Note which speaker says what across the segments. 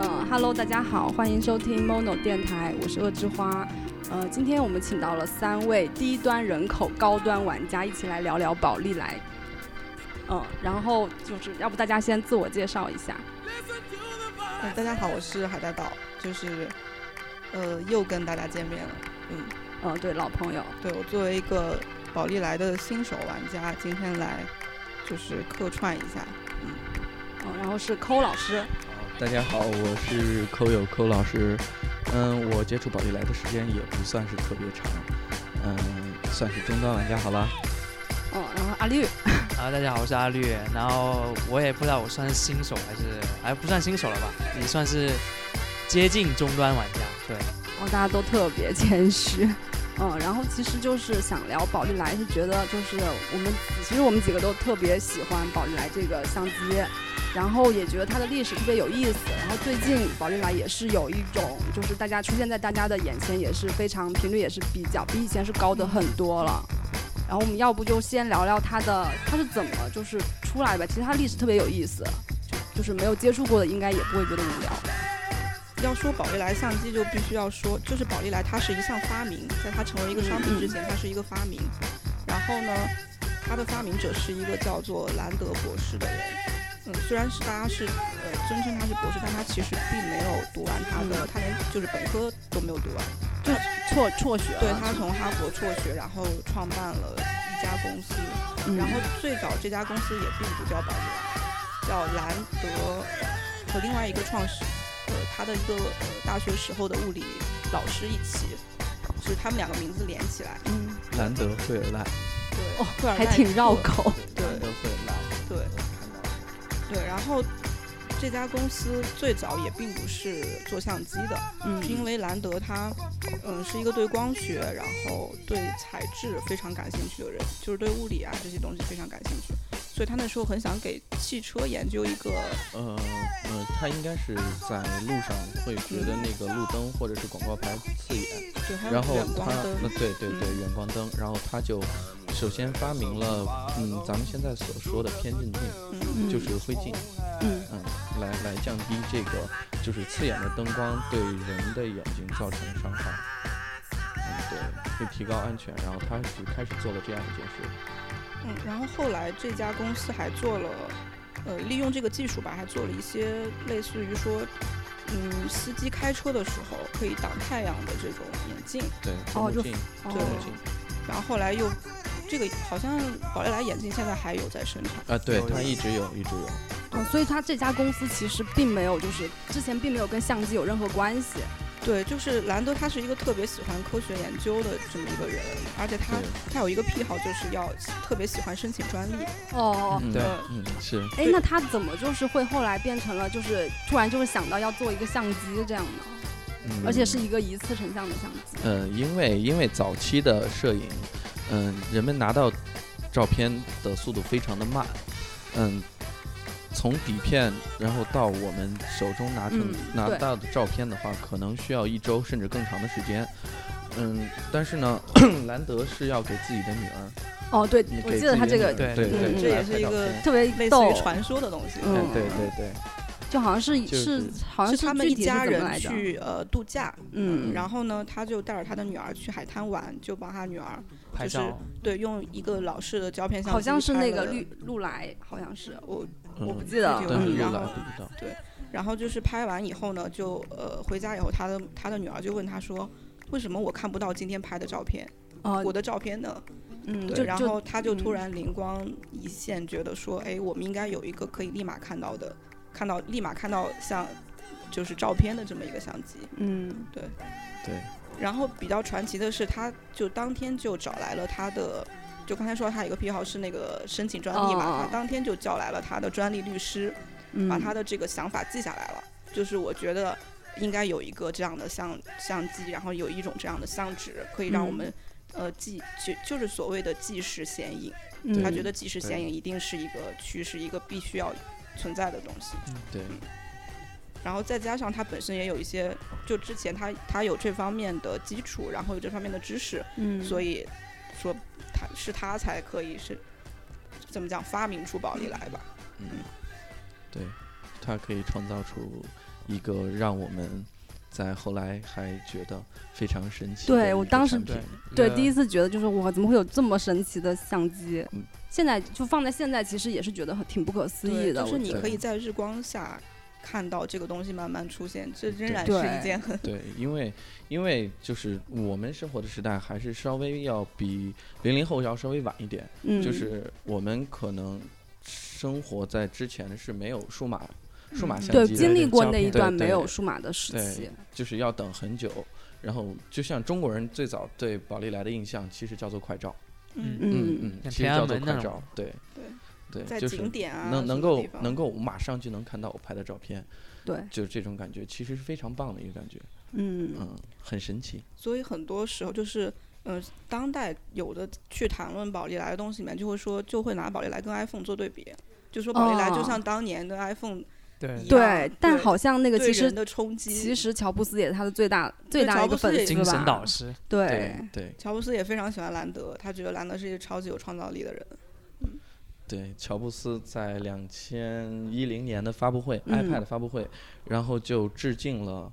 Speaker 1: 嗯 Hello，大家好，欢迎收听 Mono 电台，我是恶之花。呃，今天我们请到了三位低端人口高端玩家，一起来聊聊宝丽来。嗯，然后就是要不大家先自我介绍一下。
Speaker 2: 呃大家好，我是海带岛，就是呃又跟大家见面了。嗯，
Speaker 1: 嗯，对，老朋友。
Speaker 2: 对我作为一个宝丽来的新手玩家，今天来就是客串一下。
Speaker 1: 嗯，然后是抠老师。
Speaker 3: 大家好，我是扣友扣老师。嗯，我接触宝丽来的时间也不算是特别长，嗯，算是终端玩家好吧。
Speaker 1: 嗯，然后阿绿。
Speaker 4: 啊，大家好，我是阿绿。然后我也不知道我算是新手还是，哎，不算新手了吧？也算是接近终端玩家。对，
Speaker 1: 哦，大家都特别谦虚。嗯，然后其实就是想聊宝丽来，是觉得就是我们其实我们几个都特别喜欢宝丽来这个相机，然后也觉得它的历史特别有意思。然后最近宝丽来也是有一种就是大家出现在大家的眼前，也是非常频率也是比较比以前是高的很多了。然后我们要不就先聊聊它的它是怎么就是出来吧，其实它历史特别有意思，就就是没有接触过的应该也不会觉得无聊。
Speaker 2: 要说宝丽来相机，就必须要说，就是宝丽来它是一项发明，在它成为一个商品之前，它是一个发明。然后呢，它的发明者是一个叫做兰德博士的人。嗯，虽然是大家是呃尊称他是博士，但他其实并没有读完他的，
Speaker 1: 嗯
Speaker 2: 他连就是本科都没有读完。
Speaker 1: 辍辍学了，
Speaker 2: 对他从哈佛辍学，然后创办了一家公司，
Speaker 1: 嗯
Speaker 2: 然后最早这家公司也并不叫宝丽来，叫兰德和另外一个创始，呃，他的一个呃大学时候的物理老师一起，就是他们两个名字连起来，
Speaker 1: 嗯
Speaker 3: 兰德惠尔赖，
Speaker 2: 对，
Speaker 1: 哦
Speaker 2: 赫尔
Speaker 1: 还
Speaker 2: 奈
Speaker 1: 挺
Speaker 2: 克
Speaker 1: 绕口。
Speaker 2: 对
Speaker 3: 兰德惠尔赖，
Speaker 2: 对
Speaker 3: 我看到了
Speaker 2: 对，然后这家公司最早也并不是做相机的，
Speaker 1: 嗯
Speaker 2: 是因为兰德他，嗯，是一个对光学，然后对材质非常感兴趣的人，就是对物理啊这些东西非常感兴趣，所以他那时候很想给汽车研究一个，
Speaker 3: 呃呃，他应该是在路上会觉得那个路灯或者是广告牌刺眼，
Speaker 2: 对，还有
Speaker 3: 然后
Speaker 2: 嗯远光
Speaker 3: 他，
Speaker 2: 灯
Speaker 3: 那，对对对，远光灯，然后他就首先发明了，嗯，咱们现在所说的偏振镜，
Speaker 2: 嗯，
Speaker 3: 就是灰镜，
Speaker 1: 嗯
Speaker 3: 嗯，来来降低这个就是刺眼的灯光对人的眼睛造成的伤害，嗯，对，会提高安全，然后他就开始做了这样一件事，
Speaker 2: 嗯，然后后来这家公司还做了，呃，利用这个技术吧，还做了一些类似于说，嗯，司机开车的时候可以挡太阳的这种眼镜。
Speaker 3: 对，
Speaker 1: 哦
Speaker 3: 护
Speaker 1: 就
Speaker 3: 目镜，
Speaker 1: 哦
Speaker 3: 护目镜，
Speaker 2: 然后后来又，这个好像宝丽来眼镜现在还有在生产。
Speaker 3: 啊，对
Speaker 4: 有，
Speaker 3: 他
Speaker 4: 有
Speaker 3: 一直有，一直有，
Speaker 1: 哦，所以他这家公司其实并没有，就是之前并没有跟相机有任何关系。
Speaker 2: 对，就是兰德他是一个特别喜欢科学研究的这么一个人，而且他
Speaker 3: 对
Speaker 2: 他有一个癖好，就是要特别喜欢申请专利。
Speaker 1: 哦，
Speaker 3: 嗯
Speaker 4: 对
Speaker 3: 嗯，是，
Speaker 1: 哎，那他怎么就是会后来变成了，就是突然就是想到要做一个相机这样呢？
Speaker 3: 嗯
Speaker 1: 而且是一个一次成像的相机。
Speaker 3: 嗯，因为因为早期的摄影，嗯，人们拿到照片的速度非常的慢，嗯，从底片然后到我们手中拿成、
Speaker 1: 嗯
Speaker 3: 拿
Speaker 1: 对
Speaker 3: 到的照片的话，可能需要一周甚至更长的时间。嗯，但是呢， 兰德是要给自己的女儿，
Speaker 1: 哦，对
Speaker 3: 你，
Speaker 1: 我
Speaker 3: 给
Speaker 1: 记得
Speaker 3: 自
Speaker 1: 他
Speaker 3: 己
Speaker 1: 这
Speaker 3: 的
Speaker 1: 个
Speaker 3: 女儿
Speaker 4: 对
Speaker 3: 对
Speaker 2: 嗯
Speaker 3: 对，
Speaker 2: 这
Speaker 3: 来
Speaker 2: 也是
Speaker 3: 拍
Speaker 2: 一
Speaker 3: 照
Speaker 2: 个
Speaker 3: 片
Speaker 1: 特别
Speaker 2: 类似
Speaker 1: 逗
Speaker 2: 于，传说的东西，
Speaker 1: 嗯
Speaker 3: 哎对对对，
Speaker 1: 就好像是
Speaker 3: 就是是
Speaker 1: 好像
Speaker 2: 是他们
Speaker 1: 具
Speaker 2: 一
Speaker 1: 体是
Speaker 2: 家
Speaker 1: 怎么来
Speaker 2: 人
Speaker 1: 着？
Speaker 2: 去呃度假，
Speaker 1: 嗯，
Speaker 2: 然后呢，他就带着他的女儿去海滩玩，就帮他女儿
Speaker 4: 拍
Speaker 2: 就是
Speaker 4: 照。嗯
Speaker 2: 对用一个老式的胶片相机，
Speaker 1: 好像是那个绿，路来，好像是
Speaker 2: 我
Speaker 3: 嗯，
Speaker 2: 我不
Speaker 1: 记得了
Speaker 3: 但是
Speaker 1: 嗯
Speaker 3: 又
Speaker 2: 然
Speaker 3: 来
Speaker 2: 后
Speaker 3: 不知道，
Speaker 2: 然后就是拍完以后呢，就呃回家以后，他的他的女儿就问他说，为什么我看不到今天拍的照片？
Speaker 1: 哦，
Speaker 2: 我的照片呢？
Speaker 1: 嗯，
Speaker 2: 对，
Speaker 1: 就
Speaker 2: 然
Speaker 1: 就
Speaker 2: 后他就突
Speaker 1: 嗯
Speaker 2: 然灵光一现，觉得说，哎，我们应该有一个可以立马看到的，看到立马看到像就是照片的这么一个相机。
Speaker 1: 嗯
Speaker 3: 对，
Speaker 2: 然后比较传奇的是，他就当天就找来了他的，就刚才说他有一个癖好是那个申请专利嘛，
Speaker 1: 哦
Speaker 2: 他当天就叫来了他的专利律师，
Speaker 1: 嗯，
Speaker 2: 把他的这个想法记下来了。就是我觉得应该有一个这样的相相机，然后有一种这样的相纸，可以让我
Speaker 1: 嗯
Speaker 2: 们、呃记就就是所谓的纪实显影。
Speaker 1: 嗯
Speaker 2: 他
Speaker 3: 对
Speaker 2: 觉得即时显影一定是一个趋势，一个必须要存在的东西。
Speaker 1: 嗯
Speaker 3: 对，
Speaker 2: 然后再加上他本身也有一些，就之前他他有这方面的基础，然后有这方面的知识，
Speaker 1: 嗯，
Speaker 2: 所
Speaker 1: 以
Speaker 2: 以说他是他才可以是怎么讲发明出宝丽来吧？
Speaker 3: 嗯，对，它可以创造出一个让我们在后来还觉得非常神奇的一个产品。
Speaker 1: 对我当时
Speaker 4: 对
Speaker 1: 对，
Speaker 4: 个
Speaker 1: 第一次觉得就是哇，怎么会有这么神奇的相机？
Speaker 3: 嗯
Speaker 1: 现在就放在现在，其实也是觉得很挺不可思议
Speaker 2: 对，
Speaker 1: 嗯的。
Speaker 2: 就是
Speaker 1: 我
Speaker 2: 你
Speaker 1: 觉得
Speaker 2: 可以在日光下看到这个东西慢慢出现，这仍然是
Speaker 1: 嗯对
Speaker 2: 一件很
Speaker 3: 对，因为因为就是我们生活的时代还是稍微要比零零后要稍微晚一点，
Speaker 1: 嗯，
Speaker 3: 就是我们可能生活在之前是没有数码数码
Speaker 2: 嗯
Speaker 3: 相
Speaker 1: 对
Speaker 3: 机的，
Speaker 1: 经历过那
Speaker 3: 片
Speaker 1: 一段
Speaker 3: 对
Speaker 1: 没
Speaker 3: 对
Speaker 1: 有数码的时期
Speaker 3: 对，，就是要等很久。然后就像中国人最早对宝丽来的印象，其实叫做快照，
Speaker 2: 嗯
Speaker 1: 嗯
Speaker 3: 嗯，
Speaker 4: 像
Speaker 3: 其实
Speaker 4: 天安
Speaker 3: 叫做
Speaker 4: 门
Speaker 3: 快
Speaker 4: 那种
Speaker 3: 照，对对
Speaker 2: 在
Speaker 3: 对，就是
Speaker 2: 景点啊，
Speaker 3: 能
Speaker 2: 什
Speaker 3: 能
Speaker 2: 么
Speaker 3: 够
Speaker 2: 地方
Speaker 3: 能够马上就能看到我拍的照片，
Speaker 1: 对，
Speaker 3: 就是这种感觉，其实是非常棒的一个感觉，
Speaker 1: 嗯
Speaker 3: 嗯，很神奇。
Speaker 2: 所以很多时候就是，呃，当代有的去谈论宝丽来的东西里面，就会说就会拿宝丽来跟 iPhone 做对比，就说宝丽来就
Speaker 1: 哦
Speaker 2: 像当年的 iPhone
Speaker 4: 对
Speaker 2: 一样
Speaker 1: 对，但
Speaker 2: 对
Speaker 1: 好像那个
Speaker 2: 对
Speaker 1: 其实
Speaker 2: 人的冲击。
Speaker 1: 其实乔布斯也是他的最大最
Speaker 2: 对
Speaker 1: 大的
Speaker 2: 乔
Speaker 1: 一个
Speaker 2: 布斯
Speaker 1: 粉
Speaker 2: 也
Speaker 1: 丝
Speaker 4: 精神导
Speaker 1: 吧，
Speaker 4: 师，
Speaker 1: 对，
Speaker 3: 对
Speaker 2: 乔布斯也非常喜欢兰德，他觉得兰德是一个超级有创造力的人。
Speaker 3: 对，乔布斯在两千一零年的发布会、
Speaker 1: 嗯
Speaker 3: iPad 发布会，然后就致敬了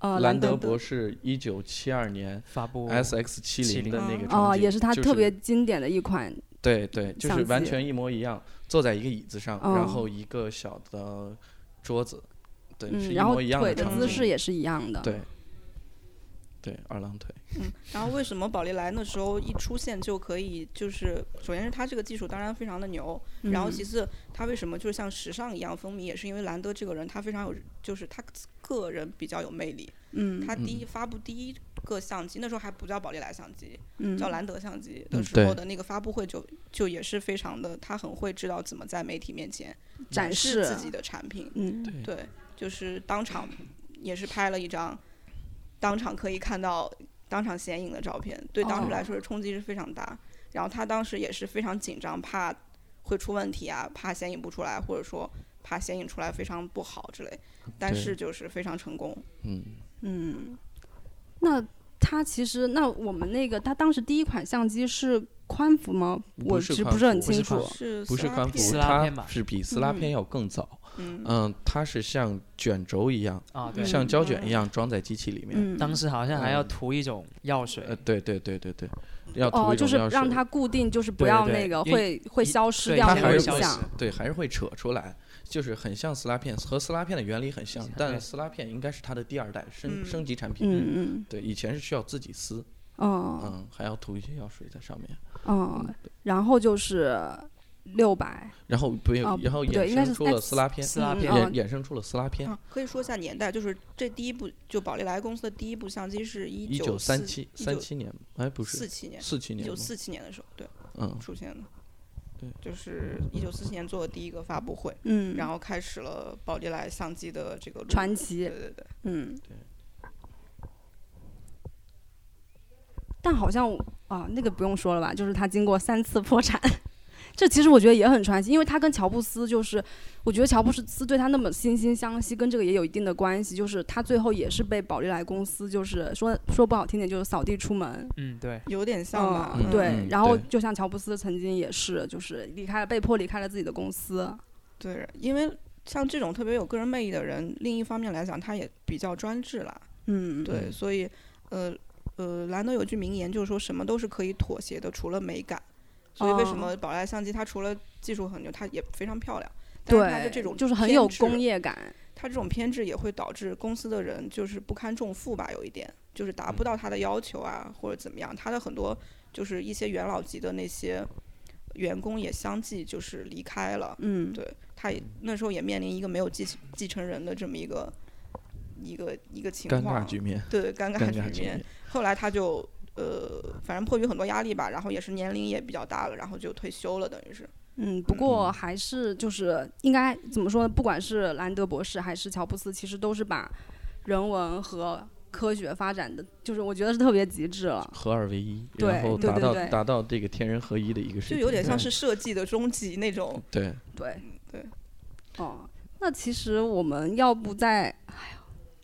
Speaker 1: 呃，
Speaker 3: 兰
Speaker 1: 德
Speaker 3: 德博士一九七二年
Speaker 4: 发布
Speaker 3: SX 七零的那个
Speaker 1: 哦，
Speaker 3: 场景，
Speaker 1: 也是他
Speaker 3: 就
Speaker 1: 特别经典的一款，
Speaker 3: 对对，就
Speaker 1: 相
Speaker 3: 是完
Speaker 1: 机
Speaker 3: 全一模一样，坐在一个椅子上，
Speaker 1: 哦
Speaker 3: 然后一个小的桌子，对，是
Speaker 1: 嗯，
Speaker 3: 一
Speaker 1: 然后
Speaker 3: 模一样
Speaker 1: 腿的
Speaker 3: 场
Speaker 1: 姿
Speaker 3: 景，
Speaker 1: 势也是一样的，
Speaker 3: 对，对，二郎腿，
Speaker 2: 嗯，然后为什么宝丽来那时候一出现就可以，就是首先是他这个技术当然非常的牛，
Speaker 1: 嗯，
Speaker 2: 然后其次，他为什么就是像时尚一样风靡，也是因为兰德这个人，他非常有，就是他个人比较有魅力。
Speaker 1: 嗯
Speaker 2: 他第一发布第一个相机，那时候还不叫宝丽来相机，
Speaker 1: 嗯
Speaker 2: 叫兰德相机
Speaker 3: 嗯
Speaker 2: 的时
Speaker 3: 对
Speaker 2: 候的那个发布会就就也是非常的，他很会知道怎么在媒体面前
Speaker 1: 嗯展
Speaker 2: 示
Speaker 1: 示
Speaker 2: 自己的产品。
Speaker 1: 嗯
Speaker 3: 对
Speaker 2: 对，就是当场也是拍了一张，当场可以看到当场显影的照片，对当
Speaker 1: 哦
Speaker 2: 时来说冲击是非常大。然后他当时也是非常紧张，怕会出问题啊，怕显影不出来，或者说怕显影出来非常不好之类。但
Speaker 3: 对
Speaker 2: 是就是非常成功。
Speaker 3: 嗯，
Speaker 1: 嗯，那他其实那我们那个他当时第一款相机是宽幅吗？
Speaker 3: 不
Speaker 1: 我
Speaker 3: 是
Speaker 1: 是
Speaker 3: 宽
Speaker 1: 不是很
Speaker 3: 幅不是
Speaker 1: 清楚
Speaker 4: 宽？
Speaker 2: 是
Speaker 3: 不是
Speaker 2: 拉
Speaker 3: 宽
Speaker 2: 片
Speaker 3: 幅，
Speaker 4: 斯拉片
Speaker 3: 它
Speaker 4: 吧
Speaker 3: 是比斯拉片
Speaker 1: 嗯
Speaker 3: 要更早，
Speaker 2: 嗯，
Speaker 3: 嗯，它是像卷轴一样，
Speaker 4: 啊，对，
Speaker 3: 像胶卷一
Speaker 2: 嗯
Speaker 3: 样装在机器里面，
Speaker 1: 嗯，
Speaker 4: 当时好像还要
Speaker 3: 嗯
Speaker 4: 涂一种药水，
Speaker 2: 嗯
Speaker 3: 呃，对对对对对，要涂
Speaker 1: 哦，
Speaker 3: 一
Speaker 1: 就
Speaker 3: 种
Speaker 1: 是
Speaker 3: 药
Speaker 1: 让
Speaker 3: 水
Speaker 1: 它固定，就是不
Speaker 4: 对
Speaker 1: 要
Speaker 4: 对
Speaker 1: 那个
Speaker 4: 因
Speaker 1: 会会
Speaker 4: 一
Speaker 1: 消失
Speaker 4: 对
Speaker 1: 掉
Speaker 3: 它
Speaker 1: 那
Speaker 3: 还
Speaker 1: 个
Speaker 3: 是
Speaker 1: 影
Speaker 4: 会消
Speaker 1: 像
Speaker 4: 失。
Speaker 3: 对，还是会扯出来，就是很像撕拉片，和撕拉片的原理很像
Speaker 4: 像，
Speaker 3: 但
Speaker 4: 对
Speaker 3: 撕拉片应该是它的第二代升
Speaker 2: 嗯
Speaker 3: 升级产品。
Speaker 1: 嗯
Speaker 3: 对，以前是需要自己撕，
Speaker 1: 嗯哦
Speaker 3: 嗯，还要涂一些药水在上面，
Speaker 1: 哦，然后就是六百
Speaker 3: 然后不
Speaker 1: 哦，
Speaker 3: 然后
Speaker 1: 不对
Speaker 3: 衍
Speaker 1: 应该
Speaker 3: 生
Speaker 1: 是
Speaker 3: 出了
Speaker 1: X
Speaker 3: 撕拉片，
Speaker 4: 撕拉
Speaker 1: 嗯
Speaker 4: 片
Speaker 1: 哦
Speaker 3: 衍衍生出了撕拉片
Speaker 2: 啊，，可以说一下年代，就是这第一部就宝丽来公司的第一部相机是一
Speaker 3: 一九三七
Speaker 2: 19
Speaker 3: 三七年，哎，不
Speaker 2: 四
Speaker 3: 是
Speaker 2: 七年，
Speaker 3: 四七
Speaker 2: 一
Speaker 3: 年
Speaker 2: 九
Speaker 3: 吗，
Speaker 2: 四七年的时候，对，
Speaker 3: 嗯，
Speaker 2: 出现的，
Speaker 3: 对，
Speaker 2: 就是一九四七年做的第一个发布会，
Speaker 1: 嗯，
Speaker 2: 然后开始了宝丽来相机的这个路
Speaker 1: 传
Speaker 2: 对
Speaker 1: 奇
Speaker 2: 对对，
Speaker 1: 嗯
Speaker 3: 对。
Speaker 1: 但好像啊，那个不用说了吧，就是他经过三次破产，这其实我觉得也很传奇，因为他跟乔布斯就是，我觉得乔布斯对他那么惺惺相惜，跟这个也有一定的关系，就是他最后也是被宝丽来公司，就是说说不好听点，就是扫地出门，
Speaker 4: 嗯，对，
Speaker 2: 有点像吧，
Speaker 1: 嗯，
Speaker 2: 嗯
Speaker 1: 对
Speaker 3: 嗯。
Speaker 1: 然后
Speaker 3: 对
Speaker 1: 就像乔布斯曾经也是，就是离开了，被迫离开了自己的公司，
Speaker 2: 对，因为像这种特别有个人魅力的人，另一方面来讲，他也比较专制啦，
Speaker 1: 嗯，
Speaker 2: 对，
Speaker 3: 嗯
Speaker 2: 所以呃呃，兰德有句名言就是说什么都是可以妥协的，除了美感。所以为
Speaker 1: 哦
Speaker 2: 什么宝莱相机它除了技术很牛，它也非常漂亮，但是它
Speaker 1: 对
Speaker 2: 的，这种
Speaker 1: 就是很
Speaker 2: 偏
Speaker 1: 有
Speaker 2: 执
Speaker 1: 工业感，嗯
Speaker 2: 它这种偏执也会导致公司的人就是不堪重负吧，有一点就是达
Speaker 1: 嗯
Speaker 2: 不到他的要求啊，或者怎么样。他的很多就是一些元老级的那些员工也相继就是离开了，
Speaker 1: 嗯，
Speaker 2: 对，他也那时候也面临一个没有继继承人的这么一个一个一个情
Speaker 3: 尴
Speaker 2: 况
Speaker 3: 尬，局面，
Speaker 2: 对，尴
Speaker 3: 尴
Speaker 2: 尬
Speaker 3: 尬
Speaker 2: 局
Speaker 3: 局面
Speaker 2: 面。，后来他就呃，反正迫于很多压力吧，然后也是年龄也比较大了，然后就退休了，等于是。
Speaker 1: 嗯，不过还是就是应该怎么说呢？不管是兰德博士还是乔布斯，其实都是把人文和科学发展的，就是我觉得是特别极致了。
Speaker 3: 合二为一，
Speaker 1: 对
Speaker 3: 然后
Speaker 1: 对
Speaker 3: 达
Speaker 1: 对
Speaker 3: 到
Speaker 1: 对
Speaker 3: 达到这个天人合一的一个水
Speaker 2: 就
Speaker 3: 平，
Speaker 2: 有点像
Speaker 3: 对
Speaker 2: 是设计的终极那种，
Speaker 3: 对，
Speaker 1: 对
Speaker 2: 嗯对。
Speaker 1: 哦，那其实我们要不再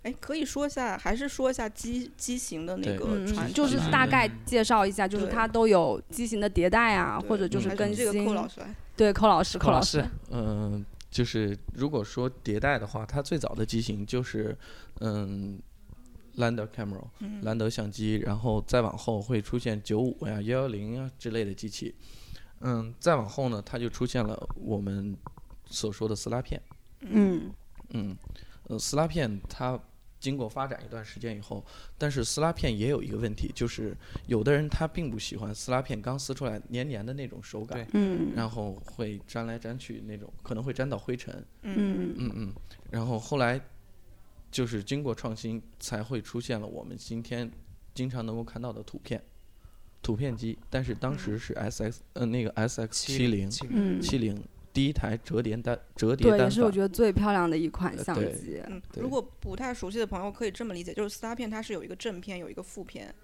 Speaker 2: 哎，可以说一下，还是说一下机机型的
Speaker 3: 对
Speaker 2: 那个
Speaker 1: 嗯
Speaker 2: 传，，
Speaker 1: 就是
Speaker 3: 传
Speaker 1: 大
Speaker 3: 承
Speaker 1: 概介绍一下，就是
Speaker 2: 对
Speaker 1: 它都有机型的迭代啊，或者就
Speaker 2: 对
Speaker 1: 是
Speaker 2: 还
Speaker 1: 更
Speaker 2: 这个寇
Speaker 1: 新
Speaker 2: 老。师来，
Speaker 1: 对，寇老师，寇
Speaker 4: 寇
Speaker 1: 老
Speaker 4: 老
Speaker 1: 师
Speaker 4: 师，
Speaker 3: 嗯，就是如果说迭代的话，它最早的机型就是嗯。兰德 camera，
Speaker 2: 嗯
Speaker 3: 兰德相机，然后再往后会出现九五呀、幺幺零啊之类的机器，嗯，再往后呢，它就出现了我们所说的撕拉片，
Speaker 1: 嗯
Speaker 3: 嗯，呃，撕拉片它经过发展一段时间以后，但是撕拉片也有一个问题，就是有的人他并不喜欢撕拉片刚撕出来黏黏的那种手感
Speaker 4: 对，
Speaker 1: 嗯
Speaker 3: 然后会粘来粘去那种，可能会粘到灰尘，
Speaker 1: 嗯
Speaker 3: 嗯嗯，然后后来就是经过创新，才会出现了我们今天经常能够看到的图片，图片机。但是当时是 S X 呃那个 S X 七零
Speaker 4: 七零
Speaker 1: 嗯，
Speaker 3: 七零第一台折叠单折叠
Speaker 1: 对，
Speaker 3: 单
Speaker 1: 也是我
Speaker 3: 反，
Speaker 1: 觉得最漂亮的一款相
Speaker 3: 对
Speaker 1: 机。
Speaker 2: 嗯，
Speaker 3: 对
Speaker 2: 如果不太熟悉的朋友可以这么理解，就是四大片它是有一个正片，有一个负片的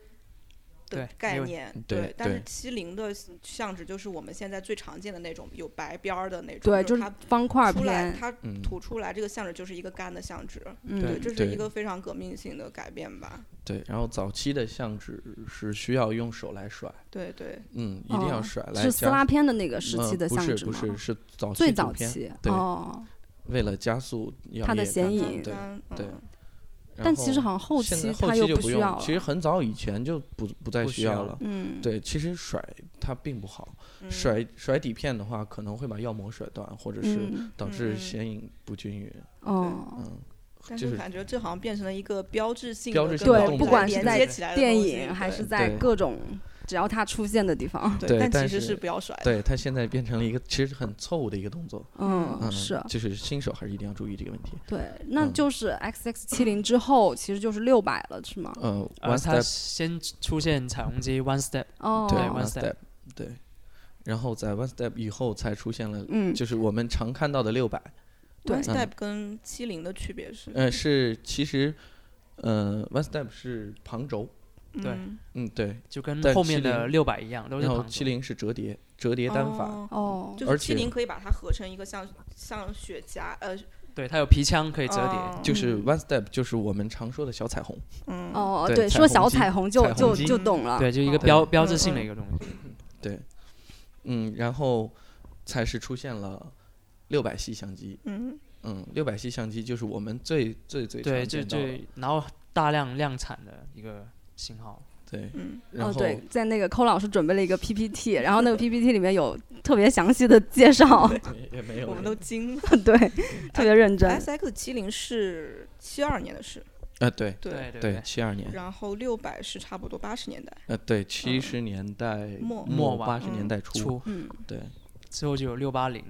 Speaker 4: 对
Speaker 2: 概
Speaker 4: 没有
Speaker 2: 念。
Speaker 3: 对
Speaker 2: 但是
Speaker 3: 对
Speaker 2: 七零的相纸就是我们现在最常见的那种有白边儿的那种，
Speaker 1: 对，
Speaker 2: 就
Speaker 1: 就是是
Speaker 2: 它
Speaker 1: 方块
Speaker 2: 出来
Speaker 1: 片，
Speaker 2: 它
Speaker 3: 嗯
Speaker 2: 吐出来这个相纸就是一个干的相纸，
Speaker 1: 嗯，
Speaker 2: 这是
Speaker 3: 对
Speaker 2: 一个非常革命性的改变吧？
Speaker 3: 对。然后早期的相纸是需要用手来甩，
Speaker 2: 对对，
Speaker 3: 嗯，一定要
Speaker 1: 哦
Speaker 3: 甩来
Speaker 1: 是撕拉
Speaker 3: 加。
Speaker 1: 片的那个时期
Speaker 3: 嗯
Speaker 1: 的
Speaker 3: 不
Speaker 1: 相
Speaker 3: 是
Speaker 1: 纸
Speaker 3: 不
Speaker 1: 吗？
Speaker 3: 是是早期
Speaker 1: 最
Speaker 3: 图
Speaker 1: 早
Speaker 3: 片
Speaker 1: 期
Speaker 3: 对
Speaker 1: 哦，
Speaker 3: 为了加速摇
Speaker 1: 它的
Speaker 3: 曳
Speaker 1: 显
Speaker 3: 感
Speaker 1: 影
Speaker 3: 对，
Speaker 2: 嗯
Speaker 3: 对
Speaker 2: 嗯
Speaker 3: 然
Speaker 1: 但其实
Speaker 3: 后
Speaker 1: 好像后
Speaker 3: 现
Speaker 1: 期
Speaker 3: 在后
Speaker 1: 它
Speaker 3: 期
Speaker 1: 又
Speaker 3: 就
Speaker 1: 需
Speaker 3: 用
Speaker 1: 要了。
Speaker 3: 其实很早以前就不不再
Speaker 4: 不需要
Speaker 3: 要
Speaker 4: 了
Speaker 3: 了，
Speaker 1: 嗯，
Speaker 3: 对，其实甩它并不好，
Speaker 2: 嗯
Speaker 3: 甩甩底片的话，可能会把药膜甩断，或者是
Speaker 1: 嗯
Speaker 3: 导致
Speaker 2: 嗯
Speaker 3: 显影不均匀。
Speaker 1: 哦，
Speaker 3: 嗯，
Speaker 2: 但
Speaker 3: 就是是
Speaker 2: 感觉这好像变成了一个标志性的
Speaker 3: 标
Speaker 2: 跟
Speaker 3: 志性
Speaker 2: 我
Speaker 3: 的
Speaker 2: 们
Speaker 1: 对，
Speaker 3: 动
Speaker 1: 不
Speaker 3: 作
Speaker 1: 管
Speaker 2: 连
Speaker 1: 是在
Speaker 2: 接起来的
Speaker 1: 电
Speaker 2: 东西
Speaker 1: 影还
Speaker 2: 对
Speaker 1: 是在
Speaker 3: 对
Speaker 1: 各种只要它出现的地方，
Speaker 3: 对
Speaker 2: 但
Speaker 3: 但
Speaker 2: 其实
Speaker 3: 是
Speaker 2: 是不要甩的。
Speaker 3: 对，它现在变成了一个其实很错误的一个动作。
Speaker 1: 嗯，
Speaker 3: 嗯，
Speaker 1: 是
Speaker 3: 就是新手还是一定要注意这个问题。
Speaker 1: 对，那
Speaker 3: 嗯
Speaker 1: 就是 X X 七零之后，其实就是六百了，是吗？
Speaker 3: 呃
Speaker 4: 呃，
Speaker 3: ，one
Speaker 4: 它
Speaker 3: step，
Speaker 4: 先出现彩虹机 One Step，
Speaker 1: 哦，
Speaker 3: 对
Speaker 4: 对
Speaker 3: ，one
Speaker 4: ，one
Speaker 3: step，
Speaker 4: step
Speaker 3: 对，然后在 one step 以后才出现了，
Speaker 1: 嗯，
Speaker 3: 就是我们常看到的六百，
Speaker 1: 对嗯
Speaker 2: One step 跟七零的区别是，
Speaker 3: 呃，是其实，呃，one step 是旁轴，
Speaker 4: 对
Speaker 2: 嗯
Speaker 3: 嗯，对，
Speaker 4: 就跟
Speaker 3: 但
Speaker 4: 后面的
Speaker 3: 70
Speaker 4: 六百一样，都是
Speaker 3: 然后
Speaker 4: 旁
Speaker 3: 七
Speaker 4: 轴
Speaker 3: 零是折叠折叠单反，
Speaker 2: 哦
Speaker 1: 哦，
Speaker 2: 就
Speaker 3: 而
Speaker 2: 是七
Speaker 3: 且
Speaker 2: 零可以把它合成一个像像雪茄，呃，
Speaker 4: 对，它有皮枪可以折
Speaker 2: 哦
Speaker 4: 叠，
Speaker 3: 就是 one step 就是我们常说的小彩虹。
Speaker 2: 嗯
Speaker 1: 哦，
Speaker 3: 对
Speaker 1: 对，
Speaker 3: 彩
Speaker 1: 说
Speaker 3: 虹
Speaker 1: 小
Speaker 3: 机
Speaker 1: 彩虹就
Speaker 3: 彩虹
Speaker 1: 就
Speaker 4: 机
Speaker 1: 就懂了，
Speaker 4: 对，就一个
Speaker 2: 哦
Speaker 4: 标
Speaker 3: 对
Speaker 4: 标志性的一个东西。
Speaker 3: 对，嗯，然后才是出现了六百系相机。
Speaker 2: 嗯，
Speaker 3: 嗯，六百系相机就是我们最最最
Speaker 4: 对，
Speaker 3: 常
Speaker 4: 就
Speaker 3: 见到
Speaker 4: 就
Speaker 3: 的
Speaker 4: 然后大量量产的一个型号，
Speaker 3: 对，
Speaker 2: 嗯
Speaker 3: 然
Speaker 1: 哦，
Speaker 3: 后
Speaker 1: 对，在那个抠老师准备了一个 PPT，然后那个 PPT 里面有特别详细的介绍，
Speaker 3: 也也没有
Speaker 2: 我们都惊了。
Speaker 1: 对，特别认真。
Speaker 2: S X 七零是七二年的事，
Speaker 3: 呃对
Speaker 2: 对，
Speaker 4: 对
Speaker 3: 对，七二年
Speaker 2: 然后六百是差不多八十年代，
Speaker 3: 呃对七十年代
Speaker 2: 末
Speaker 3: 末
Speaker 4: 末吧
Speaker 3: 八十年
Speaker 2: 嗯
Speaker 3: 代初
Speaker 4: 出
Speaker 1: 嗯，
Speaker 3: 对
Speaker 4: 之后就有六八零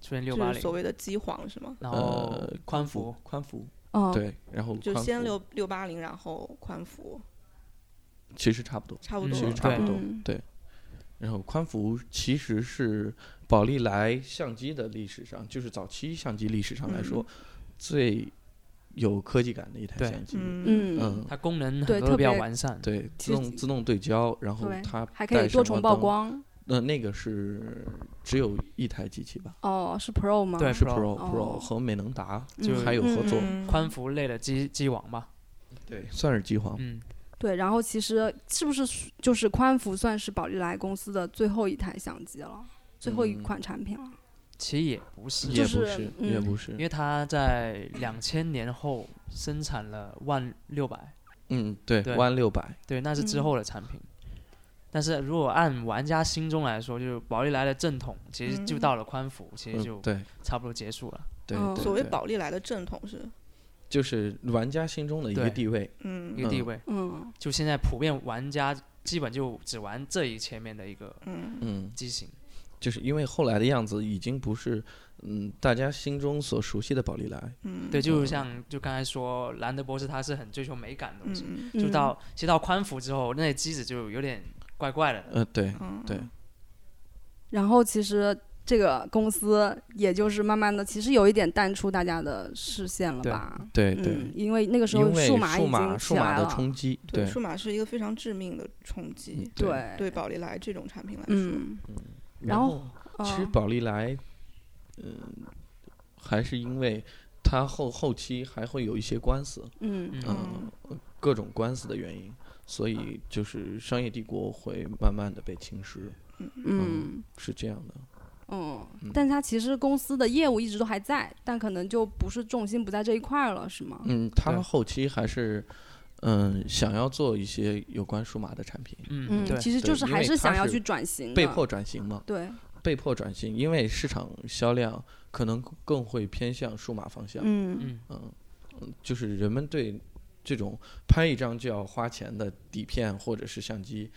Speaker 4: 出现六八
Speaker 2: 就是所
Speaker 4: 零，
Speaker 2: 谓的机皇是吗？
Speaker 4: 然后
Speaker 3: 呃
Speaker 4: 宽幅，
Speaker 3: 宽幅
Speaker 1: 哦，
Speaker 3: 对，然后
Speaker 2: 就
Speaker 3: 宽
Speaker 2: 先
Speaker 3: 幅
Speaker 2: 六六八零，然后宽幅，
Speaker 3: 其实差不多，
Speaker 2: 差不
Speaker 4: 嗯
Speaker 2: 多
Speaker 3: 其
Speaker 4: 对
Speaker 3: 实差不多
Speaker 1: 嗯
Speaker 3: 对。然后宽幅其实是宝丽来相机的历史上，就是早期相机历史上来说，
Speaker 1: 嗯
Speaker 3: 最有科技感的一台
Speaker 4: 对
Speaker 3: 相机。
Speaker 2: 嗯
Speaker 1: 嗯，
Speaker 3: 嗯，
Speaker 4: 它功能
Speaker 1: 对
Speaker 4: 很多
Speaker 1: 特
Speaker 4: 都比较
Speaker 1: 别
Speaker 4: 完善，
Speaker 3: 对，
Speaker 1: 其实
Speaker 3: 自动自动对焦，然后
Speaker 1: 对
Speaker 3: 它
Speaker 1: 还可以
Speaker 3: 带
Speaker 1: 多
Speaker 3: 闪
Speaker 1: 重
Speaker 3: 光
Speaker 1: 曝
Speaker 3: 灯。
Speaker 1: 光。
Speaker 3: 呃，那个是只有一台机器吧？
Speaker 1: 哦，是 Pro 吗？
Speaker 4: 对
Speaker 3: 是
Speaker 4: Pro
Speaker 3: Pro Pro
Speaker 1: 哦
Speaker 3: 和美能达
Speaker 1: 嗯，嗯
Speaker 4: 就
Speaker 3: 还有合作，
Speaker 2: 嗯
Speaker 4: 宽幅类的机机网吧，
Speaker 3: 对，算是机皇。
Speaker 4: 嗯，
Speaker 1: 对。然后其实是不是属就是宽幅算是宝丽来公司的最后一台相机了，最后一
Speaker 3: 嗯
Speaker 1: 款产品了？
Speaker 4: 其实也不是，
Speaker 3: 也
Speaker 1: 就
Speaker 3: 不
Speaker 1: 是
Speaker 3: 是，也
Speaker 1: 嗯
Speaker 3: 不
Speaker 4: 因
Speaker 3: 是，
Speaker 4: 为它在两千年后生产了万六百，
Speaker 3: 嗯，对
Speaker 4: 对
Speaker 3: ，One 六百，
Speaker 4: 对，那是之
Speaker 1: 嗯
Speaker 4: 后的产品。但是如果按玩家心中来说，就是宝丽来的正统，其实
Speaker 2: 嗯
Speaker 4: 就到了宽幅，其实
Speaker 3: 嗯，
Speaker 4: 就
Speaker 3: 对
Speaker 4: 差不多结束了。
Speaker 3: 对
Speaker 1: 嗯，
Speaker 3: 对
Speaker 2: 所谓
Speaker 3: 对
Speaker 2: 宝丽来的正统是，
Speaker 3: 就是玩家心中的一个
Speaker 4: 对
Speaker 3: 地位，
Speaker 4: 一
Speaker 2: 嗯
Speaker 4: 个地
Speaker 3: 嗯
Speaker 4: 位，
Speaker 1: 嗯
Speaker 4: 就现在普遍玩家基本就只玩这一前面的一个
Speaker 2: 嗯
Speaker 3: 嗯，
Speaker 4: 机型，
Speaker 3: 就是因为后来的样子已经不是，嗯，大家心中所熟悉的宝丽来，
Speaker 2: 嗯，
Speaker 4: 对，就像就刚才说，兰德博士他是很追求美感的东
Speaker 2: 嗯
Speaker 4: 西，
Speaker 2: 嗯
Speaker 1: 嗯，
Speaker 4: 就到其实到宽幅之后，那些机子就有点怪怪的了，
Speaker 3: 呃，对，
Speaker 2: 嗯，
Speaker 3: 对
Speaker 1: 然后其实。这个公司也就是慢慢的，其实有一点淡出大家的视线了
Speaker 4: 对
Speaker 1: 吧？
Speaker 3: 对
Speaker 1: 嗯
Speaker 3: 对，，
Speaker 1: 因为那个时
Speaker 3: 因
Speaker 1: 候
Speaker 3: 为
Speaker 1: 数码已
Speaker 3: 数
Speaker 1: 经
Speaker 3: 码数
Speaker 1: 起
Speaker 3: 码
Speaker 1: 来
Speaker 3: 的
Speaker 1: 了，
Speaker 3: 冲击，
Speaker 2: 对，数码是一个非常致命的冲击，
Speaker 3: 对
Speaker 1: 对，
Speaker 2: 对宝丽来这种产品来说，
Speaker 1: 嗯，然
Speaker 3: 然
Speaker 1: 后
Speaker 3: 其实
Speaker 1: 嗯
Speaker 3: 宝丽来，嗯、还是因为它后后期还会有一些官司，
Speaker 1: 嗯
Speaker 4: 嗯，
Speaker 3: 嗯、各种官司的原因，所以就是商业帝国会慢慢的被侵蚀，
Speaker 1: 嗯，
Speaker 3: 是这样的。
Speaker 1: 嗯
Speaker 3: 嗯，
Speaker 1: 但它其实公司的业务一直都还在，但可能就不是重心不在这一块儿了，是吗？
Speaker 3: 嗯，他
Speaker 4: 对
Speaker 3: 们后期还是嗯想要做一些有关数码的产品，
Speaker 4: 嗯，对，
Speaker 1: 其实
Speaker 3: 对
Speaker 1: 就是
Speaker 3: 因
Speaker 1: 还
Speaker 3: 为
Speaker 1: 是
Speaker 3: 它
Speaker 1: 想要
Speaker 3: 是
Speaker 1: 去转型的，
Speaker 3: 被迫转型嘛，
Speaker 1: 对，
Speaker 3: 被迫转型，因为市场销量可能更会偏向数码方向。
Speaker 1: 嗯
Speaker 4: 嗯，
Speaker 3: 嗯，嗯，就是人们对这种拍一张就要花钱的底片或者是相机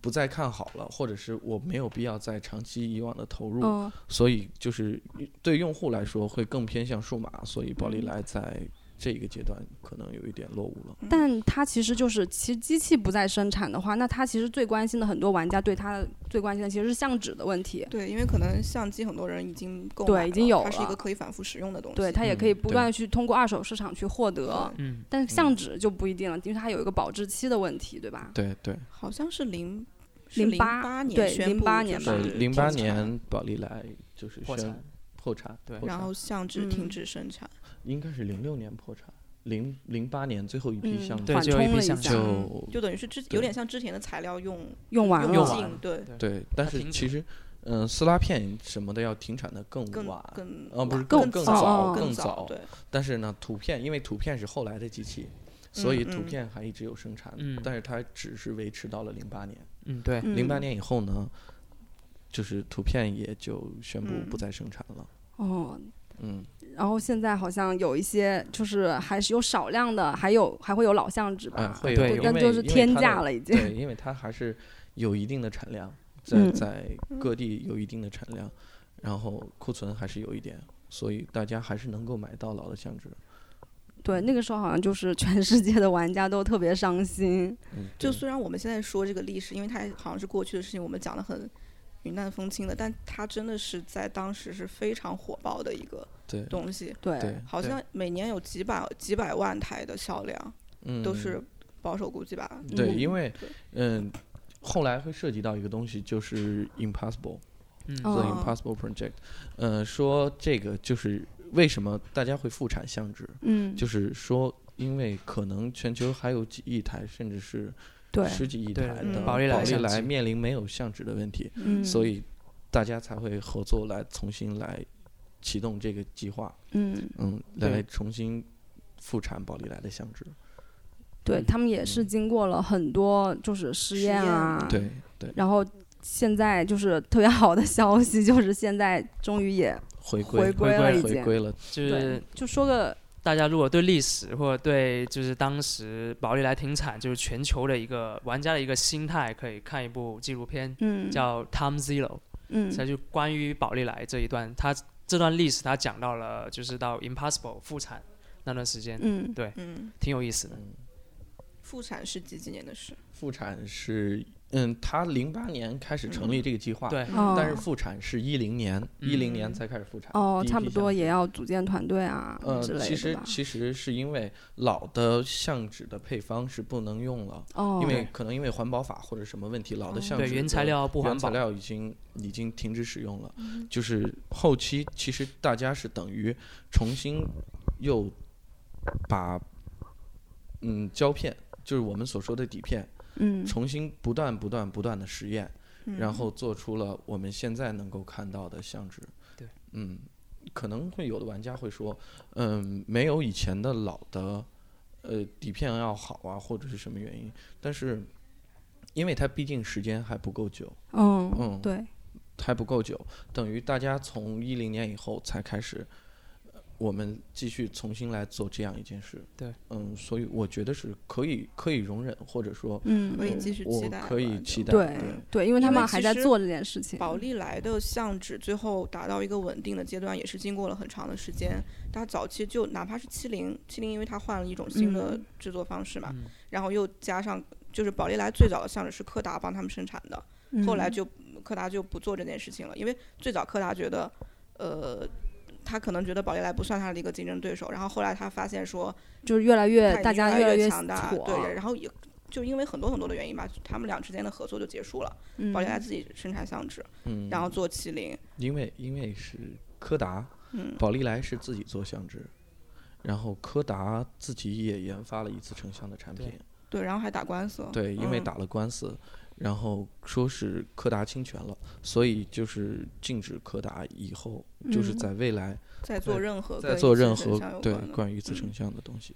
Speaker 3: 不再看好了，或者是我没有必要再长期以往的投入，
Speaker 2: 哦
Speaker 1: 嗯
Speaker 3: 所以就是对用户来说会更偏向数码，所以宝
Speaker 2: 嗯
Speaker 3: 丽来在这个阶段可能有一点落伍了。
Speaker 1: 但它其实就是，其实机器不再生产的话，那它其实最关心的很多玩家对它最关心的其实是相纸的问题。
Speaker 2: 对，因为可能相机很多人已经购
Speaker 1: 对
Speaker 2: 买
Speaker 1: 已经
Speaker 2: 了
Speaker 1: 有
Speaker 2: 它是一
Speaker 1: 了
Speaker 2: 个可以反复使用的东西。
Speaker 1: 对，它也可以不
Speaker 3: 对
Speaker 1: 断地去通过二手市场去获得，
Speaker 4: 嗯，
Speaker 1: 但相纸就不一定了，因为它有一个保质期的问题，对吧？
Speaker 3: 对对
Speaker 2: 好像是零
Speaker 1: 08
Speaker 2: 八年
Speaker 1: 对
Speaker 2: 宣布
Speaker 1: 08
Speaker 2: 就
Speaker 1: 年吧
Speaker 3: 对
Speaker 2: 是，
Speaker 3: 零八
Speaker 2: 停产
Speaker 3: 年宝丽来就是
Speaker 4: 破
Speaker 3: 宣
Speaker 4: 产，
Speaker 3: 破产，
Speaker 4: 对
Speaker 3: 破
Speaker 2: 然
Speaker 3: 产
Speaker 2: 后相纸
Speaker 1: 嗯
Speaker 2: 停止生产。
Speaker 3: 应该是零六年破产，零零八年最后一批
Speaker 1: 嗯
Speaker 3: 相机
Speaker 4: 对，
Speaker 1: 缓
Speaker 4: 就有一
Speaker 1: 冲
Speaker 4: 批
Speaker 1: 了一
Speaker 4: 相
Speaker 1: 下
Speaker 4: 机
Speaker 1: 就，
Speaker 2: 嗯就等于是之有
Speaker 3: 对
Speaker 2: 点像之前的材料用
Speaker 1: 用完
Speaker 2: 用
Speaker 4: 用
Speaker 1: 了，
Speaker 4: 完
Speaker 2: 尽，对，
Speaker 3: 对，但
Speaker 4: 它
Speaker 3: 是
Speaker 4: 停止
Speaker 3: 其实，嗯、撕拉片什么的要停产的更
Speaker 2: 更
Speaker 3: 晚，
Speaker 2: 更
Speaker 3: 呃不是
Speaker 2: 晚
Speaker 1: 更
Speaker 2: 更
Speaker 1: 早
Speaker 2: 早
Speaker 1: 哦
Speaker 3: 更
Speaker 2: 早
Speaker 3: 早，
Speaker 2: 对，
Speaker 3: 但是呢，图片因为图片是后来的机器，所
Speaker 2: 嗯
Speaker 3: 以图
Speaker 2: 嗯
Speaker 3: 片还一直有生产，
Speaker 4: 嗯
Speaker 3: 但是它只是维持到了零八年，
Speaker 4: 嗯，对，
Speaker 3: 零八、
Speaker 1: 嗯
Speaker 3: 年以后呢，就是图片也就宣布不
Speaker 2: 嗯
Speaker 3: 再生产了，
Speaker 1: 哦，
Speaker 3: 嗯，
Speaker 1: 然后现在好像有一些就是还是有少量的，还有还会有老相纸
Speaker 3: 哎、
Speaker 1: 吧？
Speaker 3: 会有，
Speaker 4: 对
Speaker 1: 对，
Speaker 3: 因
Speaker 1: 但
Speaker 3: 为
Speaker 1: 就是
Speaker 3: 因为
Speaker 1: 天
Speaker 3: 它的
Speaker 1: 价了已经。
Speaker 3: 对，因为它还是有一定的产量，在、
Speaker 1: 嗯
Speaker 3: 在各地有一定的产量，然后库存还是有一点，所以大家还是能够买到老的相纸，
Speaker 1: 对，那个时候好像就是全世界的玩家都特别伤心。
Speaker 3: 嗯，
Speaker 2: 就
Speaker 3: 对
Speaker 2: 虽然我们现在说这个历史，因为它好像是过去的事情，我们讲的很云淡风轻的，但它真的是在当时是非常火爆的一个
Speaker 3: 对
Speaker 2: 东西，
Speaker 1: 对，
Speaker 3: 对，
Speaker 2: 好
Speaker 4: 对
Speaker 2: 像每年有几百几百万台的销量，
Speaker 3: 嗯，
Speaker 2: 都是保守估计吧。
Speaker 3: 对，
Speaker 1: 嗯
Speaker 3: 因为
Speaker 2: 对
Speaker 3: 嗯，后来会涉及到一个东西，就是 impossible，
Speaker 4: 嗯，
Speaker 1: 哦
Speaker 3: the impossible project，呃，说这个就是为什么大家会复产相纸，
Speaker 1: 嗯，
Speaker 3: 就是说。因为可能全球还有几亿台，甚至是
Speaker 1: 对，
Speaker 3: 十几亿
Speaker 4: 对
Speaker 3: 台
Speaker 2: 嗯
Speaker 3: 的
Speaker 2: 宝
Speaker 3: 宝
Speaker 2: 丽
Speaker 3: 丽
Speaker 2: 来
Speaker 4: 相
Speaker 3: 来
Speaker 4: 机
Speaker 3: 面临没有相纸的问题，
Speaker 1: 嗯，
Speaker 3: 所以大家才会合作来重新来启动这个计划，
Speaker 1: 嗯，
Speaker 3: 嗯，
Speaker 4: 对
Speaker 3: 来重新复产宝丽来的相纸。
Speaker 1: 对
Speaker 3: 嗯
Speaker 1: 他们也是经过了很多就是实验啊，
Speaker 3: 对对，
Speaker 1: 然后现在就是特别好的消息，就是现在终于也
Speaker 3: 回
Speaker 1: 回
Speaker 3: 归
Speaker 1: 归
Speaker 4: 了
Speaker 1: 已
Speaker 3: 回
Speaker 1: 经
Speaker 3: 归了，
Speaker 4: 就是
Speaker 1: 对，就说个
Speaker 4: 大家如果对历史或者对就是当时宝丽来停产就是全球的一个玩家的一个心态，可以看一部纪录片
Speaker 1: 嗯，
Speaker 4: 叫《Tom Zero》，
Speaker 1: 嗯
Speaker 4: 它就关于宝丽来这一段，它这段历史它讲到了就是到 Impossible 复产那段时间，
Speaker 1: 嗯
Speaker 2: 嗯，
Speaker 4: 挺有意思的。
Speaker 2: 复产是几几年的事？
Speaker 3: 复产是，嗯，他零八年开始成立这个计划，，
Speaker 4: 对，
Speaker 1: 哦，
Speaker 3: 但是复产是一零年，一零、年才开始复产，
Speaker 1: 哦，
Speaker 3: 第一批
Speaker 1: 差不多
Speaker 3: 相
Speaker 1: 也要组建团队啊
Speaker 3: 呃，
Speaker 1: 之类
Speaker 3: 其
Speaker 1: 的
Speaker 3: 实
Speaker 1: 吧。
Speaker 3: 其实是因为老的相纸的配方是不能用了，
Speaker 1: 哦，
Speaker 3: 因为可能因为环保法或者什么问题，老的相纸
Speaker 4: 哦对，
Speaker 3: 的
Speaker 4: 原材料不环
Speaker 3: 原材
Speaker 4: 保，嗯
Speaker 3: 料已经已经停止使用了，就是后期其实大家是等于重新又把嗯胶片，就是我们所说的底片，
Speaker 1: 嗯
Speaker 3: 重新不断不断不断的实验，
Speaker 2: 嗯
Speaker 3: 然后做出了我们现在能够看到的相纸。
Speaker 4: 对，
Speaker 3: 嗯，可能会有的玩家会说，嗯，没有以前的老的呃底片要好啊，或者是什么原因，但是。因为它毕竟时间还不够久，
Speaker 1: 嗯
Speaker 3: 嗯
Speaker 1: 对，
Speaker 3: 还不够久，等于大家从一零年以后才开始，呃我们继续重新来做这样一件事。
Speaker 4: 对，
Speaker 3: 嗯，所以我觉得是可以可以容忍，或者说
Speaker 1: 嗯
Speaker 2: 可以继续期
Speaker 3: 我
Speaker 2: 待吧，
Speaker 3: 可以
Speaker 2: 就
Speaker 3: 期待。
Speaker 1: 对对，因为他
Speaker 2: 因为
Speaker 1: 们
Speaker 2: 其
Speaker 1: 还在
Speaker 2: 实
Speaker 1: 做这件事情。
Speaker 2: 宝丽来的相纸最后达到一个稳定的阶段，也是经过了很长的时间。它早期就哪怕是七零，七零因为它换了一种新的
Speaker 1: 嗯
Speaker 2: 制作方式嘛，
Speaker 4: 嗯
Speaker 2: 然后又加上就是宝丽来最早的相纸是柯达帮他们生产的，后来
Speaker 1: 嗯
Speaker 2: 就柯达就不做这件事情了，因为最早柯达觉得，呃，他可能觉得宝丽来不算他的一个竞争对手，然后后来他发现说，
Speaker 1: 就是越来
Speaker 2: 它已
Speaker 1: 越
Speaker 2: 经
Speaker 1: 大家
Speaker 2: 越来
Speaker 1: 来越
Speaker 2: 强大，
Speaker 1: 火，
Speaker 2: 对，然后也就因为很多很多的原因吧，他们俩之间的合作就结束了，
Speaker 1: 嗯
Speaker 2: 宝丽来自己生产相纸，
Speaker 3: 嗯，
Speaker 2: 然后做麒麟，
Speaker 3: 因为因为是柯达，
Speaker 2: 嗯
Speaker 3: 宝丽来是自己做相纸，然后柯达自己也研发了一次成像的产
Speaker 4: 对
Speaker 3: 品，
Speaker 2: 对，然后还打官司。
Speaker 3: 对，因为
Speaker 2: 嗯
Speaker 3: 打了官司，然后说是柯达侵权了，所以就是禁止柯达以后就是
Speaker 1: 嗯
Speaker 3: 在未来
Speaker 2: 在做
Speaker 3: 在
Speaker 2: 任何
Speaker 3: 再
Speaker 2: 跟
Speaker 3: 做
Speaker 2: 一次
Speaker 3: 任
Speaker 2: 神
Speaker 3: 何
Speaker 2: 像有
Speaker 3: 对嗯
Speaker 2: 关的
Speaker 3: 关于次
Speaker 2: 嗯
Speaker 3: 成像的东西。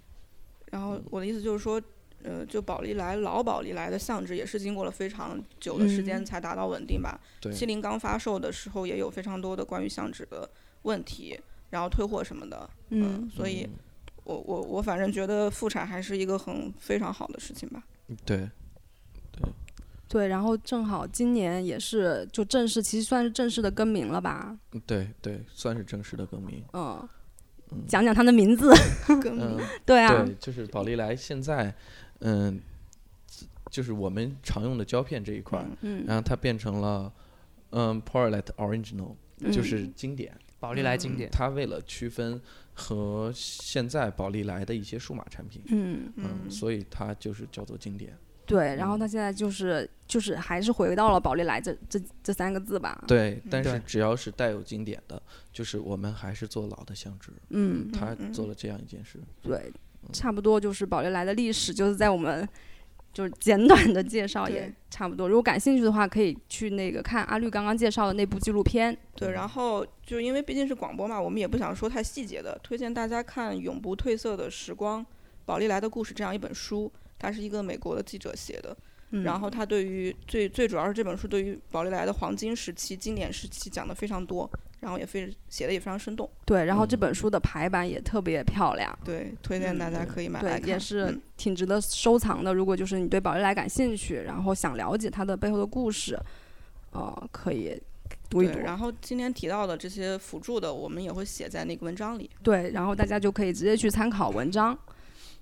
Speaker 2: 然后我的意思就是说，呃，就宝丽来老宝丽来的相纸也是经过了非常久的时间
Speaker 1: 嗯
Speaker 2: 才达到稳定吧。
Speaker 3: 对，
Speaker 2: 七零刚发售的时候也有非常多的关于相纸的问题，然后退货什么的。
Speaker 1: 嗯，
Speaker 2: 所以
Speaker 3: 嗯
Speaker 2: 我我我反正觉得复产还是一个很非常好的事 情吧。
Speaker 3: 嗯对，
Speaker 1: 对，然后正好今年也是就正式，其实算是正式的更名了吧，
Speaker 3: 嗯对对，算是正式的更名。
Speaker 1: 嗯，
Speaker 3: 嗯
Speaker 1: 讲讲它的名字，
Speaker 2: 跟
Speaker 3: 嗯，
Speaker 1: 对啊，
Speaker 3: 对，就是宝丽来现在，嗯，就是我们常用的胶片这一块儿，
Speaker 1: 嗯
Speaker 3: 然后它变成了嗯 p o r l e t Original，就是
Speaker 1: 嗯
Speaker 2: 嗯
Speaker 3: 经典。
Speaker 4: 宝丽来经典，
Speaker 3: 它为了区分和现在宝丽来的一些数码产品，
Speaker 1: 嗯，
Speaker 3: 嗯，
Speaker 2: 嗯
Speaker 3: 所以它就是叫做经典。
Speaker 1: 对，然后
Speaker 3: 嗯
Speaker 1: 它现在就是就是还是回到了宝丽来这这这三个字
Speaker 2: 嗯
Speaker 1: 吧，，
Speaker 3: 对，但是
Speaker 4: 对
Speaker 3: 只要是带有经典的，就是我们还是做老的相纸。
Speaker 1: 嗯，
Speaker 3: 他
Speaker 2: 嗯
Speaker 3: 做了这样一件事，
Speaker 1: 对，差不多就是宝丽来的历史，就是在我们就是简短的介绍也
Speaker 2: 对
Speaker 1: 差不多。如果感兴趣的话，可以去那个看阿绿刚刚介绍的那部纪录片。
Speaker 3: 嗯
Speaker 2: 对，然后就因为毕竟是广播嘛，我们也不想说太细节的，推荐大家看《永不褪色的时光：宝丽来的故事》这样一本书，它是一个美国的记者写的。
Speaker 1: 嗯
Speaker 2: 然后他对于最最主要是这本书对于宝丽来的黄金时期、经典时期讲的非常多，然后也非写的也非常生动，
Speaker 1: 对，然后这
Speaker 3: 嗯
Speaker 1: 本书的排版也特别漂亮，
Speaker 2: 对，推荐大家可以买来
Speaker 1: 对，
Speaker 2: 看。
Speaker 1: 也是
Speaker 2: 嗯
Speaker 1: 挺值得收藏的。如果就是你对宝丽来感兴趣，然后想了解它的背后的故事，呃，可以读一读
Speaker 2: 对，。然后今天提到的这些辅助的，我们也会写在那个文章里。
Speaker 1: 对，然后大家就可以直接去参考文章。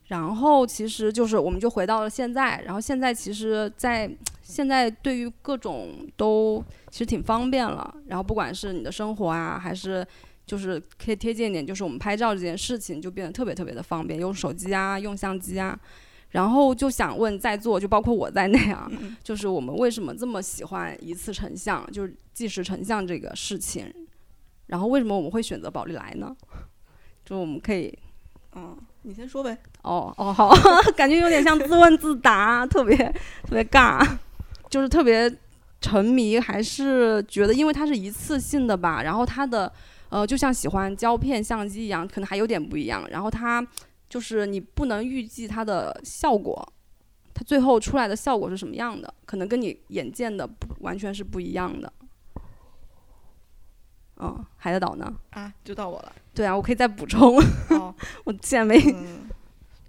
Speaker 1: 然后其实就是我们就回到了现在，然后现在其实在，现在对于各种都其实挺方便了。然后不管是你的生活啊，还是就是可以贴近一点，就是我们拍照这件事情就变得特别特别的方便，用手机啊，用相机啊。然后就想问在座，就包括我在内啊，就是我们为什么这么喜欢一次成像，就是即时成像这个事情？然后为什么我们会选择宝丽来呢？就我们可以，
Speaker 2: 嗯，你先说呗。
Speaker 1: 哦哦好， 感觉有点像自问自答，特别 特别尬，就是特别沉迷，还是觉得因为它是一次性的吧，然后它的呃就像喜欢胶片相机一样，可能还有点不一样，然后它就是你不能预计它的效果。它最后出来的效果是什么样的？可能跟你眼见的不完全是不一样的。嗯，海德岛呢？
Speaker 2: 啊，就到我了。
Speaker 1: 对啊，我可以再补充。
Speaker 2: 哦，
Speaker 1: 我现在没
Speaker 2: 嗯，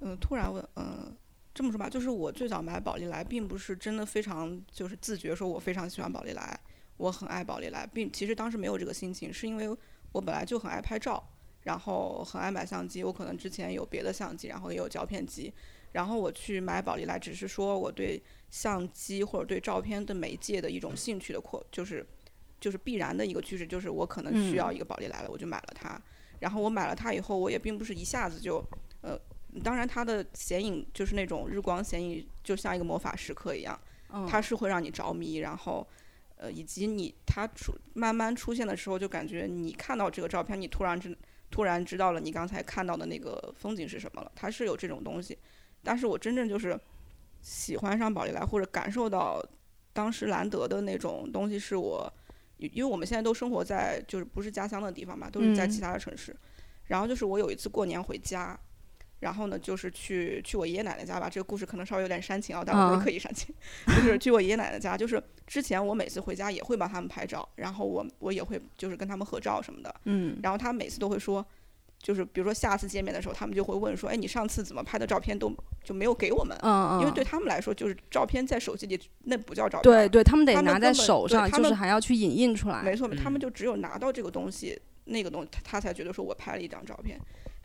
Speaker 2: 嗯，突然问，嗯，这么说吧，就是我最早买宝丽来，并不是真的非常就是自觉说我非常喜欢宝丽来，我很爱宝丽来，并其实当时没有这个心情，是因为我本来就很爱拍照，然后很爱买相机，我可能之前有别的相机，然后也有胶片机，然后我去买宝丽来，只是说我对相机或者对照片的媒介的一种兴趣的扩，就是就是必然的一个趋势，就是我可能
Speaker 1: 嗯
Speaker 2: 需要一个宝丽来了，我就买了它。然后我买了它以后，我也并不是一下子就，呃，当然它的显影就是那种日光显影，就像一个魔法时刻一样，
Speaker 1: 嗯
Speaker 2: 它是会让你着迷，然后。呃，以及你它出慢慢出现的时候，就感觉你看到这个照片，你突然知突然知道了你刚才看到的那个风景是什么了，它是有这种东西。但是我真正就是喜欢上宝丽来，或者感受到当时兰德的那种东西，是我因因为我们现在都生活在就是不是家乡的地方嘛，都是在
Speaker 1: 嗯
Speaker 2: 其他的城市。然后就是我有一次过年回家，然后呢就是去去我爷爷奶奶家吧，这个故事可能稍微有点煽情啊，但我不
Speaker 1: 啊
Speaker 2: 是刻意煽情， 就是去我爷爷奶奶家，就是之前我每次回家也会帮他们拍照，然后我我也会就是跟他们合照什么的。
Speaker 1: 嗯
Speaker 2: 然后他每次都会说，就是比如说下次见面的时候，他们就会问说，哎，你上次怎么拍的照片都就没有给我们？
Speaker 1: 嗯，
Speaker 2: 因为对
Speaker 1: 嗯
Speaker 2: 他们来说，就是照片在手机里那不叫照片。啊
Speaker 1: 对，对，他们得
Speaker 2: 他们
Speaker 1: 拿在
Speaker 2: 根本
Speaker 1: 手
Speaker 2: 对
Speaker 1: 上，
Speaker 2: 他
Speaker 1: 就是
Speaker 2: 们
Speaker 1: 还要去影印出来。
Speaker 2: 没错，他
Speaker 4: 嗯
Speaker 2: 们就只有拿到这个东西，那个东西他他才觉得说我拍了一张照片。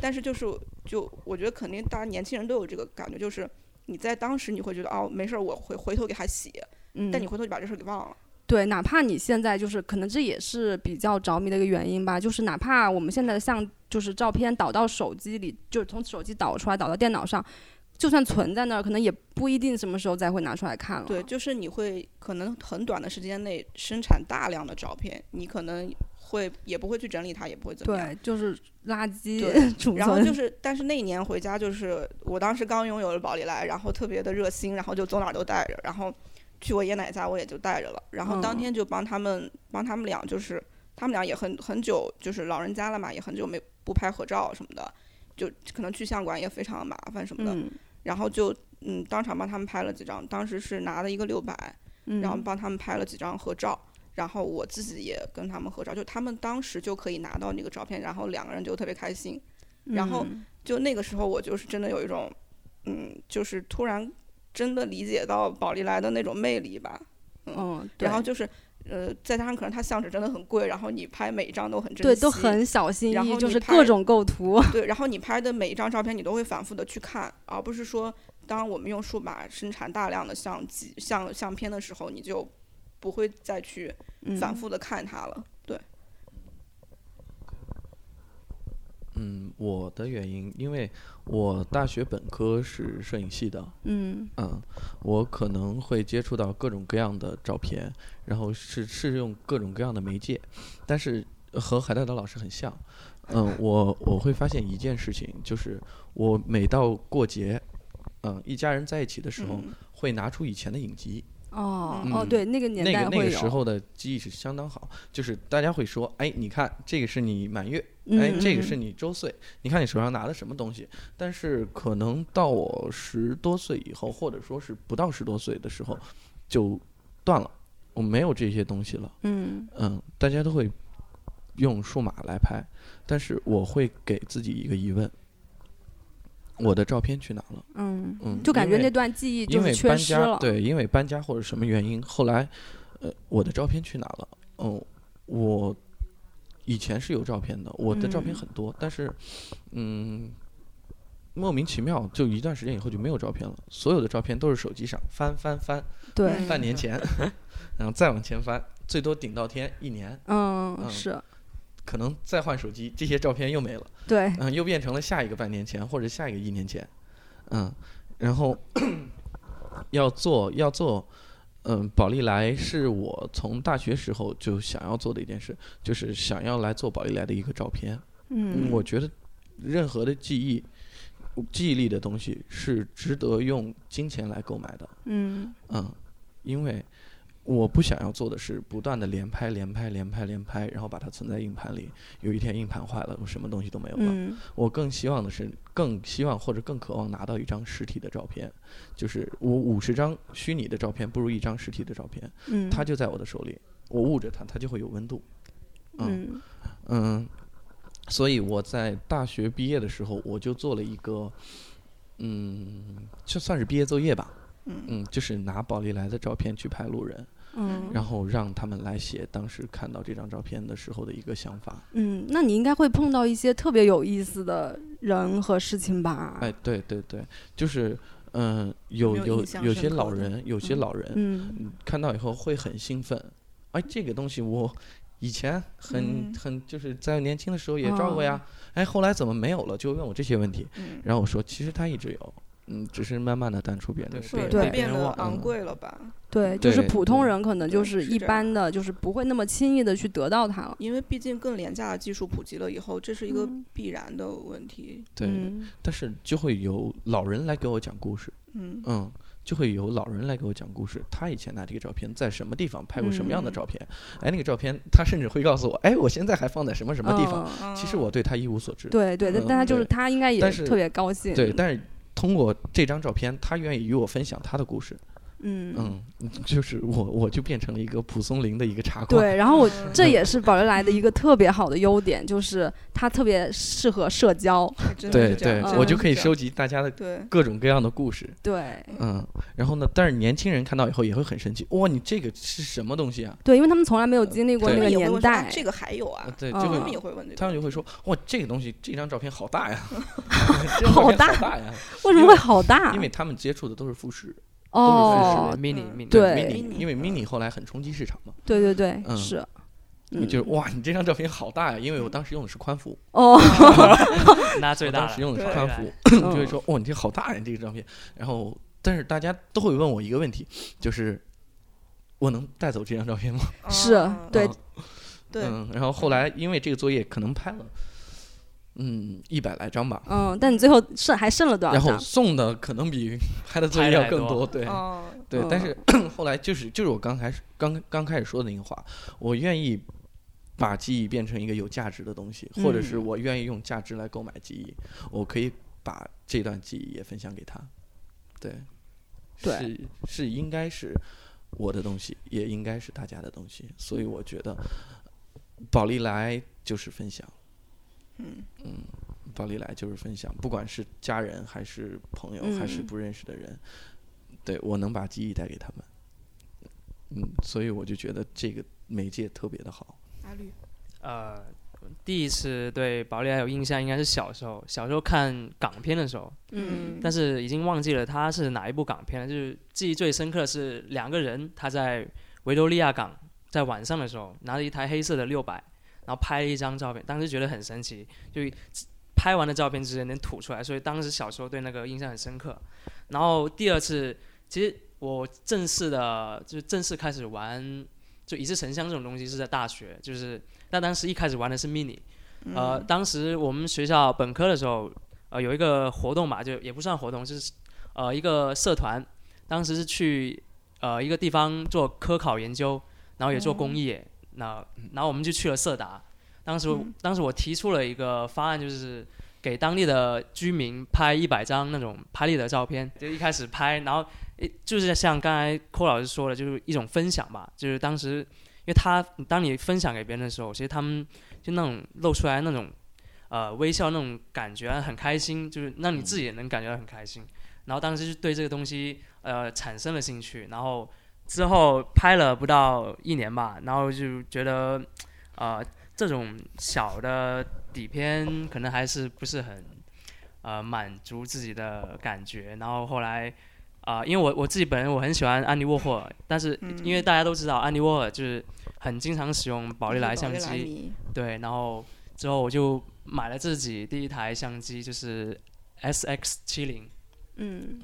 Speaker 2: 但是就是就我觉得肯定大家年轻人都有这个感觉，就是你在当时你会觉得哦没事儿，我回回头给他洗，
Speaker 1: 嗯，
Speaker 2: 但你回头就把这事儿给忘了。
Speaker 1: 对，哪怕你现在就是，可能这也是比较着迷的一个原因吧。就是哪怕我们现在的像就是照片导到手机里，就是从手机导出来，导到电脑上，就算存在那儿，可能也不一定什么时候再会拿出来看了。
Speaker 2: 对，就是你会可能很短的时间内生产大量的照片，你可能会也不会去整理它，也不会怎么样。
Speaker 1: 对，就是垃圾
Speaker 2: 对
Speaker 1: 储存。
Speaker 2: 然后就是，但是那一年回家就是，我当时刚拥有了宝丽来，然后特别的热心，然后就走哪儿都带着，然后去我爷爷奶奶家我也就带着了，然后当
Speaker 1: 嗯
Speaker 2: 天就帮他们、帮他们俩，就是他们俩也很很久，就是老人家了嘛，也很久没不拍合照什么的，就可能去相馆也非常麻烦什么的，
Speaker 1: 嗯
Speaker 2: 然后就嗯当场帮他们拍了几张，当时是拿了一个六百，
Speaker 1: 嗯，
Speaker 2: 然后帮他们拍了几张合照，然后我自己也跟他们合照，就他们当时就可以拿到那个照片，然后两个人就特别开心。然后
Speaker 1: 嗯
Speaker 2: 就那个时候，我就是真的有一种，嗯，就是突然真的理解到宝丽来的那种魅力吧。
Speaker 1: 嗯，对
Speaker 2: 然后就是，呃，再加上可能它相纸真的很贵，然后你拍每一张都很珍惜，
Speaker 1: 对都很小心
Speaker 2: 然
Speaker 1: 翼翼，
Speaker 2: 后
Speaker 1: 就
Speaker 2: 你
Speaker 1: 是
Speaker 2: 拍
Speaker 1: 各种构图。
Speaker 2: 对，然后你拍的每一张照片，你都会反复的去看，而不是说，当我们用数码生产大量的相机、相相片的时候，你就不会再去反复的看它了。对，
Speaker 3: 嗯，我的原因，因为我大学本科是摄影系的，
Speaker 1: 嗯
Speaker 3: 嗯，我可能会接触到各种各样的照片，然后是是用各种各样的媒介，但是和海带岛老师很像。嗯，我我会发现一件事情，就是我每到过节，嗯，一家人在一起的时候，
Speaker 2: 嗯
Speaker 3: 会拿出以前的影集，
Speaker 1: 哦
Speaker 2: 嗯
Speaker 1: 哦，对，那个年
Speaker 3: 那
Speaker 1: 代
Speaker 3: 个那
Speaker 1: 会
Speaker 3: 个
Speaker 1: 有
Speaker 3: 时，候的记忆是相当好，就是大家会说，哎，你看这个是你满月，哎，
Speaker 1: 嗯，
Speaker 3: 这个
Speaker 1: 嗯
Speaker 3: 是你周岁，你看你手上拿的什么东西？但是可能到我十多岁以后，或者说是不到十多岁的时候，就断了，我没有这些东西了。
Speaker 1: 嗯
Speaker 3: 嗯，大家都会用数码来拍，但是我会给自己一个疑问：我的照片去哪了？
Speaker 1: 嗯
Speaker 3: 嗯，
Speaker 1: 就感
Speaker 3: 因
Speaker 1: 觉
Speaker 3: 为
Speaker 1: 那段记忆就
Speaker 3: 因为
Speaker 1: 是缺
Speaker 3: 搬
Speaker 1: 失
Speaker 3: 家
Speaker 1: 了。
Speaker 3: 对，因为搬家或者什么原因，后来呃，我的照片去哪了？嗯，我以前是有照片的，我的照片
Speaker 1: 嗯
Speaker 3: 很多，但是嗯，莫名其妙就一段时间以后就没有照片了，所有的照片都是手机上翻翻翻，
Speaker 1: 对，
Speaker 3: 半年前，然后再往前翻，最多顶到天一年，
Speaker 1: 嗯
Speaker 3: 嗯
Speaker 1: 是，
Speaker 3: 可能再换手机，这些照片又没了。
Speaker 1: 对，
Speaker 3: 嗯，又变成了下一个半年前或者下一个一年前，嗯，然后 要做要做，嗯，宝丽来是我从大学时候就想要做的一件事，就是想要来做宝丽来的一个照片。
Speaker 1: 嗯
Speaker 3: 我觉得任何的记忆、记忆力的东西是值得用金钱来购买的，
Speaker 1: 嗯
Speaker 3: 嗯，因为。我不想要做的是不断的连拍、连拍、连拍、连拍，然后把它存在硬盘里。有一天硬盘坏了，我什么东西都没有了。
Speaker 1: 嗯
Speaker 3: 我更希望的是，更希望或者更渴望拿到一张实体的照片，就是我五十张虚拟的照片不如一张实体的照片，
Speaker 1: 嗯，
Speaker 3: 它就在我的手里，我握着它，它就会有温度。嗯
Speaker 1: 嗯
Speaker 3: 嗯，所以我在大学毕业的时候，我就做了一个，嗯，就算是毕业作业吧，
Speaker 2: 嗯
Speaker 3: 嗯，就是拿宝丽来的照片去拍路人，
Speaker 1: 嗯
Speaker 3: 然后让他们来写当时看到这张照片的时候的一个想法。
Speaker 1: 嗯，那你应该会碰到一些特别有意思的人和事情吧？
Speaker 3: 哎，对对对，就是嗯、有
Speaker 2: 没有
Speaker 3: 有
Speaker 2: 印象
Speaker 3: 有
Speaker 2: 深
Speaker 3: 些
Speaker 2: 刻
Speaker 3: 老
Speaker 2: 的
Speaker 3: 人，有些
Speaker 2: 嗯
Speaker 3: 老人、
Speaker 1: 嗯
Speaker 3: 看到以后会很兴奋，哎，这个东西我以前很、
Speaker 2: 嗯
Speaker 3: 很就是在年轻的时候也照过呀，哎，后来怎么没有了？就问我这些问题，
Speaker 2: 嗯，
Speaker 3: 然后我说其实它一直有，嗯，只是慢慢的淡出别人的
Speaker 4: 对
Speaker 3: 视
Speaker 2: 会
Speaker 3: 野。
Speaker 1: 对
Speaker 2: 会变
Speaker 4: 别人
Speaker 2: 得
Speaker 4: 忘
Speaker 2: 昂
Speaker 3: 了
Speaker 2: 贵了吧？
Speaker 1: 对，就是
Speaker 3: 对
Speaker 1: 普通人可能就
Speaker 2: 对
Speaker 1: 是
Speaker 2: 是
Speaker 1: 一
Speaker 2: 这样
Speaker 1: 般的，就是不会那么轻易的去得到它了。
Speaker 2: 因为毕竟更廉价的技术普及了以后，这是一个
Speaker 1: 嗯
Speaker 2: 必然的问题。
Speaker 3: 对，
Speaker 1: 嗯
Speaker 3: 但是就会有老人来给我讲故事，
Speaker 2: 嗯，
Speaker 3: 嗯。就会有老人来给我讲故事，他以前拿这个照片在什么地方拍过什么样的
Speaker 2: 嗯
Speaker 3: 照片，哎，那个照片他甚至会告诉我，哎，我现在还放在什么什么地方，
Speaker 1: 嗯
Speaker 2: 啊
Speaker 3: 其实我对他一无所知。
Speaker 1: 对对，但
Speaker 3: 嗯
Speaker 1: 但他就是
Speaker 3: 对
Speaker 1: 他应该也
Speaker 3: 但是
Speaker 1: 特别高兴。
Speaker 3: 对，但是通过这张照片，他愿意与我分享他的故事。
Speaker 1: 嗯
Speaker 3: 嗯，就是我我就变成了一个蒲松龄的一个茶馆。
Speaker 1: 对，然后我
Speaker 2: 嗯
Speaker 1: 这也是宝丽来的一个特别好的优点，就是它特别适合社交。
Speaker 2: 还真的
Speaker 3: 对
Speaker 2: 是这样
Speaker 3: 对
Speaker 2: 真
Speaker 3: 我
Speaker 2: 的
Speaker 3: 就是可以
Speaker 2: 这样
Speaker 3: 收集大家的
Speaker 2: 对。
Speaker 3: 各种各样的故事。
Speaker 1: 对
Speaker 3: 嗯，然后呢，但是年轻人看到以后也会很生气，哇，你这个是什么东西啊？
Speaker 1: 对，因为他们从来没有经历过
Speaker 3: 对
Speaker 1: 那
Speaker 2: 他
Speaker 1: 个
Speaker 2: 们也会
Speaker 1: 年
Speaker 2: 问说啊
Speaker 1: 代。
Speaker 2: 这个还有啊
Speaker 3: 呃，对，
Speaker 1: 嗯
Speaker 3: 就
Speaker 2: 他
Speaker 3: 会
Speaker 2: 们也会问这个，
Speaker 3: 他们就会说，哇，这个东西，这张照片好大呀，这张照
Speaker 1: 好
Speaker 3: 片
Speaker 1: 大
Speaker 3: 好大呀，
Speaker 1: 为什么会
Speaker 3: 因为
Speaker 1: 好大？
Speaker 3: 因为他们接触的都是富士，
Speaker 1: 哦，
Speaker 4: mini
Speaker 2: 嗯
Speaker 4: mini
Speaker 1: 对
Speaker 3: mini，
Speaker 2: mini
Speaker 3: 因为 mini 后来很冲击市场嘛，
Speaker 1: 对对对，
Speaker 3: 嗯
Speaker 1: 是。嗯
Speaker 3: 就是哇，你这张照片好大呀，因为我当时用的是宽幅，
Speaker 1: 哦，
Speaker 4: 那
Speaker 3: 我
Speaker 4: 最大
Speaker 3: 当时
Speaker 4: 了。
Speaker 3: 用的是
Speaker 2: 对
Speaker 3: 宽
Speaker 4: 对
Speaker 1: 就
Speaker 3: 幅，就会说：“哦，你这好大呀，你这个照片。”然后，但是大家都会问我一个问题，就是我能带走这张照片吗？嗯
Speaker 2: 啊
Speaker 1: 是对
Speaker 3: 啊
Speaker 2: 对，
Speaker 3: 嗯，然后后来因为这个作业可能拍了，嗯，一百来张吧，
Speaker 1: 嗯，但你最后剩还剩了多少
Speaker 3: 然后
Speaker 1: 张？
Speaker 3: 送的可能比拍的作业要更多，对
Speaker 2: 哦，
Speaker 3: 对
Speaker 1: 嗯，
Speaker 3: 但是 后来就是就是我刚开始刚刚开始说的那个话，我愿意把记忆变成一个有价值的东西，或者是
Speaker 1: 嗯
Speaker 3: 我愿意用价值来购买记忆，我可以把这段记忆也分享给他，对，
Speaker 1: 对
Speaker 3: 是是应该是我的东西，也应该是大家的东西，所以我觉得宝丽来就是分享。
Speaker 2: 嗯
Speaker 3: 宝丽来就是分享，不管是家人还是朋友、
Speaker 1: 嗯
Speaker 3: 还是不认识的人，对我能把记忆带给他们。嗯，所以我就觉得这个媒介特别的好。
Speaker 2: 阿绿，
Speaker 4: 呃，第一次对宝丽来有印象应该是小时候，小时候看港片的时候，
Speaker 1: 嗯
Speaker 4: 但是已经忘记了它是哪一部港片了。就是记忆最深刻的是两个人，他在维多利亚港在晚上的时候拿着一台黑色的六百，然后拍了一张照片，当时觉得很神奇，就拍完的照片直接能吐出来，所以当时小时候对那个印象很深刻。然后第二次，其实我正式的就是正式开始玩就一次沉香这种东西是在大学，就是但当时一开始玩的是 mini，呃，当时我们学校本科的时候，呃，有一个活动嘛，就也不算活动，就是呃一个社团，当时是去呃一个地方做科考研究，然后也做公益，那然后我们就去了色达，当时我、当时我提出了一个方案，就是。给当地的居民拍一百张那种拍立得照片，就一开始拍，然后一就是像刚才寇老师说的，就是一种分享吧，就是当时，因为他当你分享给别人的时候，其实他们就那种露出来那种呃微笑那种感觉，很开心，就是让你自己也能感觉到很开心。然后当时就对这个东西呃产生了兴趣，然后之后拍了不到一年吧，然后就觉得呃这种小的底片可能还是不是很呃满足自己的感觉，然后后来。啊、因为我我自己本人我很喜欢安妮沃霍尔，但是
Speaker 2: 嗯
Speaker 4: 因为大家都知道安妮沃霍尔就是很经常使用嗯宝丽来相机，
Speaker 2: 机，
Speaker 4: 对，然后之后我就买了自己第一台相机，就是 S X 七零。
Speaker 1: 嗯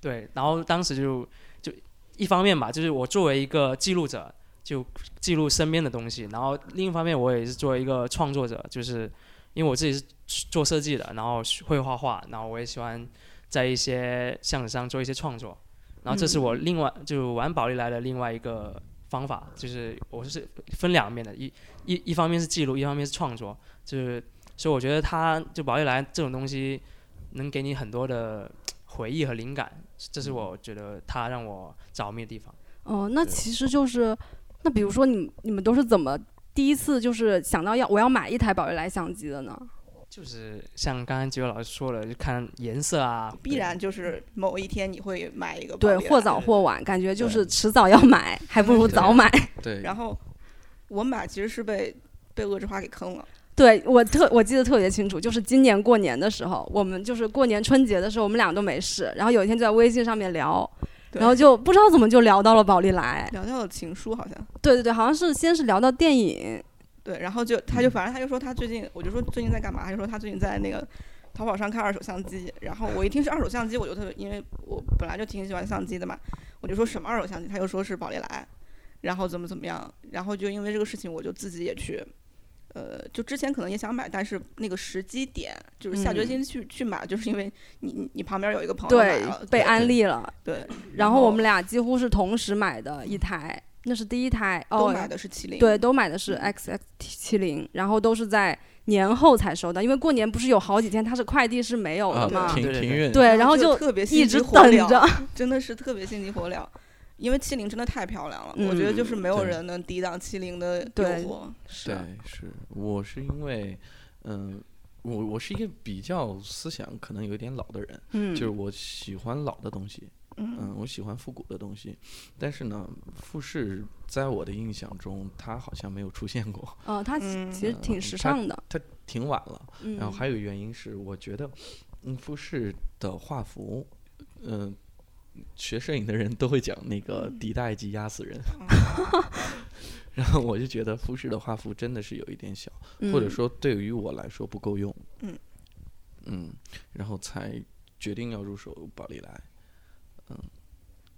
Speaker 4: 对，然后当时就就一方面吧，就是我作为一个记录者，就记录身边的东西；然后另一方面，我也是作为一个创作者，就是因为我自己是做设计的，然后会画画，然后我也喜欢在一些项子上做一些创作。然后这是我另外、就玩宝丽来的另外一个方法，就是我是分两面的，一一一方面是记录，一方面是创作，就是所以我觉得它就宝丽来这种东西能给你很多的回忆和灵感，这
Speaker 3: 嗯
Speaker 4: 是我觉得它让我着迷的地方。
Speaker 1: 哦，那其实就是，那比如说你你们都是怎么第一次就是想到要我要买一台宝丽来相机的呢？
Speaker 4: 就是像刚刚几位老师说了，就看颜色啊，
Speaker 3: 嗯
Speaker 2: 必然就是某一天你会买一个宝
Speaker 1: 对，
Speaker 2: 丽来
Speaker 1: 或早或晚，感觉就是迟早要买，还不如早买。
Speaker 3: 对，
Speaker 2: 然后我买其实是被被恶之花给坑了，
Speaker 1: 对我特我记得特别清楚，就是今年过年的时候，我们就是过年春节的时候，我们俩都没事，然后有一天就在微信上面聊，
Speaker 2: 对
Speaker 1: 然后就不知道怎么就聊到了宝丽来。
Speaker 2: 聊到了情书好像。
Speaker 1: 对对对，好像是先是聊到电影，
Speaker 2: 对，然后就他
Speaker 1: 嗯
Speaker 2: 就反正他就说他最近，我就说最近在干嘛，他就说他最近在那个淘宝上看二手相机，然后我一听是二手相机，我就特别，因为我本来就挺喜欢相机的嘛，我就说什么二手相机，他就说是宝丽来，然后怎么怎么样，然后就因为这个事情，我就自己也去。呃，就之前可能也想买，但是那个时机点就是下决
Speaker 1: 嗯
Speaker 2: 心去、去买，就是因为你你你旁边有一个朋友买
Speaker 1: 对
Speaker 2: 了，，
Speaker 1: 被
Speaker 2: 哦对
Speaker 1: 安利了，
Speaker 2: 对，
Speaker 1: 然后我们俩几乎是同时买的一台，那是第一台
Speaker 2: 都
Speaker 1: 哦，
Speaker 2: 买的是嗯麒麟，
Speaker 1: 对，都买的是 XX 七零，然后都是在年后才收到，因为过年不是有好几天它是快递是没有
Speaker 3: 啊
Speaker 1: 的嘛，，
Speaker 3: 停
Speaker 4: 对对
Speaker 3: 停
Speaker 4: 对
Speaker 3: 运，
Speaker 1: 对，然后就
Speaker 2: 特别
Speaker 1: 一
Speaker 2: 心急
Speaker 1: 直
Speaker 2: 火
Speaker 1: 等
Speaker 2: 燎
Speaker 1: 着，
Speaker 2: 真的是特别心急火燎，因为七零真的太漂亮了，我觉得就是没有
Speaker 3: 对
Speaker 2: 人能抵挡七零的诱
Speaker 1: 对
Speaker 2: 惑。是啊，
Speaker 3: 对，是我是因为，嗯、我我是一个比较思想可能有点老的人，
Speaker 1: 嗯
Speaker 3: 就是我喜欢老的东西，嗯，我喜欢复古的东西，但是呢，富士在我的印象中，它好像没有出现过，
Speaker 1: 嗯，它其
Speaker 2: 嗯
Speaker 1: 其实挺时尚的，
Speaker 3: 它挺晚了。
Speaker 1: 嗯，
Speaker 3: 然后还有一个原因是，我觉得，嗯，富士的画幅，嗯、学摄影的人都会讲那个“迪带级压死人”， 然后我就觉得富士的画幅真的是有一点小，或者
Speaker 1: 嗯
Speaker 3: 说对于我来说不够用，
Speaker 2: 嗯
Speaker 3: 嗯，然后才决定要入手宝丽来。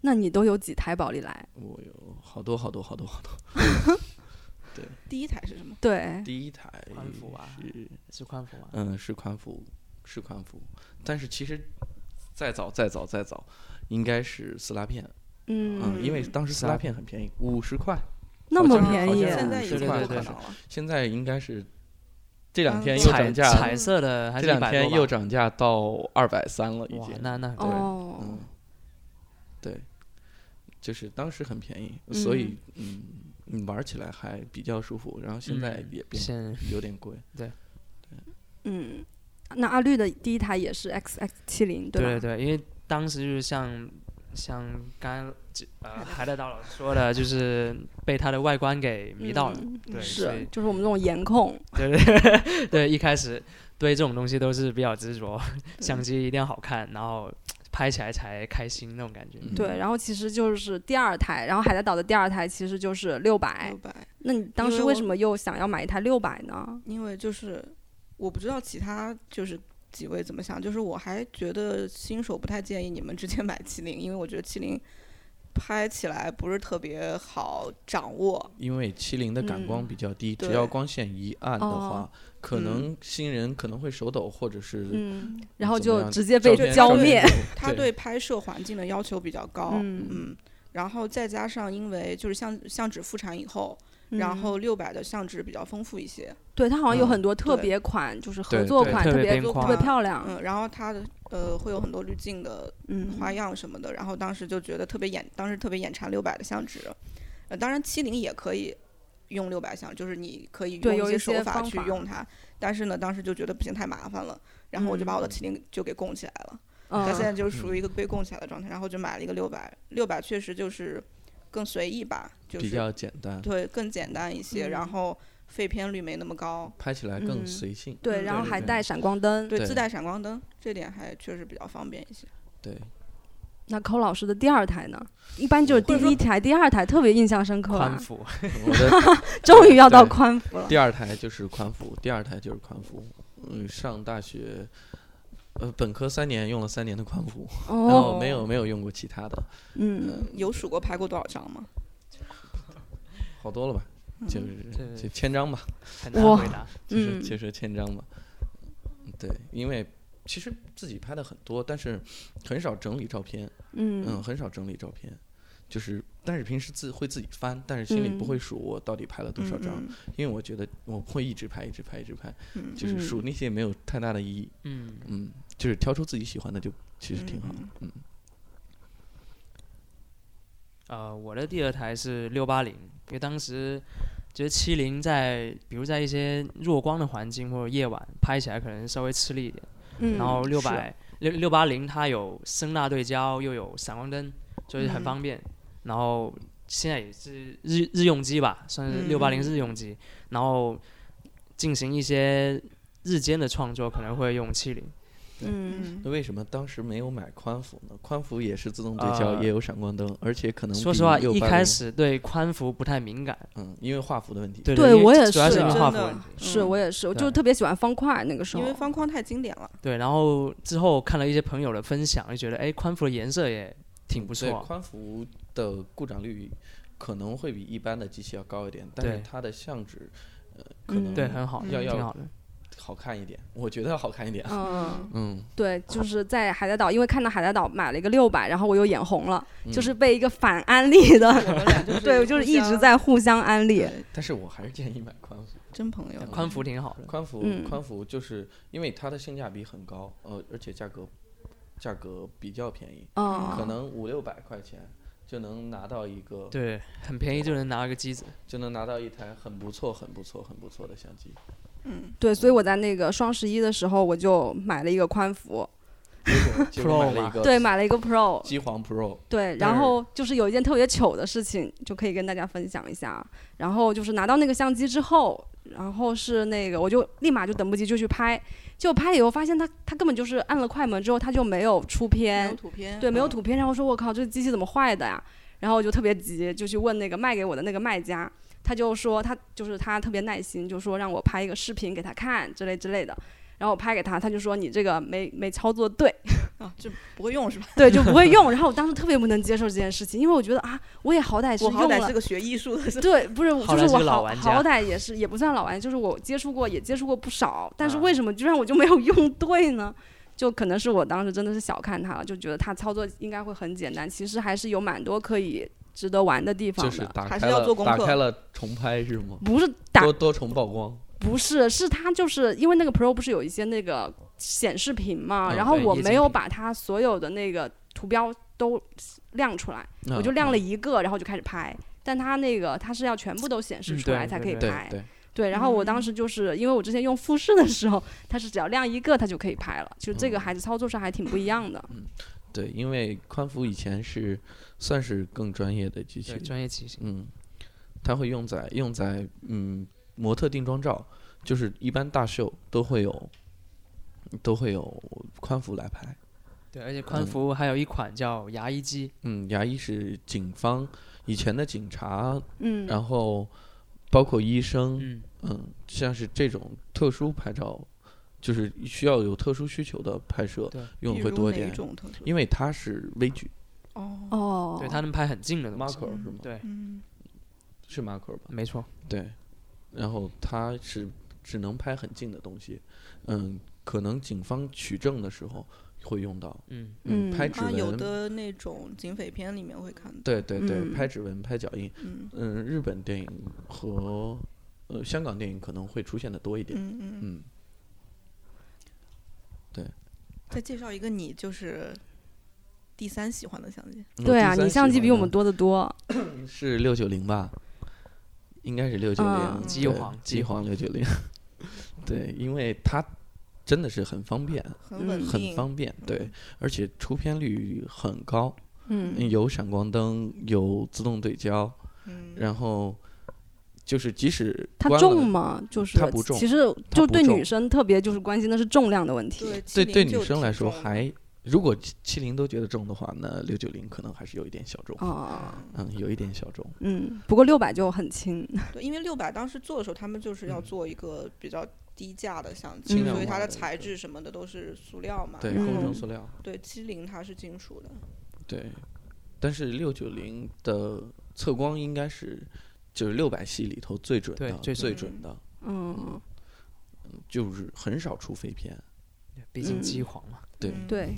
Speaker 1: 那你都有几台宝丽来？
Speaker 3: 我有好多好多好多好多，
Speaker 2: 第第一台是什么？
Speaker 1: 对，
Speaker 3: 第一台
Speaker 4: 宽幅啊
Speaker 3: 是
Speaker 4: 是宽幅吗？
Speaker 3: 嗯，是宽幅，是宽幅，但是其实再早再早再早，应该是撕拉片，嗯，因为当时
Speaker 4: 撕
Speaker 3: 撕
Speaker 4: 拉
Speaker 3: 拉片很便宜，五十块，
Speaker 1: 那
Speaker 3: 好
Speaker 1: 么
Speaker 3: 像
Speaker 1: 便
Speaker 3: 好
Speaker 1: 宜啊
Speaker 3: 像，
Speaker 2: 现在已
Speaker 3: 是
Speaker 2: 经
Speaker 3: 的
Speaker 2: 不
Speaker 3: 对
Speaker 2: 可
Speaker 3: 对
Speaker 2: 能
Speaker 3: 是
Speaker 2: 了。
Speaker 3: 现在应该是这两天又
Speaker 4: 彩
Speaker 3: 涨价了，
Speaker 4: 彩色的还
Speaker 3: 这
Speaker 4: 是
Speaker 3: 两
Speaker 4: 100
Speaker 3: 天
Speaker 4: 多
Speaker 3: 又
Speaker 4: 吧
Speaker 3: 涨价到二百三了，已
Speaker 4: 哇，
Speaker 3: 经。
Speaker 4: 那那
Speaker 3: 对
Speaker 1: 哦，
Speaker 3: 嗯，对，就是当时很便宜，所以嗯，你玩起来还比较舒服，然后现在
Speaker 4: 嗯
Speaker 3: 也变得
Speaker 4: 现
Speaker 3: 有点贵。
Speaker 1: 嗯，那阿绿的第一台也是 X X 七零，吧？
Speaker 4: 对对，因为当时就是像像刚呃海带岛老师说的，就是被它的外观给迷到了。
Speaker 1: 嗯
Speaker 4: 对所
Speaker 1: 是
Speaker 4: 以，
Speaker 1: 就是我们这种颜控，
Speaker 4: 对对 对，一开始对这种东西都是比较执着，相机一定要好看，然后拍起来才开心那种感觉。
Speaker 3: 嗯
Speaker 1: 对，然后其实就是第二台，然后海带岛的第二台其实就是六百
Speaker 2: 六，百，
Speaker 1: 那你当
Speaker 2: 因
Speaker 1: 时
Speaker 2: 为
Speaker 1: 为
Speaker 2: 我
Speaker 1: 什么又想要买一台六百
Speaker 3: 嗯
Speaker 1: 呢？
Speaker 2: 因为就是我不知道其他就是几位怎么想，就是我还觉得新手不太建议你们直接买七零，因为我觉得七零拍起来不是特别好掌握。
Speaker 3: 因为麒麟的感光比较低，只
Speaker 2: 对
Speaker 3: 要光线一暗的话，
Speaker 1: 哦
Speaker 3: 可能新人可能会手抖，或者是
Speaker 1: 嗯，然后
Speaker 3: 怎么
Speaker 1: 就
Speaker 3: 样
Speaker 1: 直接
Speaker 3: 照
Speaker 1: 被
Speaker 3: 片
Speaker 1: 浇
Speaker 3: 照
Speaker 1: 灭
Speaker 3: 片，
Speaker 2: 它
Speaker 3: 对
Speaker 2: 对拍摄环境的要求比较高，
Speaker 1: 嗯，
Speaker 2: 嗯，然后再加上因为就是相相纸复产以后，然后六百的相纸比较丰富一些，
Speaker 1: 嗯对它好像有
Speaker 3: 嗯
Speaker 1: 很多特
Speaker 2: 对
Speaker 1: 别款，就是合
Speaker 3: 对
Speaker 1: 作
Speaker 4: 对
Speaker 1: 款，
Speaker 4: 特
Speaker 1: 特
Speaker 4: 别
Speaker 1: 别
Speaker 4: 边
Speaker 1: 特
Speaker 4: 框
Speaker 1: 别漂亮，
Speaker 2: 嗯，然后它的呃会有很多滤镜的
Speaker 1: 嗯，
Speaker 2: 花样什么的，然后当时就觉得特别眼，当时特别眼馋六百的相纸，呃，当然七零也可以用六百相，就是你可以
Speaker 1: 对
Speaker 2: 用
Speaker 1: 有
Speaker 2: 一
Speaker 1: 一
Speaker 2: 些
Speaker 1: 些
Speaker 2: 手法
Speaker 1: 方
Speaker 2: 去
Speaker 1: 法
Speaker 2: 用它，但是呢，当时就觉得不行，太麻烦了，然后我就把我的
Speaker 3: 嗯
Speaker 2: 七零就给供起来了，它
Speaker 1: 嗯
Speaker 2: 现在就是属于一个被供起来的状态，然后就买了一个六百，六百确实就是更随意吧，就
Speaker 3: 比
Speaker 2: 是
Speaker 3: 较简单，
Speaker 2: 对更简单一些，
Speaker 1: 嗯
Speaker 2: 然后废片率没那么高，
Speaker 3: 拍起来更
Speaker 1: 嗯
Speaker 3: 随性。
Speaker 1: 对，
Speaker 2: 嗯
Speaker 1: 然
Speaker 2: 对
Speaker 1: 后
Speaker 3: 对
Speaker 1: 还
Speaker 3: 对
Speaker 1: 带闪光灯。
Speaker 2: 对
Speaker 3: 对
Speaker 2: 自带闪光灯这点还确实比较方便一些。
Speaker 3: 对，
Speaker 1: 那寇老师的第二台呢？一般就是第一台、第二台特别印象深刻
Speaker 4: 宽
Speaker 1: 啊，
Speaker 4: 幅，
Speaker 3: 我的
Speaker 1: 终于要到
Speaker 3: 对
Speaker 1: 宽幅了。
Speaker 3: 第二台就是宽幅，第二台就是宽幅。嗯，上大学，呃，本科三年用了三年的宽幅，然后
Speaker 1: 哦，
Speaker 3: 没有没有用过其他的，
Speaker 1: 嗯，
Speaker 2: 有数过拍过多少张吗？
Speaker 3: 好多了吧？就是
Speaker 4: 对
Speaker 3: 就千张吧，
Speaker 4: 很难
Speaker 1: 哇
Speaker 4: 回答。
Speaker 3: 就是
Speaker 1: 嗯
Speaker 3: 就是千张吧。对，因为其实自己拍的很多，但是很少整理照片，嗯，
Speaker 1: 嗯
Speaker 3: 很少整理照片。就是，但是平时自会自己翻，但是心里不
Speaker 1: 嗯
Speaker 3: 会数我到底拍了多少张，
Speaker 2: 嗯
Speaker 3: 因为我觉得我会一直拍，一直拍，一直拍，
Speaker 2: 嗯
Speaker 3: 就是
Speaker 1: 嗯
Speaker 3: 数那些没有太大的意义。
Speaker 4: 嗯，
Speaker 3: 嗯，就是挑出自己喜欢的就其实挺好。嗯
Speaker 4: 呃，我的第二台是六八零，因为当时觉得七零在，比如在一些弱光的环境或者夜晚拍起来可能稍微吃力一点，
Speaker 1: 嗯，
Speaker 4: 然后六
Speaker 1: 是
Speaker 4: 百六六八零它有声纳对焦，又有闪光灯，就是很
Speaker 2: 嗯
Speaker 4: 方便。然后现在也是日日用机吧，算是
Speaker 2: 嗯
Speaker 4: 六八零是日用机，然后进行一些日间的创作可能会用七零。
Speaker 1: 嗯
Speaker 2: 嗯
Speaker 3: 那为什么当时没有买宽幅呢？宽幅也是自动对焦，
Speaker 4: 呃
Speaker 3: 也有闪光灯，而且可能
Speaker 4: 说
Speaker 3: 比
Speaker 4: 实话，
Speaker 3: 680
Speaker 4: 一开始对宽幅不太敏感，
Speaker 3: 嗯，因为画幅的问题，
Speaker 4: 对
Speaker 1: 对
Speaker 4: 因为
Speaker 1: 我也
Speaker 4: 主要
Speaker 1: 是
Speaker 4: 是因为
Speaker 2: 真
Speaker 4: 画幅
Speaker 2: 的
Speaker 4: 问题。
Speaker 1: 是
Speaker 2: 嗯
Speaker 1: 我也是，我就
Speaker 4: 对
Speaker 1: 特别喜欢方块那个时候
Speaker 2: 因为，方框太经典了，
Speaker 4: 对，然后之后看了一些朋友的分享，就觉得哎，宽幅的颜色也挺不
Speaker 3: 所以
Speaker 4: 错。
Speaker 3: 宽幅的故障率可能会比一般的机器要高一点，但
Speaker 4: 对
Speaker 3: 是它的相纸，呃，可能
Speaker 1: 嗯
Speaker 4: 对，很好，
Speaker 2: 嗯
Speaker 4: 要
Speaker 3: 要
Speaker 4: 挺好的。
Speaker 3: 好看一点，我觉得要好看一点。
Speaker 1: 嗯，
Speaker 3: 嗯，
Speaker 1: 对，就是在海带岛，因为看到海带岛买了一个六百，然后我又眼红了，
Speaker 3: 嗯
Speaker 1: 就是被一个反安利的，
Speaker 2: 我们俩就是
Speaker 1: 对，我 就是
Speaker 2: 互
Speaker 1: 一直
Speaker 2: 相
Speaker 1: 在互相安利，
Speaker 2: 对
Speaker 3: 但是我还是建议买宽幅。
Speaker 2: 真朋友
Speaker 4: 但。宽幅挺好的，
Speaker 3: 宽幅，
Speaker 1: 嗯
Speaker 3: 宽幅就是因为它的性价比很高，呃，而且价格价格比较便宜，可
Speaker 1: 嗯，
Speaker 3: 能五六百块钱就能拿到一个，
Speaker 4: 对，很便宜就能拿一个机子。
Speaker 3: 就能拿到一台很不错、很不错、很不错的相机。
Speaker 2: 嗯，
Speaker 1: 对，所以我在那个双十一的时候，我就买了一个宽幅，
Speaker 3: 结果结
Speaker 4: Pro
Speaker 3: 果买了
Speaker 4: 嘛
Speaker 3: 一个
Speaker 1: 对，买了一个 Pro，
Speaker 3: 机皇 Pro，
Speaker 1: 对，
Speaker 3: 但
Speaker 1: 然
Speaker 3: 是
Speaker 1: 后就是有一件特别糗的事情，就可以跟大家分享一下。啊然后就是拿到那个相机之后，然后是那个我就立马就等不及就去拍，结果拍了以后发现它它根本就是按了快门之后它就没有出
Speaker 2: 没有
Speaker 1: 片，
Speaker 2: 图片，
Speaker 1: 呃对，没有
Speaker 2: 嗯
Speaker 1: 图片。然后说我靠，这机器怎么坏的呀？然后我就特别急，就去问那个卖给我的那个卖家，他就说他就是他特别耐心，就说让我拍一个视频给他看之类之类的。然后我拍给他，他就说你这个没没操作对，
Speaker 2: 啊啊，就不会用是 吧？
Speaker 1: 对，就不会用。然后我当时特别不能接受这件事情，因为我觉得啊，我也好歹是
Speaker 2: 我
Speaker 1: 用
Speaker 2: 好歹
Speaker 1: 了
Speaker 2: 是，个学艺术的，是吧
Speaker 1: 对，不是，
Speaker 4: 好
Speaker 1: 就
Speaker 4: 歹
Speaker 1: 是
Speaker 4: 是
Speaker 1: 我
Speaker 4: 个老
Speaker 1: 好
Speaker 4: 玩家
Speaker 1: 好歹也是也不算老玩家，就是我接触过，也接触过不少，但是
Speaker 4: 啊
Speaker 1: 为什么居然我就没有用对呢？就可能是我当时真的是小看它了，就觉得它操作应该会很简单，其实还是有蛮多可以值得玩的地方
Speaker 3: 就
Speaker 1: 的。
Speaker 3: 是打
Speaker 2: 还
Speaker 3: 开
Speaker 2: 是要
Speaker 3: 了
Speaker 2: 做功
Speaker 3: 打
Speaker 2: 课
Speaker 3: 开了重拍是吗？
Speaker 1: 不是嗯打
Speaker 3: 多多重曝光，
Speaker 1: 不是，是它就是因为那个 Pro 不是有一些那个显示屏嘛，
Speaker 3: 嗯
Speaker 1: 然后
Speaker 4: 哦对
Speaker 1: 我
Speaker 4: 液晶
Speaker 1: 没有
Speaker 4: 屏
Speaker 1: 把它所有的那个图标都亮出来，
Speaker 3: 嗯
Speaker 1: 我就亮了一个，然后就开始拍。但它那个它是要全部都显示
Speaker 4: 嗯
Speaker 1: 出
Speaker 4: 对
Speaker 1: 来才可以
Speaker 4: 对
Speaker 3: 啊对
Speaker 1: 拍，
Speaker 3: 对，
Speaker 1: 对。然后我当时就是因为我之前用富士的时候，它是只要亮一个它就可以拍了，就这个
Speaker 3: 嗯
Speaker 1: 还是操作上还挺不一样的。
Speaker 3: 对，因为宽幅以前是算是更专业的机
Speaker 4: 对
Speaker 3: 器，
Speaker 4: 专业骑行，
Speaker 3: 嗯，它会用在用在嗯模特定妆照，就是一般大秀都会有都会有宽幅来拍，
Speaker 4: 对，而且宽幅还有一款叫牙医机，
Speaker 3: 嗯，牙医是警方以前的警察，
Speaker 1: 嗯，
Speaker 3: 然后包括医生，
Speaker 4: 嗯，
Speaker 3: 嗯，像是这种特殊拍照，就是需要有特殊需求的拍摄
Speaker 4: 对
Speaker 3: 用
Speaker 2: 比
Speaker 3: 的会
Speaker 2: 如
Speaker 3: 多一
Speaker 2: 哪
Speaker 3: 点，
Speaker 2: 种特殊
Speaker 3: 因为它是微距
Speaker 2: 哦，
Speaker 1: 哦，
Speaker 4: 对，它能拍很近的东西，
Speaker 3: ，Marco 是吗？
Speaker 4: 对，
Speaker 2: 嗯，
Speaker 3: 是 Marco 吧？
Speaker 4: 没错，
Speaker 3: 对，然后它是只能拍很近的东西，嗯，可能警方取证的时候会用到，
Speaker 4: 嗯，
Speaker 1: 嗯
Speaker 3: 拍指
Speaker 2: 啊，有
Speaker 3: 纹，
Speaker 2: 的那种警匪片里面会看到，
Speaker 3: 对对对，
Speaker 1: 嗯
Speaker 3: 拍指纹、拍脚印，
Speaker 2: 嗯
Speaker 3: 嗯，日本电影和呃香港电影可能会出现的多一点，
Speaker 2: 嗯嗯。
Speaker 3: 嗯，
Speaker 2: 再介绍一个你就是第三喜欢的相机，
Speaker 3: 我
Speaker 1: 对啊，
Speaker 3: 第三
Speaker 1: 你相机
Speaker 3: 喜欢
Speaker 1: 比我们
Speaker 3: 的
Speaker 1: 多得多。
Speaker 3: 是六九零吧，应该是六九
Speaker 1: 嗯
Speaker 3: 零，
Speaker 4: 机
Speaker 3: 对
Speaker 4: 皇
Speaker 3: 机皇 六九零，对，因为它真的是很方便，
Speaker 2: 很稳
Speaker 1: 嗯
Speaker 3: 很
Speaker 2: 定，
Speaker 3: 方便，对
Speaker 2: 嗯，
Speaker 3: 而且出片率很高。
Speaker 1: 嗯，
Speaker 3: 有闪光灯，有自动对焦，
Speaker 2: 嗯，
Speaker 3: 然后就是即使
Speaker 1: 它
Speaker 3: 关了
Speaker 1: 重吗？就是
Speaker 3: 它不重
Speaker 1: 其实
Speaker 3: 它
Speaker 1: 就
Speaker 3: 不
Speaker 1: 对
Speaker 3: 重
Speaker 1: 女生特别就是关心的是重量的问题。
Speaker 2: 对
Speaker 3: 对
Speaker 2: 70
Speaker 3: 对
Speaker 2: 就
Speaker 3: 女生来说
Speaker 2: 挺重的
Speaker 3: 还，如果七七零都觉得重的话，那六九零可能还是有一点小众，
Speaker 1: 哦，
Speaker 3: 嗯，有一点小众，
Speaker 1: 嗯，不过六百就很轻，
Speaker 2: 对，因为六百当时做的时候，他们就是要
Speaker 3: 嗯
Speaker 2: 做一个比较低价的相
Speaker 3: 轻
Speaker 2: 机，
Speaker 1: 量
Speaker 2: 所以
Speaker 3: 化
Speaker 2: 它
Speaker 3: 的
Speaker 2: 的
Speaker 3: 一
Speaker 2: 材
Speaker 3: 个
Speaker 2: 质什么的都是塑料嘛，
Speaker 3: 对，
Speaker 2: 然
Speaker 3: 工
Speaker 2: 后
Speaker 3: 程塑料，
Speaker 2: 对，七零它是金属的，
Speaker 3: 对，但是六九零的测光应该是就是六百系里头最准
Speaker 4: 对
Speaker 3: 的，
Speaker 4: 最
Speaker 3: 最
Speaker 2: 准
Speaker 3: 准的，
Speaker 1: 嗯，
Speaker 3: 就是很少出废片，
Speaker 4: 毕竟
Speaker 1: 嗯
Speaker 4: 机皇嘛，
Speaker 3: 对
Speaker 2: 嗯，
Speaker 1: 对。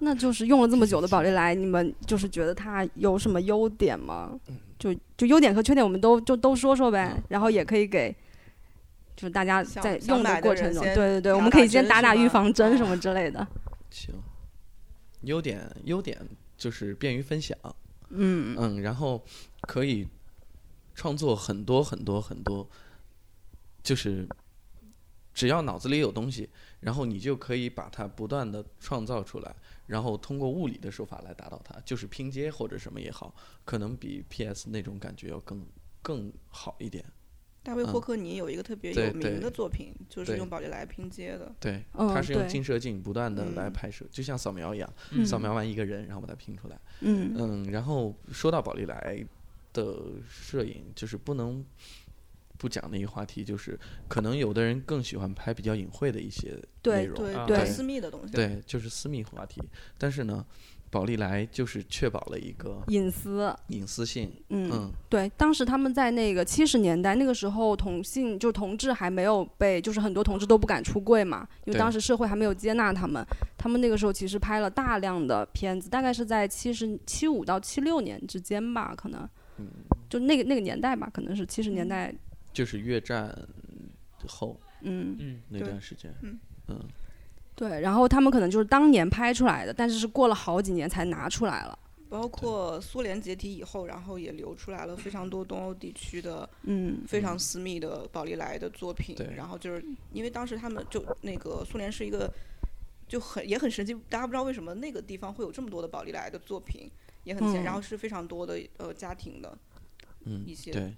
Speaker 1: 那就是用了这么久的宝丽来，你们就是觉得它有什么优点吗？就就优点和缺点，我们都就都说说呗，然后也可以给，就是大家
Speaker 2: 想
Speaker 1: 在
Speaker 2: 想
Speaker 1: 用的
Speaker 2: 买的
Speaker 1: 过
Speaker 2: 人
Speaker 1: 程中，对
Speaker 2: 先
Speaker 1: 对对，
Speaker 2: 打
Speaker 1: 我们可以
Speaker 2: 打
Speaker 1: 先
Speaker 2: 针
Speaker 1: 打
Speaker 2: 是
Speaker 1: 打预
Speaker 2: 吗
Speaker 1: 防针
Speaker 2: 哦
Speaker 1: 什么之类的。
Speaker 3: 行，优点优点就是便于分享。
Speaker 1: 嗯
Speaker 3: 嗯，然后可以创作很多很多很多，就是只要脑子里有东西，然后你就可以把它不断的创造出来，然后通过物理的手法来达到它，就是拼接或者什么也好，可能比 PS 那种感觉要更更好一点。
Speaker 2: 大卫
Speaker 3: 嗯
Speaker 2: 霍克尼有一个特别
Speaker 3: 对
Speaker 2: 有
Speaker 3: 对
Speaker 2: 名的作品，就是
Speaker 3: 对
Speaker 2: 用宝丽来拼接的，
Speaker 3: 对，
Speaker 1: 嗯
Speaker 3: 它是用
Speaker 1: 对
Speaker 3: 近射镜不断的来
Speaker 2: 嗯
Speaker 3: 拍摄，就像扫描一样，
Speaker 1: 嗯
Speaker 3: 扫描完一个人，然后把它拼出来。
Speaker 1: 嗯
Speaker 3: 嗯，然后说到宝丽来的摄影，就是不能不讲的一个话题，就是可能有的人更喜欢拍比较隐晦的一些内
Speaker 1: 对
Speaker 3: 容，
Speaker 2: 对
Speaker 4: 啊
Speaker 2: 比较
Speaker 1: 对
Speaker 2: 私密的东西，
Speaker 3: 对，就是私密话题。但是呢，宝丽来就是确保了一个
Speaker 1: 隐私，
Speaker 3: 隐私性，
Speaker 1: 嗯，
Speaker 3: 嗯，
Speaker 1: 对，当时他们在那个七十年代，那个时候同性就同志还没有被，就是很多同志都不敢出柜嘛，因为
Speaker 3: 对
Speaker 1: 当时社会还没有接纳他们。他们那个时候其实拍了大量的片子，大概是在七十七五到七六年之间吧，可能，就那个那个年代吧，可能是七十年代，
Speaker 3: 就是越战后
Speaker 1: 嗯，
Speaker 4: 嗯，
Speaker 3: 那
Speaker 2: 对
Speaker 3: 段时间，
Speaker 2: 嗯
Speaker 3: 嗯
Speaker 1: 对。然后他们可能就是当年拍出来的，但是是过了好几年才拿出来了，
Speaker 2: 包括苏联解体以后，然后也流出来了非常多东欧地区的
Speaker 1: 嗯
Speaker 2: 非常私密的宝丽来的作品
Speaker 3: 对。
Speaker 2: 然后就是因为当时他们就那个苏联是一个就很也很神奇，大家不知道为什么那个地方会有这么多的宝丽来的作品，也很
Speaker 1: 嗯
Speaker 2: 简，然后是非常多的呃家庭的
Speaker 3: 嗯
Speaker 2: 一，些
Speaker 3: 对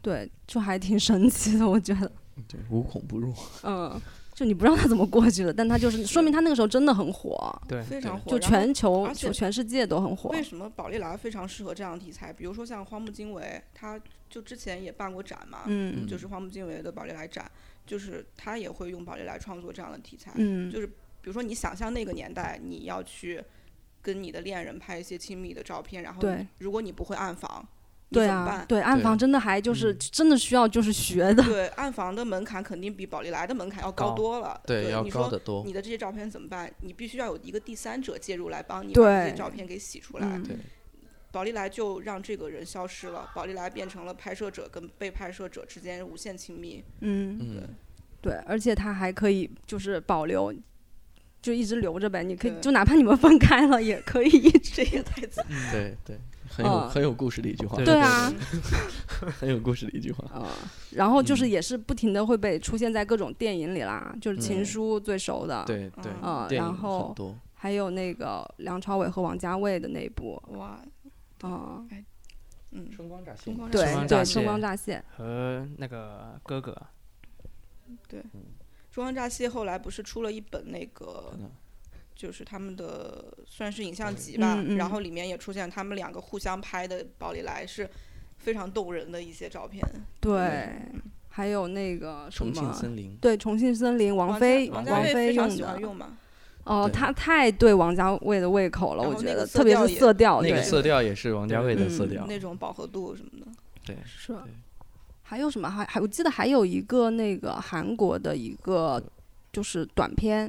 Speaker 1: 对，就还挺神奇的，我觉得，
Speaker 3: 对，无孔不入，
Speaker 1: 嗯，就你不知道他怎么过去的，但他就是说明他那个时候真的很火，
Speaker 4: 哎对，
Speaker 2: 非常火，
Speaker 1: 就
Speaker 2: 然后
Speaker 1: 全球
Speaker 2: 而且
Speaker 1: 就全世界都很火。
Speaker 2: 为什么宝丽来非常适合这样的题材？比如说像荒木经惟，他就之前也办过展嘛，
Speaker 1: 嗯
Speaker 2: 就是荒木经惟的宝丽来展，就是他也会用宝丽来创作这样的题材。
Speaker 1: 嗯
Speaker 2: 就是比如说你想象那个年代，你要去跟你的恋人拍一些亲密的照片，然后
Speaker 1: 对
Speaker 2: 你如果你不会暗房，你
Speaker 1: 对
Speaker 2: 怎么
Speaker 1: 啊，
Speaker 2: 办？
Speaker 1: 对暗房真的还就是
Speaker 3: 嗯
Speaker 1: 真的需要就是学的，
Speaker 2: 对，暗房的门槛肯定比保利来的门槛要高
Speaker 3: 高
Speaker 2: 多了。
Speaker 3: 对，要
Speaker 2: 你
Speaker 3: 高
Speaker 2: 说
Speaker 3: 得多。
Speaker 2: 你的这些照片怎么办？你必须要有一个第三者介入来帮你把这些
Speaker 1: 对
Speaker 2: 照片给洗出来。
Speaker 1: 嗯，
Speaker 3: 对
Speaker 2: 宝丽来就让这个人消失了，宝丽来变成了拍摄者跟被拍摄者之间无限亲密。
Speaker 1: 嗯，
Speaker 3: 嗯，
Speaker 1: 对，而且它还可以就是保留，就一直留着呗。你可以
Speaker 2: 对
Speaker 1: 就哪怕你们分开了，也可以一直。
Speaker 2: 这 也太惨了。
Speaker 3: 对对，很有
Speaker 1: 嗯
Speaker 3: 很有故事的一句话，
Speaker 4: 对
Speaker 1: 对啊，
Speaker 3: 很有故事的一句话。
Speaker 1: 嗯，然后就是
Speaker 3: 嗯
Speaker 1: 也是不停的会被出现在各种电影里啦，就是《
Speaker 3: 嗯
Speaker 1: 情书》最熟的，，
Speaker 3: 对对，
Speaker 1: 嗯，
Speaker 3: 电影
Speaker 1: 然
Speaker 3: 很
Speaker 1: 后
Speaker 3: 多，
Speaker 1: 还有那个梁朝伟和王家卫的那一部，
Speaker 2: 哇，
Speaker 1: 嗯，
Speaker 2: 嗯，
Speaker 3: 春光乍泄
Speaker 2: 春光
Speaker 1: 对
Speaker 2: 乍
Speaker 4: 光
Speaker 1: 对，
Speaker 2: 泄
Speaker 4: 乍
Speaker 1: 《
Speaker 4: 泄
Speaker 1: 春光乍泄》，
Speaker 4: 和那个哥哥啊，
Speaker 2: 春光乍泄后来不是出了一本那个
Speaker 3: 真的，
Speaker 2: 就是他们的算是影像集吧，
Speaker 1: 嗯嗯
Speaker 2: 然后里面也出现他们两个互相拍的宝丽来是非常动人的一些照片。
Speaker 1: 对，还有那个什
Speaker 3: 重庆
Speaker 1: 么。
Speaker 3: 森林，
Speaker 1: 对《重庆森林》，王
Speaker 2: 王
Speaker 1: 菲
Speaker 2: 家王家
Speaker 1: 王
Speaker 2: 卫
Speaker 1: 菲
Speaker 2: 非常喜欢
Speaker 1: 的，
Speaker 2: 用嘛，
Speaker 1: 哦，
Speaker 3: 对
Speaker 1: 他太对王家卫的胃口了，
Speaker 2: 然
Speaker 1: 我
Speaker 2: 后
Speaker 1: 觉
Speaker 2: 那个
Speaker 1: 得，
Speaker 2: 色
Speaker 1: 特别
Speaker 2: 调
Speaker 1: 是
Speaker 2: 也
Speaker 1: 色调，
Speaker 3: 那个
Speaker 1: 对
Speaker 3: 色调也是王家卫的
Speaker 1: 嗯
Speaker 3: 色调，
Speaker 2: 那种饱和度什么的。
Speaker 3: 对，
Speaker 1: 是
Speaker 3: 对。
Speaker 1: 还有什么？还还我记得还有一个那个韩国的一个就是短片，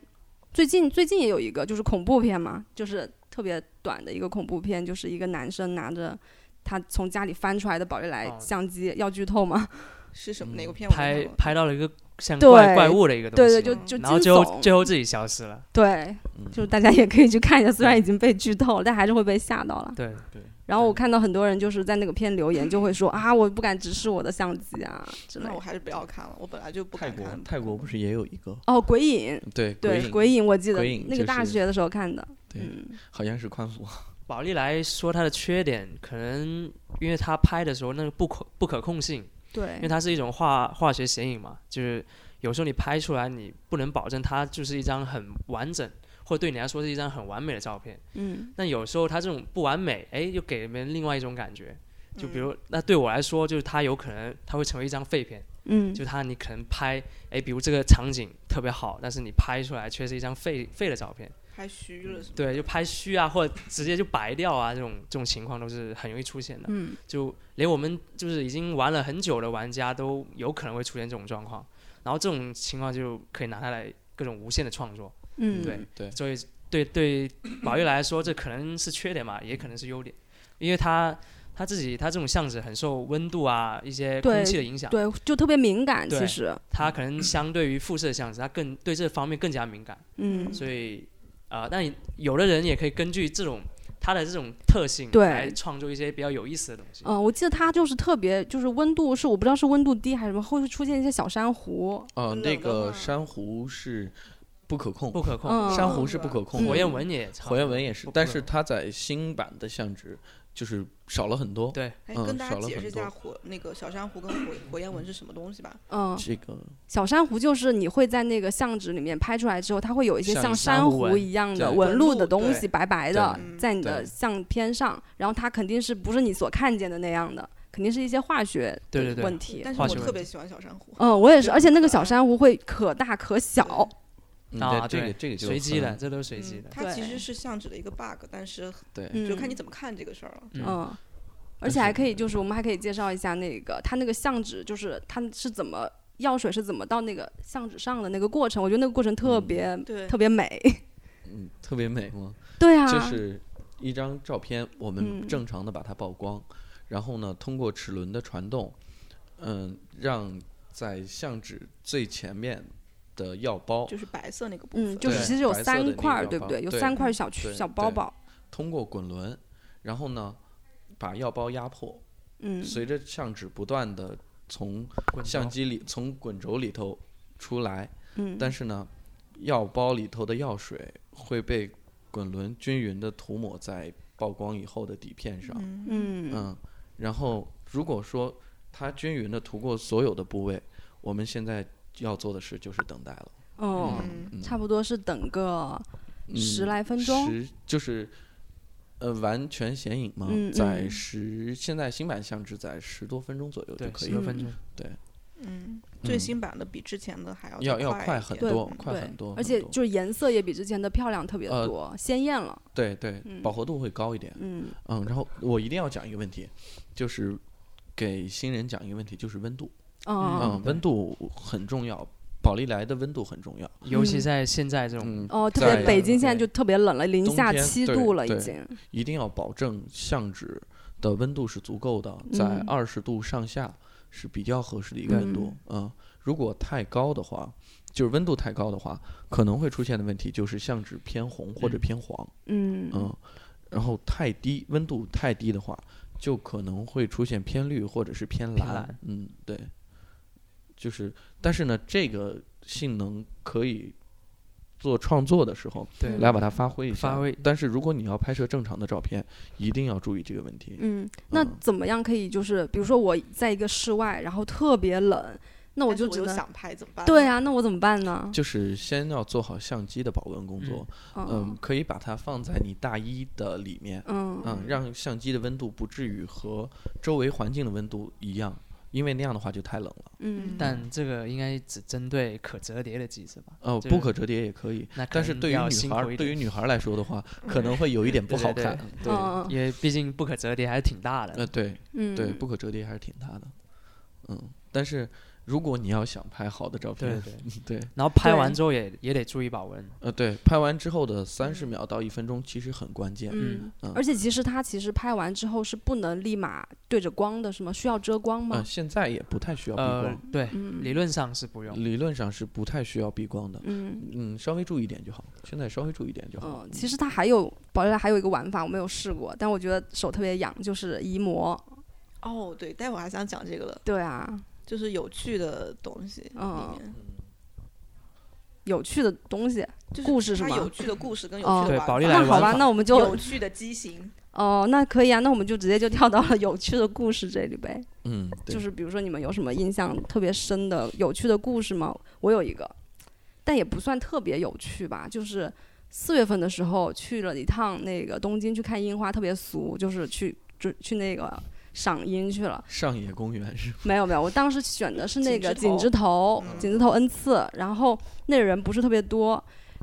Speaker 1: 最近最近也有一个就是恐怖片嘛，就是特别短的一个恐怖片，就是一个男生拿着他从家里翻出来的宝丽来
Speaker 4: 哦
Speaker 1: 相机，要剧透吗？
Speaker 2: 是什么
Speaker 3: 嗯
Speaker 2: 哪个片？我没
Speaker 4: 拍
Speaker 2: 看过
Speaker 4: 拍到了一个像
Speaker 1: 对
Speaker 4: 怪怪物的一个东
Speaker 1: 对
Speaker 4: 西，
Speaker 1: 对，就就
Speaker 4: 然后
Speaker 1: 惊
Speaker 4: 最后
Speaker 1: 悚，
Speaker 4: 最后自己消失了。
Speaker 1: 对，
Speaker 3: 嗯
Speaker 1: 就是大家也可以去看一下，虽然已经被剧透了，但还是会被吓到了。
Speaker 4: 对，
Speaker 1: 然后我看到很多人就是在那个片留言，就会说啊，我不敢直视我的相机啊之类
Speaker 2: 那我
Speaker 1: 的。
Speaker 2: 还是不要看了，我本来就不
Speaker 3: 泰
Speaker 2: 敢
Speaker 3: 国
Speaker 2: 看。
Speaker 3: 泰国不是也有一个
Speaker 1: 哦，鬼影，
Speaker 3: 嗯对
Speaker 1: 对，
Speaker 3: 鬼
Speaker 1: 鬼影我记得
Speaker 3: 鬼影
Speaker 1: 那
Speaker 3: 就
Speaker 1: 个大
Speaker 3: 是
Speaker 1: 学的时候看的，
Speaker 3: 对
Speaker 1: 嗯。
Speaker 3: 好像是宽幅，
Speaker 4: 宝丽来说它的缺点，可能因为它拍的时候那个不可不可控性，
Speaker 1: 对
Speaker 4: 因为，它是一种化化学显影嘛，就是有时候你拍出来，你不能保证它就是一张很完整，或者对你来说是一张很完美的照片。
Speaker 1: 嗯，
Speaker 4: 但有时候它这种不完美，哎，又给人另外一种感
Speaker 1: 嗯
Speaker 4: 觉。就比如，那对我来说，就是它有可能它会成为一张废片，
Speaker 1: 嗯，
Speaker 4: 就它你可能拍，哎，比如这个场景特别好，但是你拍出来却是一张废废的照片。
Speaker 2: 嗯拍虚了什么？
Speaker 4: 对，就拍虚啊，或者直接就白掉啊，这种这种情况都是很容易出现的。
Speaker 1: 嗯，
Speaker 4: 就连我们就是已经玩了很久的玩家都有可能会出现这种状况，然后这种情况就可以拿它来各种无限的创作。
Speaker 1: 嗯，
Speaker 4: 对
Speaker 3: 对
Speaker 4: 所以对对宝玉来说，这可能是缺点嘛，也可能是优点，因为他他自己他这种相纸很受温度啊一些
Speaker 1: 对
Speaker 4: 空气的影响，
Speaker 1: 对，就特别敏感，其
Speaker 4: 对
Speaker 1: 实，
Speaker 4: 他可能相对于复式的相纸，他更对这方面更加敏感。
Speaker 1: 嗯，
Speaker 4: 所以啊，但有的人也可以根据这种他的这种特性
Speaker 1: 对
Speaker 4: 来创作一些比较有意思的东西。
Speaker 1: 嗯，我记得它就是特别，就是温度是我不知道是温度低还是什么，会出现一些小珊瑚，
Speaker 3: 哦，
Speaker 2: 冷
Speaker 3: 那
Speaker 2: 的话
Speaker 3: 个珊瑚是不可控，
Speaker 4: 不可控，
Speaker 1: 嗯，
Speaker 3: 珊瑚是不可控的，
Speaker 4: 火焰纹也
Speaker 3: 火焰纹也是
Speaker 4: 不，可
Speaker 3: 但是它在新版的相纸就是少了很多。
Speaker 4: 对
Speaker 2: 哎，
Speaker 3: 嗯
Speaker 2: 跟大
Speaker 3: 少
Speaker 2: 家
Speaker 3: 了
Speaker 2: 解
Speaker 3: 很
Speaker 2: 释一下
Speaker 3: 多
Speaker 2: 火那个小珊瑚跟火火焰纹是什么东西吧？
Speaker 1: 嗯，
Speaker 3: 这个
Speaker 1: 小珊瑚就是你会在那个相纸里面拍出来之后，它会有一些
Speaker 3: 像
Speaker 1: 像
Speaker 4: 珊
Speaker 1: 珊
Speaker 4: 瑚
Speaker 1: 瑚
Speaker 4: 纹
Speaker 1: 一样的
Speaker 3: 对
Speaker 1: 纹
Speaker 2: 纹
Speaker 1: 路
Speaker 2: 路
Speaker 1: 的东
Speaker 2: 对
Speaker 1: 西，白白的
Speaker 2: 对
Speaker 1: 在你的
Speaker 3: 对
Speaker 1: 相片上，然后它肯定是不是你所看见的那样的，肯定是一些化学
Speaker 4: 对对对
Speaker 1: 问题。
Speaker 2: 但是
Speaker 4: 化
Speaker 2: 我
Speaker 4: 学
Speaker 2: 特
Speaker 4: 问
Speaker 2: 别喜欢小珊瑚。
Speaker 1: 嗯，我也是，
Speaker 2: 对
Speaker 1: 而且那个小
Speaker 2: 可爱
Speaker 1: 珊瑚会可大可小，
Speaker 3: 嗯对
Speaker 4: 啊，
Speaker 3: 这
Speaker 4: 对
Speaker 3: 个这个就
Speaker 4: 随机的，
Speaker 3: 很，
Speaker 4: 这都是随机的。
Speaker 2: 嗯它其
Speaker 1: 对
Speaker 2: 实是相纸的一个 bug，但是
Speaker 3: 对，
Speaker 1: 嗯，
Speaker 2: 就看你怎么看这个事儿了。
Speaker 4: 嗯，
Speaker 1: 嗯，而且还可以，就是我们还可以介绍一下那个它那个相纸，就是它是怎么药水是怎么到那个相纸上的那个过程，我觉得那个过程特别、
Speaker 2: 对
Speaker 1: 特别美。
Speaker 3: 嗯，特别美嘛，
Speaker 1: 对啊，
Speaker 3: 就是一张照片，我们
Speaker 1: 嗯
Speaker 3: 正常的把它曝光，然后呢，通过齿轮的传动，嗯，让在相纸最前面的药包
Speaker 2: 就是白色那个部分。
Speaker 1: 嗯，就是
Speaker 3: 对
Speaker 1: 其实有
Speaker 3: 白色的那
Speaker 1: 三
Speaker 3: 个
Speaker 1: 块儿，
Speaker 3: 药
Speaker 1: 对不
Speaker 3: 包
Speaker 1: 对？有
Speaker 3: 对
Speaker 1: 三块儿小区
Speaker 3: 对
Speaker 1: 小包
Speaker 3: 对
Speaker 1: 包，
Speaker 3: 通过滚轮，然后呢，把药包压迫，
Speaker 1: 嗯，
Speaker 3: 随着相纸不断的从
Speaker 4: 滚轴
Speaker 3: 相机里从滚轴里头出来，
Speaker 1: 嗯，
Speaker 3: 但是呢，药包里头的药水会被滚轮均匀的涂抹在曝光以后的底片上，嗯
Speaker 1: 嗯
Speaker 3: 然后如果说它均匀的涂过所有的部位，我们现在要做的事就是等待了，
Speaker 1: 哦，
Speaker 2: 嗯，
Speaker 3: 嗯
Speaker 1: 差不多是等个十
Speaker 3: 嗯
Speaker 1: 来分钟，
Speaker 3: 十就是。呃，完全显影嘛，
Speaker 1: 嗯
Speaker 3: 在
Speaker 1: 嗯
Speaker 3: 十现在新版相纸在十多分钟左右就
Speaker 4: 对，
Speaker 3: 可以嗯
Speaker 4: 十多
Speaker 3: 了。
Speaker 4: 分钟。
Speaker 2: 最
Speaker 3: 嗯
Speaker 2: 新版的比之前的还要
Speaker 3: 要
Speaker 2: 再
Speaker 3: 要
Speaker 2: 快一
Speaker 3: 快很
Speaker 2: 点嗯
Speaker 3: 多，
Speaker 1: 对
Speaker 3: 快很多，
Speaker 1: 而
Speaker 3: 很
Speaker 1: 且
Speaker 3: 多
Speaker 1: 就是颜色也比之前的漂亮特别
Speaker 3: 呃
Speaker 1: 多，鲜艳了。
Speaker 3: 对对
Speaker 1: 嗯，
Speaker 3: 饱和度会高一点。
Speaker 1: 嗯
Speaker 3: 嗯，然后我一定要讲一个问题，就是给新人讲一个问题，就是温度。
Speaker 1: 嗯
Speaker 3: 嗯，温度很重要，宝丽来的温度很重要。
Speaker 4: 尤其
Speaker 1: 嗯
Speaker 4: 在现在这种
Speaker 3: 嗯，
Speaker 1: 哦，特
Speaker 3: 在
Speaker 1: 别北京现在
Speaker 4: 对
Speaker 1: 就特别冷了，零
Speaker 3: 冬
Speaker 1: 下
Speaker 3: 天
Speaker 1: 七
Speaker 3: 对
Speaker 1: 度了已
Speaker 3: 对
Speaker 1: 经。
Speaker 3: 一定要保证相纸的温度是足够的，在
Speaker 1: 嗯
Speaker 3: 二十度上下是比较合适的一个温度。嗯如果太高的话，就是温度太高的话，可能会出现的问题就是相纸偏红或者
Speaker 4: 嗯
Speaker 3: 偏黄。
Speaker 1: 嗯
Speaker 3: 嗯，然后太低温度太低的话，就可能会出现偏绿或者是偏蓝。
Speaker 4: 偏蓝
Speaker 3: 嗯，对，就是但是呢，这个性能可以做创作的时候
Speaker 4: 对
Speaker 3: 来把它发挥一下。
Speaker 4: 发挥
Speaker 3: 但是如果你要拍摄正常的照片，一定要注意这个问题。
Speaker 1: 嗯，那
Speaker 3: 嗯
Speaker 1: 怎么样可以就是，比如说我在一个室外，然后特别冷，那我
Speaker 2: 但是
Speaker 1: 就
Speaker 2: 我
Speaker 1: 只
Speaker 2: 就
Speaker 1: 能
Speaker 2: 想拍怎么办？
Speaker 1: 对，啊，那我怎么办呢？哦
Speaker 3: 就是先要做好相机的保温工作，嗯，可以把它放在你大衣的里面，
Speaker 1: 嗯
Speaker 3: 嗯，让相机的温度不至于和周围环境的温度一样，因为那样的话就太冷了。
Speaker 1: 嗯，
Speaker 4: 但这个应该只针对可折叠的机子吧？
Speaker 3: 哦，
Speaker 4: 这
Speaker 3: 不
Speaker 4: 个
Speaker 3: 可折叠也可以，
Speaker 4: 那可
Speaker 3: 但是
Speaker 4: 能
Speaker 3: 对于
Speaker 4: 要
Speaker 3: 女
Speaker 4: 辛
Speaker 3: 孩
Speaker 4: 苦
Speaker 3: 儿，
Speaker 4: 一
Speaker 3: 对于
Speaker 4: 点
Speaker 3: 女孩儿来说的 话，可能会有一点不
Speaker 4: 对
Speaker 3: 好
Speaker 4: 对
Speaker 3: 看。对，
Speaker 1: 嗯
Speaker 4: 因为毕竟不可折叠还是挺大的。
Speaker 3: 呃，对
Speaker 1: 嗯
Speaker 3: 对，不可折叠还是挺大的。嗯，但是如果你要想拍好的照
Speaker 4: 对
Speaker 3: 片，
Speaker 4: 对，
Speaker 3: 对，
Speaker 4: 然后拍
Speaker 1: 对
Speaker 4: 完之后也也得注意保温。
Speaker 3: 呃，对，拍完之后的三十秒到一分钟其实很关键。
Speaker 1: 嗯
Speaker 3: 嗯，
Speaker 1: 而且其实它其实拍完之后是不能立马对着光的，是吗？需要遮光
Speaker 3: 呃，
Speaker 4: 啊
Speaker 1: 吗？
Speaker 3: 现在也不太需要避
Speaker 4: 呃
Speaker 3: 光，，
Speaker 4: 对，
Speaker 1: 嗯
Speaker 4: 理论上是不用。
Speaker 3: 理论上是不太需要避光的。
Speaker 1: 嗯。
Speaker 3: 嗯，稍微注意一点就好。现在稍微注意一点就好。
Speaker 1: 嗯，其实它还有宝丽来还有一个玩法，我没有试过，但我觉得手特别痒，就是移模。
Speaker 2: 哦对，待会儿还想讲这个了，
Speaker 1: 对啊，
Speaker 2: 就是有趣的东西里
Speaker 1: 嗯
Speaker 2: 面，
Speaker 1: 有趣的东西，
Speaker 2: 就是
Speaker 1: 故事是
Speaker 2: 它
Speaker 1: 吗
Speaker 2: 有趣的故事跟有
Speaker 1: 哦
Speaker 2: 趣的
Speaker 4: 对
Speaker 2: 玩
Speaker 4: 宝丽
Speaker 2: 法
Speaker 4: 来
Speaker 1: 那好
Speaker 4: 玩
Speaker 1: 吧，
Speaker 4: 法
Speaker 1: 那我们就
Speaker 2: 有趣的机型，
Speaker 1: 哦，那可以啊，那我们就直接就跳到了有趣的故事这里呗。
Speaker 3: 嗯，对
Speaker 1: 就是比如说你们有什么印象特别深的有趣的故事吗？我有一个，但也不算特别有趣吧，就是四月份的时候去了一趟那个东京去看樱花，特别俗，就是去就去那个。赏樱去了，
Speaker 3: 上野公园是
Speaker 1: 没有没有，我当时选的是那个
Speaker 2: 井
Speaker 1: 井
Speaker 2: 之
Speaker 1: 之头，
Speaker 2: 嗯
Speaker 1: 井之头 n 次，然后那人不是特别多，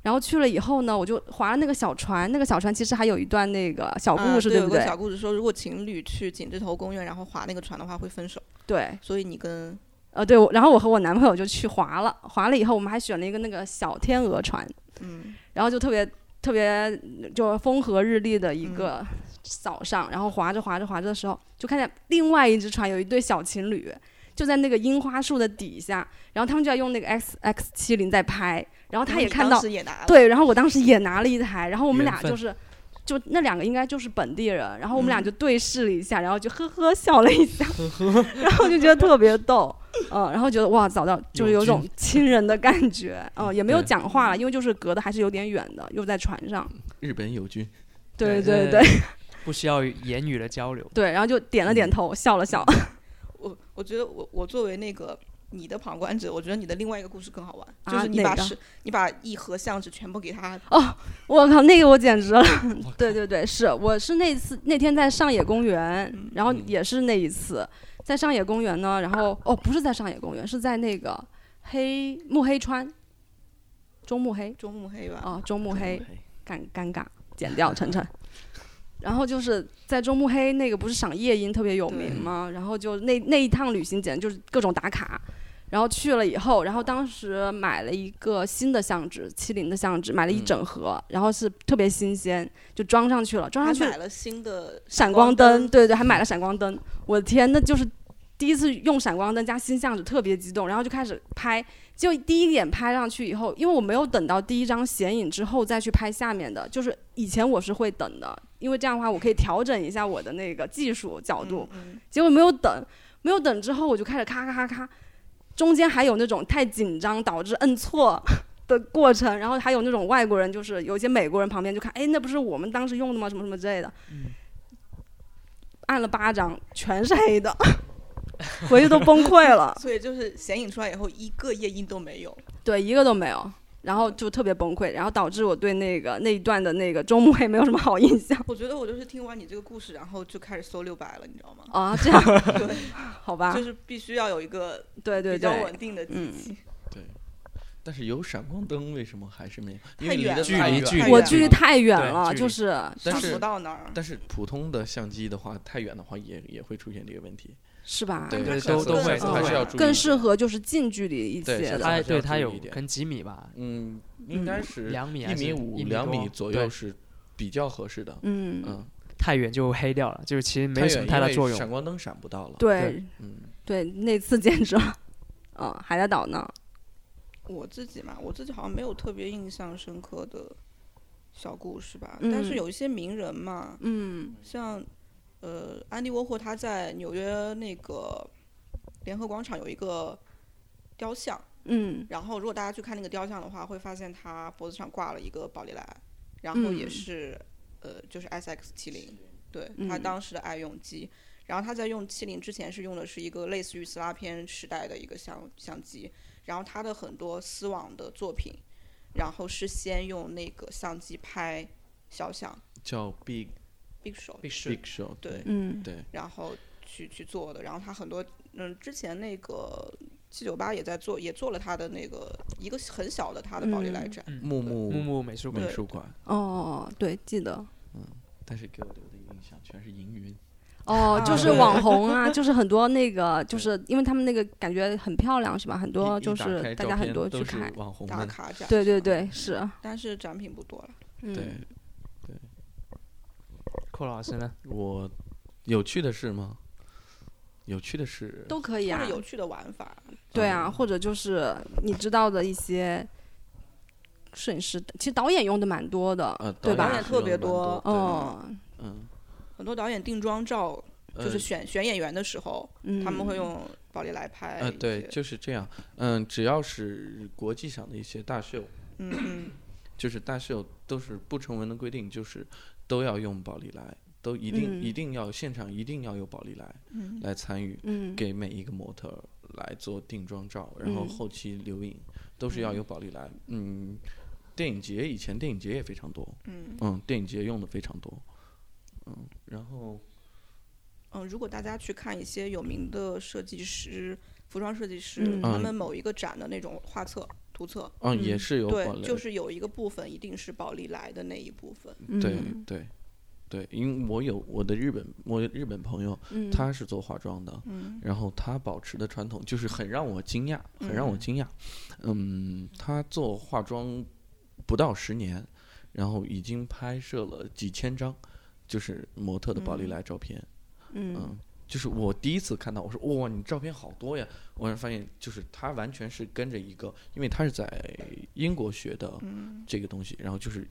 Speaker 1: 然后去了以后呢，我就划了那个小船，那个小船其实还有一段那个 小故
Speaker 2: 啊
Speaker 1: 事，
Speaker 2: 对
Speaker 1: 不
Speaker 2: 有个
Speaker 1: 对？
Speaker 2: 小故事说，如果情侣去景之头公园，然后划那个船的话会分手，
Speaker 1: 对，
Speaker 2: 所以你跟
Speaker 1: 呃，对，我然后我和我男朋友就去划了，划了以后，我们还选了一个那个小天鹅船，
Speaker 2: 嗯
Speaker 1: 然后就特别特别就风和日丽的
Speaker 2: 嗯
Speaker 1: 一个早上，然后划着划着划着的时候，就看见另外一只船有一对小情侣，就在那个樱花树的底下，然后他们就要用那个 X X 七零在拍，然哦后他也
Speaker 2: 哦你
Speaker 1: 看
Speaker 2: 当
Speaker 1: 到，
Speaker 2: 时也拿了，
Speaker 1: 对，然后我当时也拿了一台，然后我们
Speaker 4: 缘
Speaker 1: 俩
Speaker 4: 分
Speaker 1: 就是。就那两个应该就是本地人，然后我们俩
Speaker 2: 嗯
Speaker 1: 就对视了一下，然后就呵呵笑了一下，然后就觉得特别逗，嗯，然后觉得哇，找到就是
Speaker 4: 友
Speaker 1: 有种
Speaker 4: 军
Speaker 1: 亲人的感觉，嗯，也没有
Speaker 3: 对
Speaker 1: 讲话了，因为就是隔得还是有点远的，又在船上，
Speaker 3: 日本友军。
Speaker 1: 对
Speaker 4: 对呃
Speaker 1: 对对， 嗯
Speaker 4: 不需要言语的交流。
Speaker 1: 对，然后就点了点头，笑了笑，
Speaker 2: 我我觉得我我作为那个你的旁观者，我觉得你的另外一个故事更好玩，就
Speaker 1: 啊
Speaker 2: 是你
Speaker 1: 哪
Speaker 2: 把
Speaker 1: 个
Speaker 2: 是你把一盒相纸全部给他，
Speaker 1: 我靠，那个我简直了！对对对，是，我是那次那天在上野公园，然后也是那一次，在上野公园呢，然后哦，不是在上野公园，是在那个黑木黑川，中木黑
Speaker 2: 中目黑吧，
Speaker 1: 啊、中木黑，尴尴尬，剪掉晨晨。 然后就是在中目黑那个不是赏夜樱特别有名吗？然后就那那一趟旅行简直就是各种打卡。然后去了以后，然后当时买了一个新的相纸，七零的相纸，买了一
Speaker 3: 嗯
Speaker 1: 整盒，然后是特别新鲜，就装上去了，装
Speaker 2: 还
Speaker 1: 上去
Speaker 2: 买了新的
Speaker 1: 闪光灯，对对，还买了闪光灯。我的天，那就是第一次用闪光灯加新相纸，特别激动，然后就开始拍。就第一眼拍上去以后，因为我没有等到第一张显影之后再去拍下面的，就是以前我是会等的，因为这样的话我可以调整一下我的那个技术角度。
Speaker 2: 嗯
Speaker 1: 结果没有等，没有等之后我就开始咔咔咔咔，中间还有那种太紧张导致摁错的过程，然后还有那种外国人，就是有一些美国人旁边就看，哎，那不是我们当时用的吗？什么什么之类的，按了八张全是黑的，回去都崩溃了
Speaker 2: 嗯，所以就是显影出来以后一个夜印都没有，
Speaker 1: 对，一个都没有。然后就特别崩溃，然后导致我对那个那一段的那个周末也没有什么好印象
Speaker 2: 我觉得我就是听完你这个故事，然后就开始搜六百了，你知 道吗？
Speaker 1: 啊。这样
Speaker 2: 对，
Speaker 1: 好吧
Speaker 2: 就，是必须要有一个
Speaker 1: 对啊对
Speaker 2: 比较
Speaker 1: 对
Speaker 2: 稳，定的机
Speaker 1: 嗯
Speaker 2: 器。
Speaker 3: 但是有闪光灯，为什么还是没有？因
Speaker 2: 太
Speaker 3: 为离
Speaker 2: 远
Speaker 3: 得
Speaker 2: 了
Speaker 3: 太
Speaker 4: 离
Speaker 3: 远
Speaker 4: 距
Speaker 3: 了
Speaker 2: 太
Speaker 1: 我
Speaker 2: 远
Speaker 1: 距离
Speaker 2: 了
Speaker 1: 太远了，
Speaker 4: 距离
Speaker 1: 就是
Speaker 3: 但
Speaker 2: 想
Speaker 3: 是
Speaker 2: 不到那儿，
Speaker 3: 但是普通的相机的话，太远的话也也会出现这个问题。
Speaker 1: 是吧？
Speaker 3: 对
Speaker 4: 对
Speaker 3: 下
Speaker 4: 都
Speaker 3: 次
Speaker 4: 都
Speaker 3: 下
Speaker 4: 会
Speaker 3: 次
Speaker 4: 都
Speaker 3: 还
Speaker 4: 会
Speaker 3: 是要注意。嗯
Speaker 1: 更适。合就是近距离一
Speaker 3: 对
Speaker 1: 些
Speaker 3: 是
Speaker 1: 的
Speaker 3: 的。还
Speaker 4: 它
Speaker 3: 是要
Speaker 4: 对它
Speaker 3: 注意
Speaker 4: 有
Speaker 3: 一点
Speaker 4: 可能几米吧，
Speaker 3: 嗯，应该是
Speaker 4: 两米
Speaker 3: 一
Speaker 4: 还是
Speaker 3: 米
Speaker 4: 一
Speaker 3: 五、
Speaker 4: 米
Speaker 3: 两
Speaker 4: 多
Speaker 3: 米左
Speaker 4: 对
Speaker 3: 右是比较合适的。
Speaker 1: 嗯，
Speaker 3: 嗯，
Speaker 4: 太远就黑掉了，就是其实没有
Speaker 3: 太
Speaker 4: 什么
Speaker 3: 远
Speaker 4: 太
Speaker 3: 因
Speaker 4: 大
Speaker 3: 为
Speaker 4: 作用
Speaker 3: 闪。光灯闪不到了。
Speaker 1: 对
Speaker 3: 嗯，
Speaker 1: 对，那次简 直了，嗯，海带岛呢？
Speaker 2: 我自己嘛，我自己好像没有特别印象深刻的小故事吧。
Speaker 1: 嗯
Speaker 2: 但是有一些名人嘛，
Speaker 1: 嗯
Speaker 2: 像呃，安迪沃霍他在纽约那个联合广场有一个雕像，
Speaker 1: 嗯
Speaker 2: 然后如果大家去看那个雕像的话，会发现他脖子上挂了一个宝丽来，然后也
Speaker 1: 嗯
Speaker 2: 是、呃，就是 S X 七零，对
Speaker 1: 嗯
Speaker 2: 他当时的爱用机。然后他在用七零之前是用的是一个类似于斯拉片时代的一个相相机，然后他的很多丝网的作品，然后是先用那个相机拍肖像
Speaker 3: 叫 big
Speaker 2: big shot，
Speaker 4: 必须
Speaker 3: big show。
Speaker 2: 对
Speaker 1: 嗯
Speaker 3: 对，
Speaker 2: 然后去去做的。然后他很多嗯，之前那个七九八也在做，也做了他的那个一个很小的他的宝丽来
Speaker 1: 嗯
Speaker 2: 展。
Speaker 3: 木
Speaker 4: 木
Speaker 3: 木
Speaker 4: 木美术馆
Speaker 3: 美，术馆，
Speaker 1: 哦，对，记得
Speaker 3: 嗯但是给我留的印象全是银云。
Speaker 1: 哦，
Speaker 4: 啊
Speaker 1: 就是
Speaker 4: 对
Speaker 1: 网红 啊，就是很多那个，就是因为他们那个感觉很漂亮，是吧？很多
Speaker 3: 一一
Speaker 1: 就
Speaker 3: 打
Speaker 1: 是
Speaker 3: 开
Speaker 1: 大
Speaker 3: 照
Speaker 1: 家很
Speaker 3: 片
Speaker 1: 多
Speaker 3: 都
Speaker 1: 去
Speaker 3: 是
Speaker 1: 看，
Speaker 3: 网红
Speaker 2: 打
Speaker 3: 们。
Speaker 2: 卡展，
Speaker 1: 对对，对，是，
Speaker 2: 但是展品不多了。
Speaker 3: 对
Speaker 1: 嗯，
Speaker 4: 寇老师呢？
Speaker 3: 我有趣的事吗？有趣的事
Speaker 1: 都可以
Speaker 2: 或
Speaker 1: 啊
Speaker 2: 者，有趣的玩法，
Speaker 1: 对啊，或者就是你知道的一些摄影师，其实导演用的蛮多的，
Speaker 3: 呃，
Speaker 1: 对吧
Speaker 2: 导演特别多
Speaker 3: 哦，
Speaker 1: 哦，
Speaker 3: 对嗯，
Speaker 2: 很多导演定妆照，就
Speaker 3: 呃
Speaker 2: 是选选演员的时候，
Speaker 1: 嗯，
Speaker 2: 他们会用宝丽来拍。
Speaker 3: 呃，对，，就是这样。嗯，只要是国际上的一些大秀，
Speaker 2: 嗯嗯，
Speaker 3: 就是大秀都是不成文的规定，就是都要用宝丽来，都一定、
Speaker 1: 嗯
Speaker 3: 一定要现场一定要有宝丽来、
Speaker 2: 嗯
Speaker 3: 来参与，
Speaker 1: 嗯，
Speaker 3: 给每一个模特儿来做定妆照，然后
Speaker 1: 嗯
Speaker 3: 后期留影、都是要有宝丽来。嗯，电影节以前电影节也非常多，
Speaker 2: 嗯
Speaker 3: 嗯，电影节用的非常多，嗯，然后
Speaker 2: 嗯，如果大家去看一些有名的设计师、服装设计师，
Speaker 1: 嗯
Speaker 2: 他
Speaker 3: 嗯
Speaker 2: 们某一个展的那种画册、图册，
Speaker 3: 嗯也
Speaker 1: 嗯
Speaker 3: 是有宝
Speaker 2: 对，
Speaker 3: 丽，
Speaker 2: 就是有一个部分一定是宝丽来的那一部分。
Speaker 3: 对
Speaker 1: 嗯
Speaker 3: 对对，因为我有我的日本我有日本朋友，
Speaker 1: 嗯
Speaker 3: 他是做化妆的，
Speaker 2: 嗯
Speaker 3: 然后他保持的传统就是很让我惊讶，很让我
Speaker 2: 嗯
Speaker 3: 惊讶。嗯，他做化妆不到十年，然后已经拍摄了几千张，就是模特的宝丽
Speaker 2: 嗯
Speaker 3: 来照片。嗯
Speaker 1: 嗯
Speaker 3: 就是我第一次看到，我说哇，你照片好多呀！我发现就是他完全是跟着一个，因为他是在英国学的
Speaker 2: 嗯，
Speaker 3: 这个东西，然后就是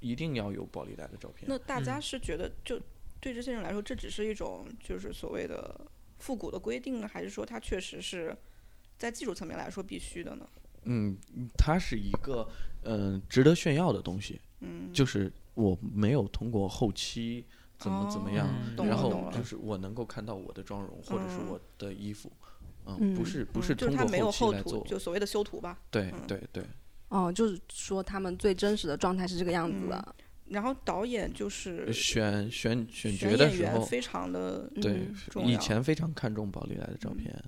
Speaker 3: 一定要有宝丽来的照片。
Speaker 2: 那大家
Speaker 4: 嗯
Speaker 2: 是觉得就对这些人来说，这只是一种就是所谓的复古的规定呢，还是说它确实是在技术层面来说必须的呢？
Speaker 3: 嗯，它是一个嗯、呃值得炫耀的东西。
Speaker 2: 嗯，
Speaker 3: 就是我没有通过后期怎么怎么样，
Speaker 2: 哦懂
Speaker 3: 然
Speaker 2: 了
Speaker 3: 后
Speaker 2: 懂
Speaker 3: 就
Speaker 2: 了。
Speaker 3: 是我能够看到我的妆容或者是
Speaker 2: 嗯
Speaker 3: 我的衣服，嗯，
Speaker 1: 嗯
Speaker 3: 不是不
Speaker 2: 嗯
Speaker 3: 是
Speaker 2: 就是
Speaker 3: 通
Speaker 2: 它没有
Speaker 3: 过
Speaker 2: 后
Speaker 3: 期来
Speaker 2: 图，
Speaker 3: 做，
Speaker 2: 就所谓的修图吧。
Speaker 3: 对
Speaker 2: 嗯
Speaker 3: 对对，
Speaker 1: 哦，就是说他们最真实的状态是这个样子的，
Speaker 2: 然后导演就是
Speaker 3: 呃选选选
Speaker 2: 选
Speaker 3: 角的
Speaker 2: 演
Speaker 3: 时
Speaker 2: 员
Speaker 3: 候，
Speaker 2: 非常的
Speaker 3: 对
Speaker 1: 嗯，
Speaker 2: 重
Speaker 3: 以
Speaker 2: 要
Speaker 3: 前非常看重宝丽来的照
Speaker 2: 嗯
Speaker 3: 片，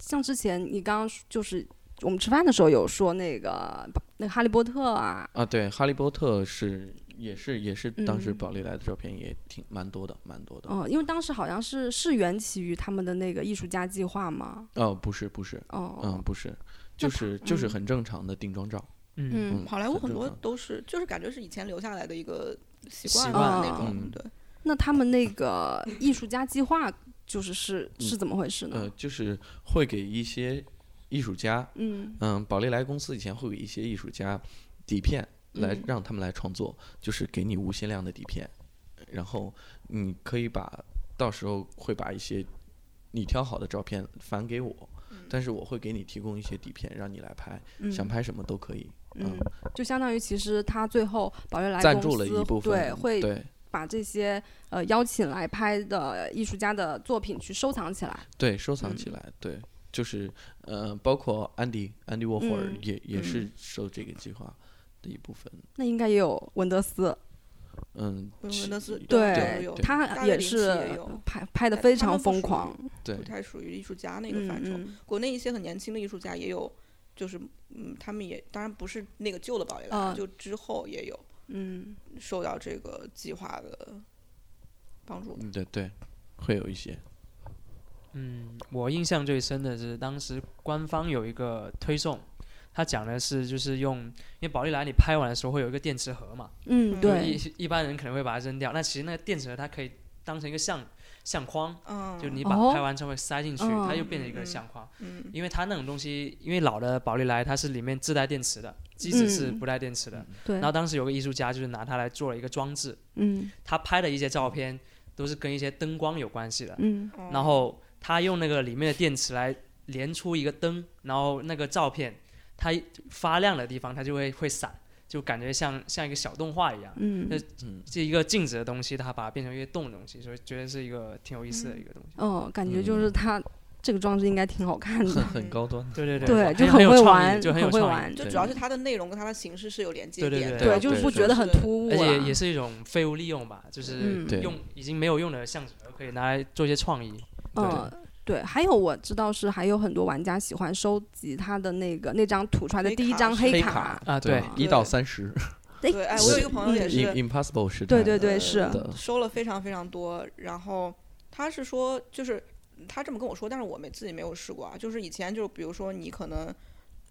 Speaker 1: 像之前你刚刚说就是我们吃饭的时候有说那个那个哈利波特啊，
Speaker 3: 啊，对，哈利波特是也是也是当时
Speaker 1: 嗯
Speaker 3: 宝丽来的照片也挺蛮多的，蛮多
Speaker 2: 哦
Speaker 1: 嗯、
Speaker 3: 的。
Speaker 1: 因为当时好像是是缘起于他们的那个艺术家计划嘛，
Speaker 3: 哦，不是不是，
Speaker 1: 哦，
Speaker 3: 嗯，不是，就是就是
Speaker 1: 嗯
Speaker 3: 很正常的定妆照。
Speaker 4: 嗯，
Speaker 1: 嗯，
Speaker 2: 好莱坞
Speaker 3: 很
Speaker 2: 很
Speaker 3: 正
Speaker 2: 多
Speaker 3: 常
Speaker 2: 都是就是感觉是以前留下来的一个习
Speaker 4: 习
Speaker 2: 惯啊
Speaker 4: 惯
Speaker 2: 吧那
Speaker 1: 哦
Speaker 2: 种，
Speaker 3: 嗯
Speaker 2: 对，
Speaker 1: 那他们那个艺术家计划就是是是怎么回
Speaker 2: 嗯
Speaker 1: 事呢？
Speaker 3: 呃，就是会给一些艺术家，
Speaker 1: 嗯
Speaker 3: 嗯，宝丽来公司以前会给一些艺术家底片来
Speaker 1: 嗯
Speaker 3: 让他们来创作，就是给你无限量的底片，然后你可以把到时候会把一些你挑好的照片返给我，但是我会给你提供一些底片让你来拍，
Speaker 1: 嗯
Speaker 3: 想拍什么都可以。
Speaker 1: 嗯，就相当于其实他最后宝悦来
Speaker 3: 赞
Speaker 1: 公
Speaker 3: 助了
Speaker 1: 司
Speaker 3: 一部分，
Speaker 1: 对，会
Speaker 3: 对
Speaker 1: 把这些呃邀请来拍的艺术家的作品去收藏起来。
Speaker 3: 对收藏
Speaker 1: 嗯
Speaker 3: 起来，对，就是呃，包括安迪安迪沃霍尔
Speaker 1: 嗯
Speaker 3: 也、也是
Speaker 2: 嗯
Speaker 3: 受这个计划的一部分。
Speaker 1: 那应该也有文德斯，
Speaker 3: 嗯，
Speaker 2: 文
Speaker 3: 其
Speaker 2: 文德斯
Speaker 1: 对
Speaker 2: 都啊有，
Speaker 1: 他
Speaker 2: 大
Speaker 1: 也
Speaker 2: 卫林奇也
Speaker 1: 是
Speaker 2: 有
Speaker 1: 拍拍的
Speaker 2: 哎
Speaker 1: 非
Speaker 2: 他
Speaker 1: 常
Speaker 2: 们不
Speaker 1: 疯
Speaker 2: 属于
Speaker 1: 狂，嗯
Speaker 3: 对
Speaker 2: 不太属于艺术家
Speaker 3: 嗯
Speaker 2: 那
Speaker 1: 那
Speaker 2: 个范畴。国内一些很年轻的艺术家也有，就是嗯，他们也当然不是那个旧的宝丽来，
Speaker 1: 啊
Speaker 2: 就之后也有
Speaker 1: 嗯，
Speaker 2: 受到这个计划的帮助。
Speaker 3: 嗯对对，会有一些。
Speaker 4: 嗯，我印象最深的是当时官方有一个推送，他讲的是就是用，因为宝丽来你拍完的时候会有一个电池盒嘛，
Speaker 1: 嗯，
Speaker 2: 嗯
Speaker 1: 对，
Speaker 4: 一一般人可能会把它扔掉，那其实那个电池盒它可以当成一个相相框，
Speaker 2: 嗯，
Speaker 4: 就你把
Speaker 1: 哦
Speaker 4: 拍完之后塞进去，它又变成
Speaker 2: 嗯
Speaker 4: 一
Speaker 2: 嗯
Speaker 4: 个
Speaker 2: 嗯
Speaker 4: 相框。
Speaker 2: 嗯
Speaker 4: 因为它那种东西，因为老的宝丽来它是里面自带电池的，机子是
Speaker 1: 嗯
Speaker 4: 不带电池的。
Speaker 1: 对
Speaker 4: 然，后当时有个艺术家就是拿它来做了一个装置，
Speaker 1: 嗯
Speaker 4: 他拍的一些照片都是跟一些灯光有关系的，
Speaker 1: 嗯
Speaker 2: 哦
Speaker 4: 然后他用那个里面的电池来连出一个灯，然后那个照片它发亮的地方它就会会闪，就感觉像像一个小动画一样。
Speaker 1: 嗯
Speaker 4: 那
Speaker 3: 嗯，
Speaker 4: 这一个静止的东西，它把它变成一个动的东西，所以觉得是一个挺有意思的一个东西。
Speaker 1: 哦，感觉
Speaker 4: 嗯
Speaker 1: 就是他这个装置应该挺好看
Speaker 3: 很
Speaker 1: 的，
Speaker 3: 很高端。
Speaker 4: 对对
Speaker 1: 对，
Speaker 4: 很
Speaker 1: 就
Speaker 4: 很有
Speaker 1: 会
Speaker 4: 创意
Speaker 1: 玩，
Speaker 4: 就很有
Speaker 1: 会
Speaker 4: 创意
Speaker 1: 玩，
Speaker 2: 就
Speaker 3: 对
Speaker 2: 主要是它的内容跟它的形式是有连接
Speaker 4: 对对
Speaker 2: 点的。
Speaker 4: 对
Speaker 1: 对，就是不觉得很突兀
Speaker 4: 而
Speaker 1: 啊，
Speaker 4: 且也是一种废物利用吧，就是
Speaker 1: 嗯
Speaker 3: 对
Speaker 4: 用已经没有用的相纸可以拿来做一些创意。
Speaker 1: 嗯，对，还有我知道是还有很多玩家喜欢收集他的那个那张吐出来的
Speaker 2: 黑
Speaker 1: 第一
Speaker 2: 卡
Speaker 1: 张
Speaker 2: 是
Speaker 1: 黑
Speaker 3: 黑
Speaker 1: 卡，
Speaker 4: 啊对
Speaker 3: 一到三十
Speaker 1: 对
Speaker 2: 对哎
Speaker 3: 我有一
Speaker 2: 个朋友
Speaker 1: 嗯
Speaker 2: 也是
Speaker 3: ，Impossible 时代。
Speaker 1: 对对对，
Speaker 2: 呃
Speaker 1: 是，
Speaker 3: 的
Speaker 2: 收了非常非常多。然后他是说，就是他这么跟我说，但是我们自己没有试过啊。就是以前就是，比如说你可能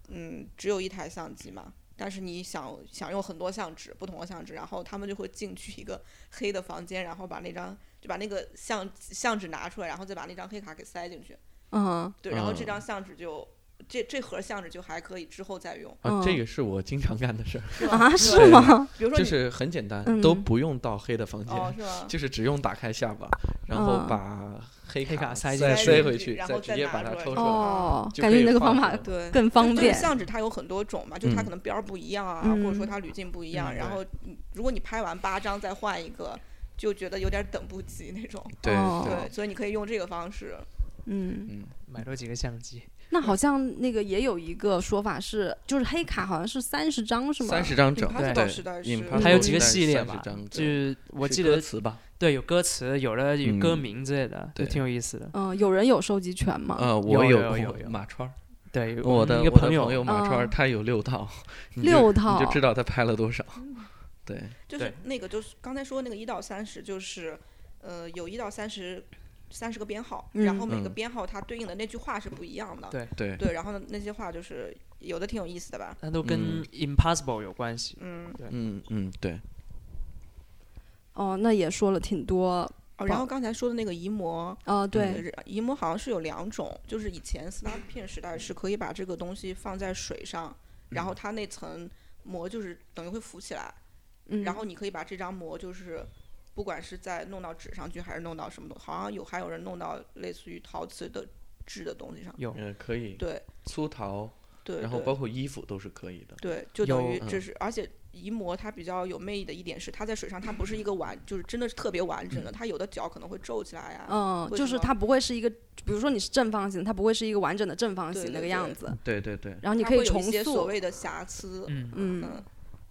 Speaker 2: 嗯只有一台相机嘛，但是你想想用很多相纸，不同的相纸，然后他们就会进去一个黑的房间，然后把那张就把那个相相纸拿出来，然后再把那张黑卡给塞进去。
Speaker 1: 嗯，
Speaker 2: 对，然后这
Speaker 3: 嗯
Speaker 2: 张相纸就。这这盒相纸就还可以，之后再用，
Speaker 3: 啊，这
Speaker 1: 嗯
Speaker 3: 个是我经常干的事儿，
Speaker 2: 是吧？
Speaker 1: 啊，
Speaker 2: 是
Speaker 1: 是
Speaker 2: 吧
Speaker 3: 对
Speaker 1: 吗？
Speaker 2: 比如说
Speaker 3: 就
Speaker 2: 你，
Speaker 3: 是很简单，都
Speaker 1: 嗯
Speaker 3: 不用到黑的房间，
Speaker 2: 哦，是吧？
Speaker 3: 就是只用打开下巴，然后
Speaker 1: 嗯
Speaker 3: 把黑
Speaker 4: 黑卡
Speaker 3: 塞
Speaker 4: 塞进
Speaker 3: 再
Speaker 4: 去
Speaker 3: 塞回
Speaker 2: 然后
Speaker 3: 再
Speaker 2: 再
Speaker 3: 直接
Speaker 2: 拿
Speaker 3: 把
Speaker 2: 出
Speaker 3: 它
Speaker 2: 来
Speaker 3: 抽出来。
Speaker 1: 哦，
Speaker 3: 就
Speaker 1: 感
Speaker 3: 可
Speaker 1: 觉
Speaker 3: 以
Speaker 1: 你那个
Speaker 3: 画
Speaker 1: 方法
Speaker 3: 出来
Speaker 2: 对，
Speaker 1: 更方
Speaker 2: 就
Speaker 1: 便
Speaker 2: 是相纸它有很多种嘛，就是它可能边儿不一样啊，
Speaker 1: 嗯
Speaker 2: 或者说它滤镜不一样。
Speaker 4: 嗯
Speaker 2: 然后你如果你拍完八张再换一个，就觉得有点等不及那种。
Speaker 3: 对
Speaker 1: 哦
Speaker 3: 对，
Speaker 2: 对，所以你可以用这个方式。
Speaker 1: 嗯，
Speaker 3: 嗯，
Speaker 4: 买多几个相机，
Speaker 1: 那好像那个也有一个说法是，就是黑卡好像是三十张是吗？
Speaker 3: 三十张整，
Speaker 2: Impossible
Speaker 3: 对
Speaker 2: 时代是
Speaker 3: ，Impossible
Speaker 4: 它有几
Speaker 3: 时
Speaker 4: 个
Speaker 3: 代
Speaker 4: 系列
Speaker 3: 30
Speaker 4: 吧，
Speaker 3: 张
Speaker 4: 就
Speaker 3: 对
Speaker 4: 是我
Speaker 3: 是
Speaker 4: 记
Speaker 3: 歌
Speaker 4: 得
Speaker 3: 词吧，
Speaker 4: 对有歌词，有的有歌
Speaker 3: 嗯
Speaker 4: 名之类的，
Speaker 3: 对
Speaker 4: 就挺有意思的。
Speaker 1: 嗯，有人有收集权吗？
Speaker 3: 呃，我
Speaker 4: 有有
Speaker 3: 有
Speaker 4: 有有
Speaker 3: 马川儿，
Speaker 4: 对，
Speaker 3: 我
Speaker 4: 们
Speaker 3: 的
Speaker 4: 一个
Speaker 3: 我的
Speaker 4: 友，
Speaker 3: 友马川儿，
Speaker 1: 嗯
Speaker 3: 他有六套，你就
Speaker 1: 六
Speaker 3: 你
Speaker 1: 套
Speaker 3: 就知道他拍了多少。对，
Speaker 2: 就是
Speaker 4: 对
Speaker 2: 那个，就是刚才说那个一到三十，就是呃有一到三十三十个编号，
Speaker 1: 嗯
Speaker 2: 然后每个
Speaker 3: 嗯
Speaker 2: 编号它对应的那句话是不一样的。
Speaker 4: 对
Speaker 3: 对
Speaker 2: 对，然后呢，那些话就是有的挺有意思的吧。
Speaker 4: 它都跟
Speaker 3: 嗯
Speaker 4: Impossible 有关系。
Speaker 2: 嗯，
Speaker 3: 嗯嗯，对，
Speaker 1: 哦，那也说了挺多。
Speaker 2: 哦，然后刚才说的那个移模，
Speaker 1: 哦，对，
Speaker 2: 呃移模好像是有两种，就是以前 s l a p 片时代是可以把这个东西放在水上，然后它那层膜就是等于会浮起来，
Speaker 1: 嗯，
Speaker 2: 然后你可以把这张膜就是。不管是在弄到纸上去，还是弄到什么东好像有还有人弄到类似于陶瓷的制的东西上。
Speaker 4: 有
Speaker 3: 嗯，可以，
Speaker 2: 对
Speaker 3: 粗陶，
Speaker 2: 对，
Speaker 3: 然后
Speaker 2: 对
Speaker 3: 包括衣服都是可以的。
Speaker 2: 对，就等
Speaker 4: 有
Speaker 2: 于这是，而且移模它比较有魅力的一点是，它在水上它不是一个完，就是真的是特别完整的，它有的角可能会皱起来呀、
Speaker 1: 嗯，
Speaker 2: 为
Speaker 1: 就
Speaker 2: 什
Speaker 1: 是
Speaker 2: 么
Speaker 1: 它不会是一个，比如说你是正方形，它不会是一个完整的正方
Speaker 2: 对
Speaker 1: 形那
Speaker 2: 对
Speaker 1: 个
Speaker 2: 对
Speaker 1: 样子。
Speaker 3: 对对对，
Speaker 1: 然后你
Speaker 2: 它
Speaker 1: 可以
Speaker 2: 会有
Speaker 1: 重
Speaker 2: 一些所
Speaker 1: 塑，
Speaker 2: 谓的瑕疵。
Speaker 4: 嗯，
Speaker 1: 嗯
Speaker 2: 嗯，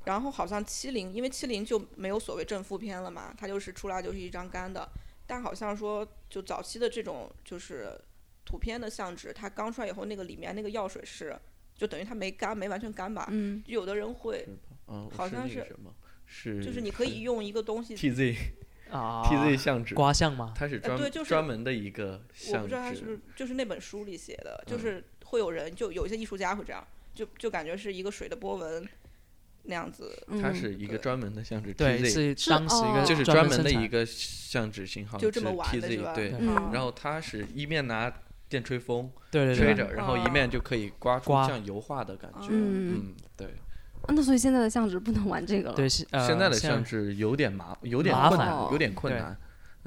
Speaker 2: 然后好像七零，因为七零就没有所谓正负片了嘛，它就是出来就是一张干的。但好像说，就早期的这种就是图片的相纸，它刚出来以后，那个里面那个药水是，就等于它没干，没完全干吧。
Speaker 1: 嗯，
Speaker 2: 有的人会，
Speaker 3: 嗯，
Speaker 2: 好像
Speaker 3: 是那
Speaker 2: 是
Speaker 3: 个什么，嗯是
Speaker 2: 就是你可以用一个东西，
Speaker 3: T Z
Speaker 4: 啊
Speaker 3: T Z 相纸，
Speaker 4: 刮相吗？
Speaker 3: 它是专
Speaker 2: 呃对就是
Speaker 3: 专门的一个
Speaker 2: 我
Speaker 3: 相
Speaker 2: 不知道它是不
Speaker 3: 纸
Speaker 2: 是，就是那本书里写的，就
Speaker 3: 嗯
Speaker 2: 是会有人就有一些艺术家会这样，就就感觉是一个水的波纹那样子。
Speaker 3: 它
Speaker 1: 嗯
Speaker 3: 是一个
Speaker 2: 对
Speaker 3: 专门的相纸 T
Speaker 4: 对，
Speaker 3: Z，
Speaker 4: 是
Speaker 1: 是
Speaker 4: 当时一
Speaker 1: 哦
Speaker 4: 个
Speaker 3: 就是
Speaker 4: 专
Speaker 3: 专门的
Speaker 4: 生产
Speaker 3: 一个相纸型号，
Speaker 2: 就这么玩
Speaker 3: T
Speaker 2: 的是
Speaker 3: Z
Speaker 2: 吧
Speaker 3: 对。
Speaker 4: 对
Speaker 1: 嗯
Speaker 3: 然后它是一面拿电吹风
Speaker 4: 对对
Speaker 3: 吹
Speaker 4: 对，
Speaker 3: 着，然后一面就可以刮出
Speaker 4: 刮
Speaker 3: 像油画的感觉。
Speaker 2: 哦
Speaker 1: 嗯，
Speaker 3: 嗯，对，
Speaker 1: 啊那所以现在的相纸不能玩这个了。
Speaker 4: 对，是呃
Speaker 3: 啊现在的相纸有点麻，有点
Speaker 4: 麻
Speaker 3: 困
Speaker 4: 烦
Speaker 3: 难，有点困
Speaker 4: 对
Speaker 3: 难。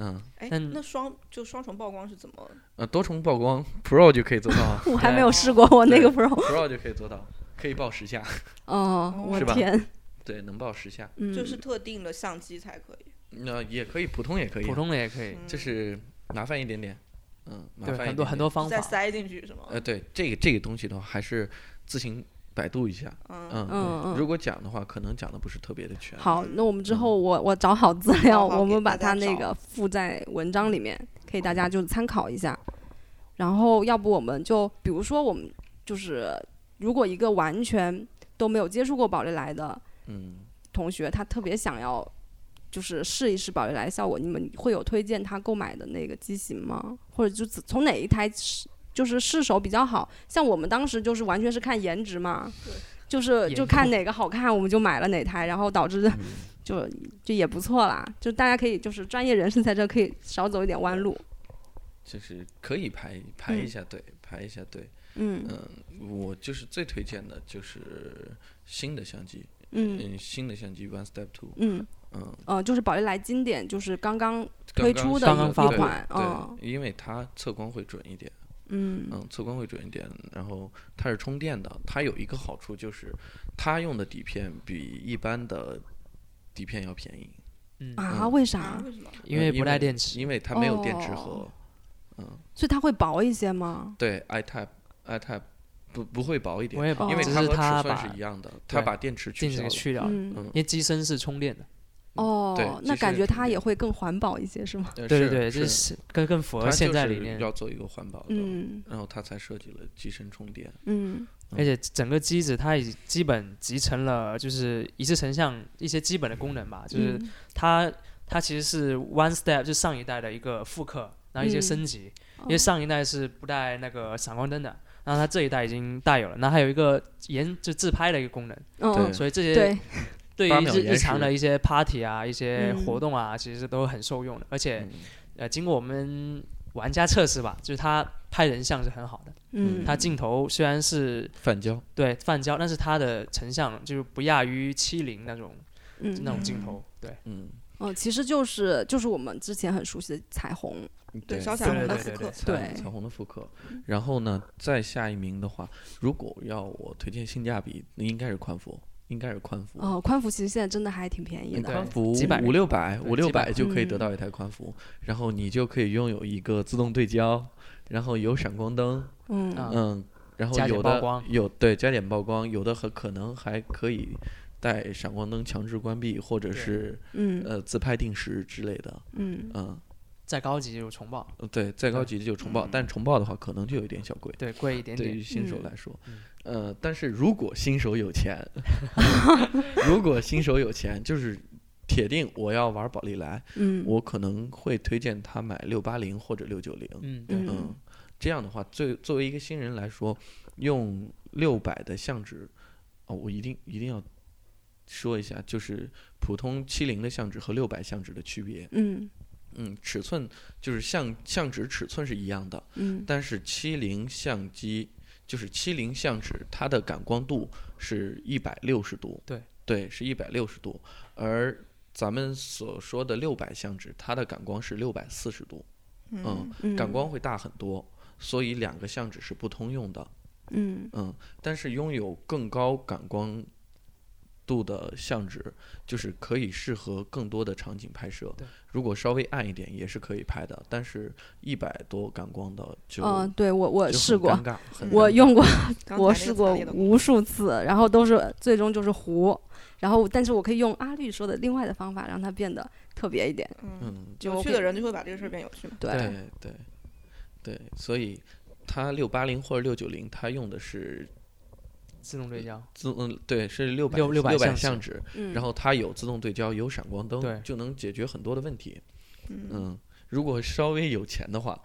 Speaker 3: 嗯，
Speaker 2: 哎，
Speaker 4: 但
Speaker 2: 那双就双重曝光是怎么？
Speaker 3: 呃，多重曝光 Pro 就可以做 到啊
Speaker 1: 我还
Speaker 4: 对
Speaker 1: 没有试过我那
Speaker 3: 对
Speaker 1: 个 Pro。
Speaker 3: ，Pro 就可以做到，可以报十下，
Speaker 1: 哦，我
Speaker 3: 是吧
Speaker 1: 天，
Speaker 3: 对，能报十下。
Speaker 1: 嗯，
Speaker 2: 就是特定的相机才可以。
Speaker 3: 那也可以，普通也可以啊，
Speaker 4: 普通的也可以，
Speaker 2: 嗯
Speaker 3: 就是麻烦一点点。嗯，麻
Speaker 4: 对，
Speaker 3: 烦一
Speaker 4: 很多
Speaker 3: 点点
Speaker 4: 很多方
Speaker 2: 再
Speaker 4: 法。
Speaker 2: 塞进去是吗？
Speaker 3: 呃，对这个这个东西的话，还是自行百度一下。
Speaker 2: 嗯，
Speaker 1: 嗯
Speaker 3: 嗯对
Speaker 1: 嗯
Speaker 3: 如果讲的话，可能讲的不是特别的全。
Speaker 1: 好，那我们之后我我找好资料，
Speaker 2: 好好
Speaker 1: 我们
Speaker 2: 给
Speaker 1: 把
Speaker 2: 大
Speaker 1: 它
Speaker 2: 家
Speaker 1: 那
Speaker 2: 嗯找
Speaker 1: 个附在文章里面，可以大家就参考一下。然后，要不我们就比如说我们就是，如果一个完全都没有接触过宝丽来的
Speaker 3: 嗯，
Speaker 1: 同学，他特别想要就是试一试宝丽来效果，你们会有推荐他购买的那个机型吗？或者就自从哪一台试就是试手比较好？像我们当时就是完全是看颜值嘛，就是
Speaker 4: 颜
Speaker 1: 就
Speaker 4: 值
Speaker 1: 看哪个好看我们就买了哪台，然后导致就就也不错啦。就大家可以就是专业人士在这可以少走一点弯路。
Speaker 3: 就是可以排排一
Speaker 1: 嗯
Speaker 3: 下队，排一下队。
Speaker 1: 嗯
Speaker 3: 嗯，我就是最推荐的就是新的相机，
Speaker 1: 嗯
Speaker 3: 嗯，新的相机 One Step Two，
Speaker 1: 嗯
Speaker 3: 嗯，
Speaker 1: 呃，就是宝丽来经典，就是刚刚
Speaker 3: 刚
Speaker 1: 推
Speaker 3: 刚
Speaker 1: 出的
Speaker 3: 新
Speaker 4: 一个
Speaker 3: 对
Speaker 4: 发
Speaker 1: 款
Speaker 3: 对，
Speaker 1: 嗯
Speaker 3: 因为它测光会准一点。
Speaker 1: 嗯
Speaker 3: 嗯，测光会准一点，然后它是充电的，它有一个好处就是，它用的底片比一般的底片要便宜，
Speaker 4: 嗯，
Speaker 1: 啊，
Speaker 3: 嗯
Speaker 1: 为
Speaker 2: 啊
Speaker 1: 啥？
Speaker 2: 为什么？
Speaker 4: 因
Speaker 3: 呃
Speaker 4: 为不带电池，
Speaker 3: 因为它没有电池
Speaker 1: 哦
Speaker 3: 盒，嗯，
Speaker 1: 所以它会薄一些吗？
Speaker 3: 对，iType iType 不不会薄一
Speaker 4: 我
Speaker 3: 点，
Speaker 4: 也不
Speaker 1: 薄
Speaker 3: 因为
Speaker 4: 只
Speaker 3: 它
Speaker 4: 是
Speaker 3: 和
Speaker 4: 它
Speaker 3: 尺寸
Speaker 4: 把
Speaker 3: 是一样的，它
Speaker 4: 对
Speaker 3: 把电池取
Speaker 4: 电
Speaker 3: 消
Speaker 4: 池
Speaker 3: 了，
Speaker 4: 去掉了，
Speaker 1: 嗯
Speaker 3: 嗯
Speaker 4: 因为机身是充电的。
Speaker 3: 对
Speaker 1: 哦，那
Speaker 3: 机身
Speaker 1: 感
Speaker 3: 是
Speaker 1: 觉
Speaker 3: 挺
Speaker 1: 它
Speaker 3: 便
Speaker 1: 也
Speaker 3: 宜
Speaker 1: 会更环保一些，是吗？
Speaker 3: 对
Speaker 4: 对对对，这
Speaker 3: 呃是
Speaker 4: 是更更符合
Speaker 3: 它
Speaker 4: 现
Speaker 3: 就
Speaker 4: 在理
Speaker 3: 是
Speaker 4: 念，
Speaker 3: 要做一个环保的，
Speaker 1: 嗯
Speaker 3: 然后它才设计了机身充电，
Speaker 1: 嗯
Speaker 4: 而且整个机子它已基本集成了就是一次成像一些基本的功能吧，就是
Speaker 1: 嗯
Speaker 4: 它它其实是 One Step 就上一代的一个复刻，然后一些
Speaker 1: 嗯
Speaker 4: 升级，
Speaker 1: 哦
Speaker 4: 因为上一代是不带那个闪光灯的，然后它这一代已经带有了，然后还有一个延就自拍的一个功能，
Speaker 1: 嗯
Speaker 3: 对
Speaker 1: 嗯
Speaker 4: 所以这些
Speaker 1: 对，
Speaker 4: 对
Speaker 3: 八
Speaker 4: 于
Speaker 3: 秒
Speaker 4: 日
Speaker 3: 延
Speaker 4: 日常
Speaker 3: 时
Speaker 4: 的一些 party 啊、一些
Speaker 1: 嗯
Speaker 4: 活动啊，其实都很受用的，而且
Speaker 3: 嗯
Speaker 4: 呃，经过我们玩家测试吧，就是它拍人像是很好的，
Speaker 1: 嗯，
Speaker 4: 它镜头虽然是
Speaker 3: 反胶，
Speaker 4: 对泛焦，但是它的成像就是不亚于七零那种
Speaker 1: 嗯
Speaker 4: 那种镜头，对，
Speaker 3: 嗯，
Speaker 1: 哦，其实就是就是我们之前很熟悉的彩虹，
Speaker 2: 对，小彩
Speaker 4: 对
Speaker 2: 虹的
Speaker 4: 对
Speaker 2: 复
Speaker 4: 对
Speaker 2: 刻
Speaker 4: 对，
Speaker 1: 对嗯
Speaker 3: 彩虹的复刻。然后呢，再下一名的话，如果要我推荐性价比，那应该是宽幅，应该是宽幅。
Speaker 1: 哦，宽幅其实现在真的还挺便宜
Speaker 3: 嗯
Speaker 1: 的，
Speaker 4: 对
Speaker 3: 宽幅
Speaker 4: 几百
Speaker 3: 五六百，
Speaker 4: 对
Speaker 3: 五六
Speaker 4: 几百
Speaker 3: 百就可以
Speaker 1: 嗯
Speaker 3: 得到一台宽幅，然后你就可以拥有一个自动对焦，然后有闪光灯，
Speaker 1: 嗯
Speaker 4: 啊
Speaker 3: 嗯，然后
Speaker 4: 加点
Speaker 3: 有
Speaker 4: 曝
Speaker 3: 的
Speaker 4: 光
Speaker 3: 有对加点曝光，有的和可能还可以带闪光灯强制关闭，或者
Speaker 4: 对
Speaker 3: 是
Speaker 1: 嗯
Speaker 3: 呃自拍定时之类的，
Speaker 1: 嗯
Speaker 3: 嗯，
Speaker 4: 再高级就是重报，
Speaker 3: 呃对，再高级就
Speaker 4: 嗯
Speaker 3: 重报，但重报的话可能就有点小贵。
Speaker 4: 对，贵一点
Speaker 3: 对
Speaker 4: 点
Speaker 3: 于，新手
Speaker 1: 嗯
Speaker 3: 来说，
Speaker 4: 嗯
Speaker 3: 呃，但是如果新手有钱，如果新手有钱，就是铁定我要玩宝丽来，
Speaker 1: 嗯，
Speaker 3: 我可能会推荐他买六八零或者六九零，
Speaker 4: 嗯，对，
Speaker 1: 嗯
Speaker 3: 嗯，这样的话，最作为一个新人来说，用六百的相纸，哦，我一定一定要说一下，就是普通七零的相纸和六百相纸的区别，
Speaker 1: 嗯
Speaker 3: 嗯，尺寸就是相相纸尺寸是一样的，
Speaker 1: 嗯
Speaker 3: 但是七零相机就是七零相纸，它的感光度是一百六十度，
Speaker 4: 对
Speaker 3: 对，是一百六十度，而咱们所说的六百相纸，它的感光是六百四十度，嗯，
Speaker 1: 嗯，
Speaker 3: 感光会大很多，所以两个相纸是不通用的，
Speaker 1: 嗯
Speaker 3: 嗯，但是拥有更高感光度的相纸，就是可以适合更多的场景拍摄
Speaker 4: 对。
Speaker 3: 如果稍微暗一点也是可以拍的，但是一百多感光的就
Speaker 1: 嗯，对我我
Speaker 3: 就
Speaker 1: 试
Speaker 3: 很
Speaker 1: 过
Speaker 3: 尴，尬，很
Speaker 1: 我
Speaker 3: 尴尬
Speaker 1: 用过，
Speaker 2: 刚才
Speaker 1: 我
Speaker 2: 那个
Speaker 1: 试
Speaker 2: 惨
Speaker 1: 过
Speaker 2: 烈的
Speaker 1: 无数次，然后都是最终就是糊，然后但是我可以用阿绿说的另外的方法让它变得特别一点，
Speaker 2: 嗯，
Speaker 3: 嗯，
Speaker 1: 就
Speaker 2: 有
Speaker 1: 我
Speaker 2: 趣
Speaker 1: 可以
Speaker 2: 的人就会把这个事儿变有趣嘛。
Speaker 1: 对，
Speaker 3: 对嗯对对，所以它六八零或者六九零，它用的是
Speaker 4: 自动对焦，
Speaker 3: 自嗯对是六百
Speaker 4: 六
Speaker 3: 六
Speaker 4: 600
Speaker 3: 百
Speaker 4: 像
Speaker 3: 相
Speaker 4: 素
Speaker 3: 纸，
Speaker 1: 嗯，
Speaker 3: 然后它有自动对焦，有闪光灯，
Speaker 4: 对
Speaker 3: 就能解决很多的问题。
Speaker 2: 嗯，
Speaker 3: 嗯，如果稍微有钱的话，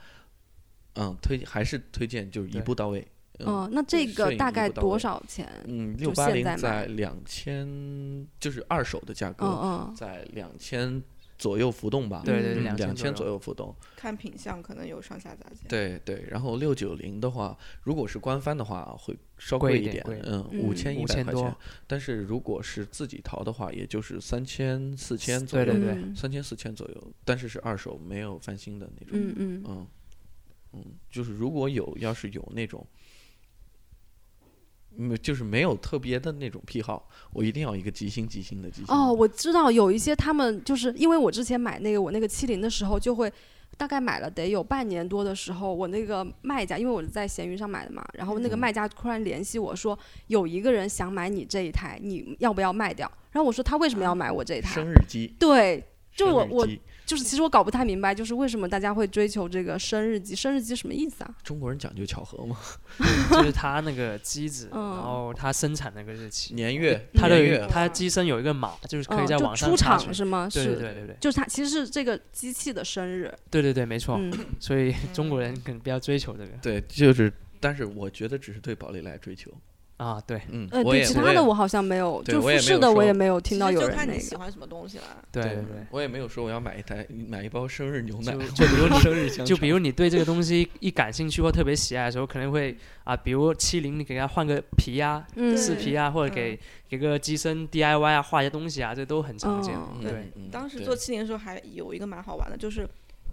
Speaker 3: 嗯，推还是推荐就是一
Speaker 4: 对
Speaker 3: 步到位。嗯
Speaker 1: 哦，那这
Speaker 3: 摄
Speaker 1: 个
Speaker 3: 影
Speaker 1: 大
Speaker 3: 一
Speaker 1: 概
Speaker 3: 步到
Speaker 1: 多
Speaker 3: 位
Speaker 1: 少钱？
Speaker 3: 嗯，
Speaker 1: 就
Speaker 3: 六八零
Speaker 1: 现在买
Speaker 3: 在两千，就是二手的价格，
Speaker 1: 嗯
Speaker 3: 在两千左右浮动吧。
Speaker 4: 对对对，
Speaker 1: 嗯
Speaker 3: 两
Speaker 4: 千
Speaker 3: 千左
Speaker 4: 右，
Speaker 3: 右浮动。
Speaker 2: 看品相可能有上下杂件。
Speaker 3: 对对，然后六九零的话，如果是官方的话会稍
Speaker 4: 贵一
Speaker 3: 一
Speaker 4: 点贵一点
Speaker 3: 嗯，五千一百
Speaker 4: 5000
Speaker 3: 块
Speaker 4: 多
Speaker 3: 钱。但是如果是自己淘的话，也就是三千四千左
Speaker 4: 对
Speaker 3: 右
Speaker 1: 嗯
Speaker 4: 对，对
Speaker 1: 嗯
Speaker 3: 三千四千左右，但是是二手，没有翻新的那种。
Speaker 1: 嗯嗯
Speaker 3: 嗯，嗯，就是如果有，要是有那种，没就是没有特别的那种癖好，我一定要一个极星极星
Speaker 1: 哦
Speaker 3: 的极星。
Speaker 1: 哦，我知道有一些他们就是因为我之前买那个我那个七零的时候就会大概买了得有半年多的时候，我那个卖家，因为我是在闲鱼上买的嘛，然后那个卖家突然联系我说，有一个人想买你这一台，你要不要卖掉？然后我说他为什么要买我这一台？
Speaker 3: 生日机，
Speaker 1: 对，就我
Speaker 3: 生日
Speaker 1: 我
Speaker 3: 机
Speaker 1: 就是其实我搞不太明白，就是为什么大家会追求这个生日机？生日机什么意思啊？
Speaker 3: 中国人讲究巧合嘛，
Speaker 4: 就是它那个机子，
Speaker 1: 嗯
Speaker 4: 然后它生产那个日期，
Speaker 3: 年月，
Speaker 4: 它的
Speaker 3: 年月，
Speaker 4: 它机身有一个码，就是可以
Speaker 1: 嗯
Speaker 4: 在
Speaker 1: 就
Speaker 4: 网上
Speaker 1: 出
Speaker 4: 查
Speaker 1: 厂
Speaker 4: 询
Speaker 1: 是吗？
Speaker 4: 对
Speaker 1: 是
Speaker 4: 对对对对
Speaker 1: 就是它其实是这个机器的生日，
Speaker 4: 对对对，没
Speaker 3: 哦
Speaker 4: 错。
Speaker 1: 嗯，
Speaker 4: 所以中国人可能比较追求这个
Speaker 3: 对，就是，但是我觉得只是对宝丽来追求，
Speaker 4: 啊，对
Speaker 3: 嗯，
Speaker 1: 呃，
Speaker 3: 我
Speaker 1: 对
Speaker 3: 也
Speaker 1: 其
Speaker 3: 我
Speaker 1: 他
Speaker 3: 也
Speaker 1: 的我好像没有，
Speaker 3: 对
Speaker 1: 就
Speaker 3: 我
Speaker 1: 复
Speaker 3: 也没
Speaker 1: 式
Speaker 3: 有
Speaker 1: 的我
Speaker 3: 说
Speaker 1: 也没有
Speaker 2: 其
Speaker 1: 听
Speaker 2: 实
Speaker 1: 到有
Speaker 2: 就
Speaker 1: 人
Speaker 2: 看
Speaker 1: 那
Speaker 2: 你喜
Speaker 1: 个。
Speaker 2: 欢什么东西啦。
Speaker 4: 对对
Speaker 3: 我也没有说我要买一台买一包生日牛奶
Speaker 4: 就，
Speaker 3: 就比如生日香
Speaker 4: 就比
Speaker 3: 肠
Speaker 4: 如你对这个东西一感兴趣或特别喜爱的时候，可能会啊，比如七零，你给它换个皮啊、
Speaker 1: 嗯，
Speaker 4: 饰皮啊，或者
Speaker 2: 嗯
Speaker 4: 给给个机身 DIY 啊，画一些东西啊，这都很常见。
Speaker 1: 哦
Speaker 4: 对
Speaker 3: 嗯嗯
Speaker 2: 当时
Speaker 3: 对
Speaker 2: 做七零的时候还有一个蛮好玩的，就是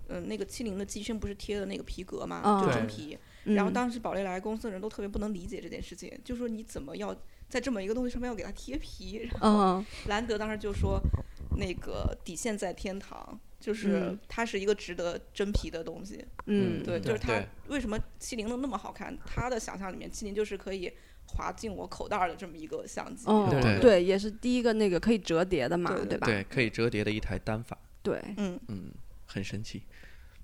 Speaker 2: 嗯，那个七零的机身不是贴的那个皮革嘛，
Speaker 1: 嗯
Speaker 2: 就真
Speaker 4: 对
Speaker 2: 皮。
Speaker 1: 嗯
Speaker 2: 然后当时宝丽来公司的人都特别不能理解这件事情，就说你怎么要在这么一个东西上面要给它贴皮？然后
Speaker 1: 嗯
Speaker 2: 兰德当时就说，那个底线在天堂。就是
Speaker 1: 嗯
Speaker 2: 它是一个值得真皮的东西，
Speaker 1: 嗯
Speaker 2: 对，就是它
Speaker 3: 对
Speaker 2: 为什么七零能那么好看？它的想象里面，七零就是可以滑进我口袋儿的这么一个相机，
Speaker 1: 哦
Speaker 4: 对
Speaker 1: 对，也是第一个那个可以折叠的嘛
Speaker 2: 对，对
Speaker 1: 吧？
Speaker 3: 对可以折叠的一台单反，
Speaker 1: 对，
Speaker 2: 嗯，
Speaker 3: 嗯，很神奇。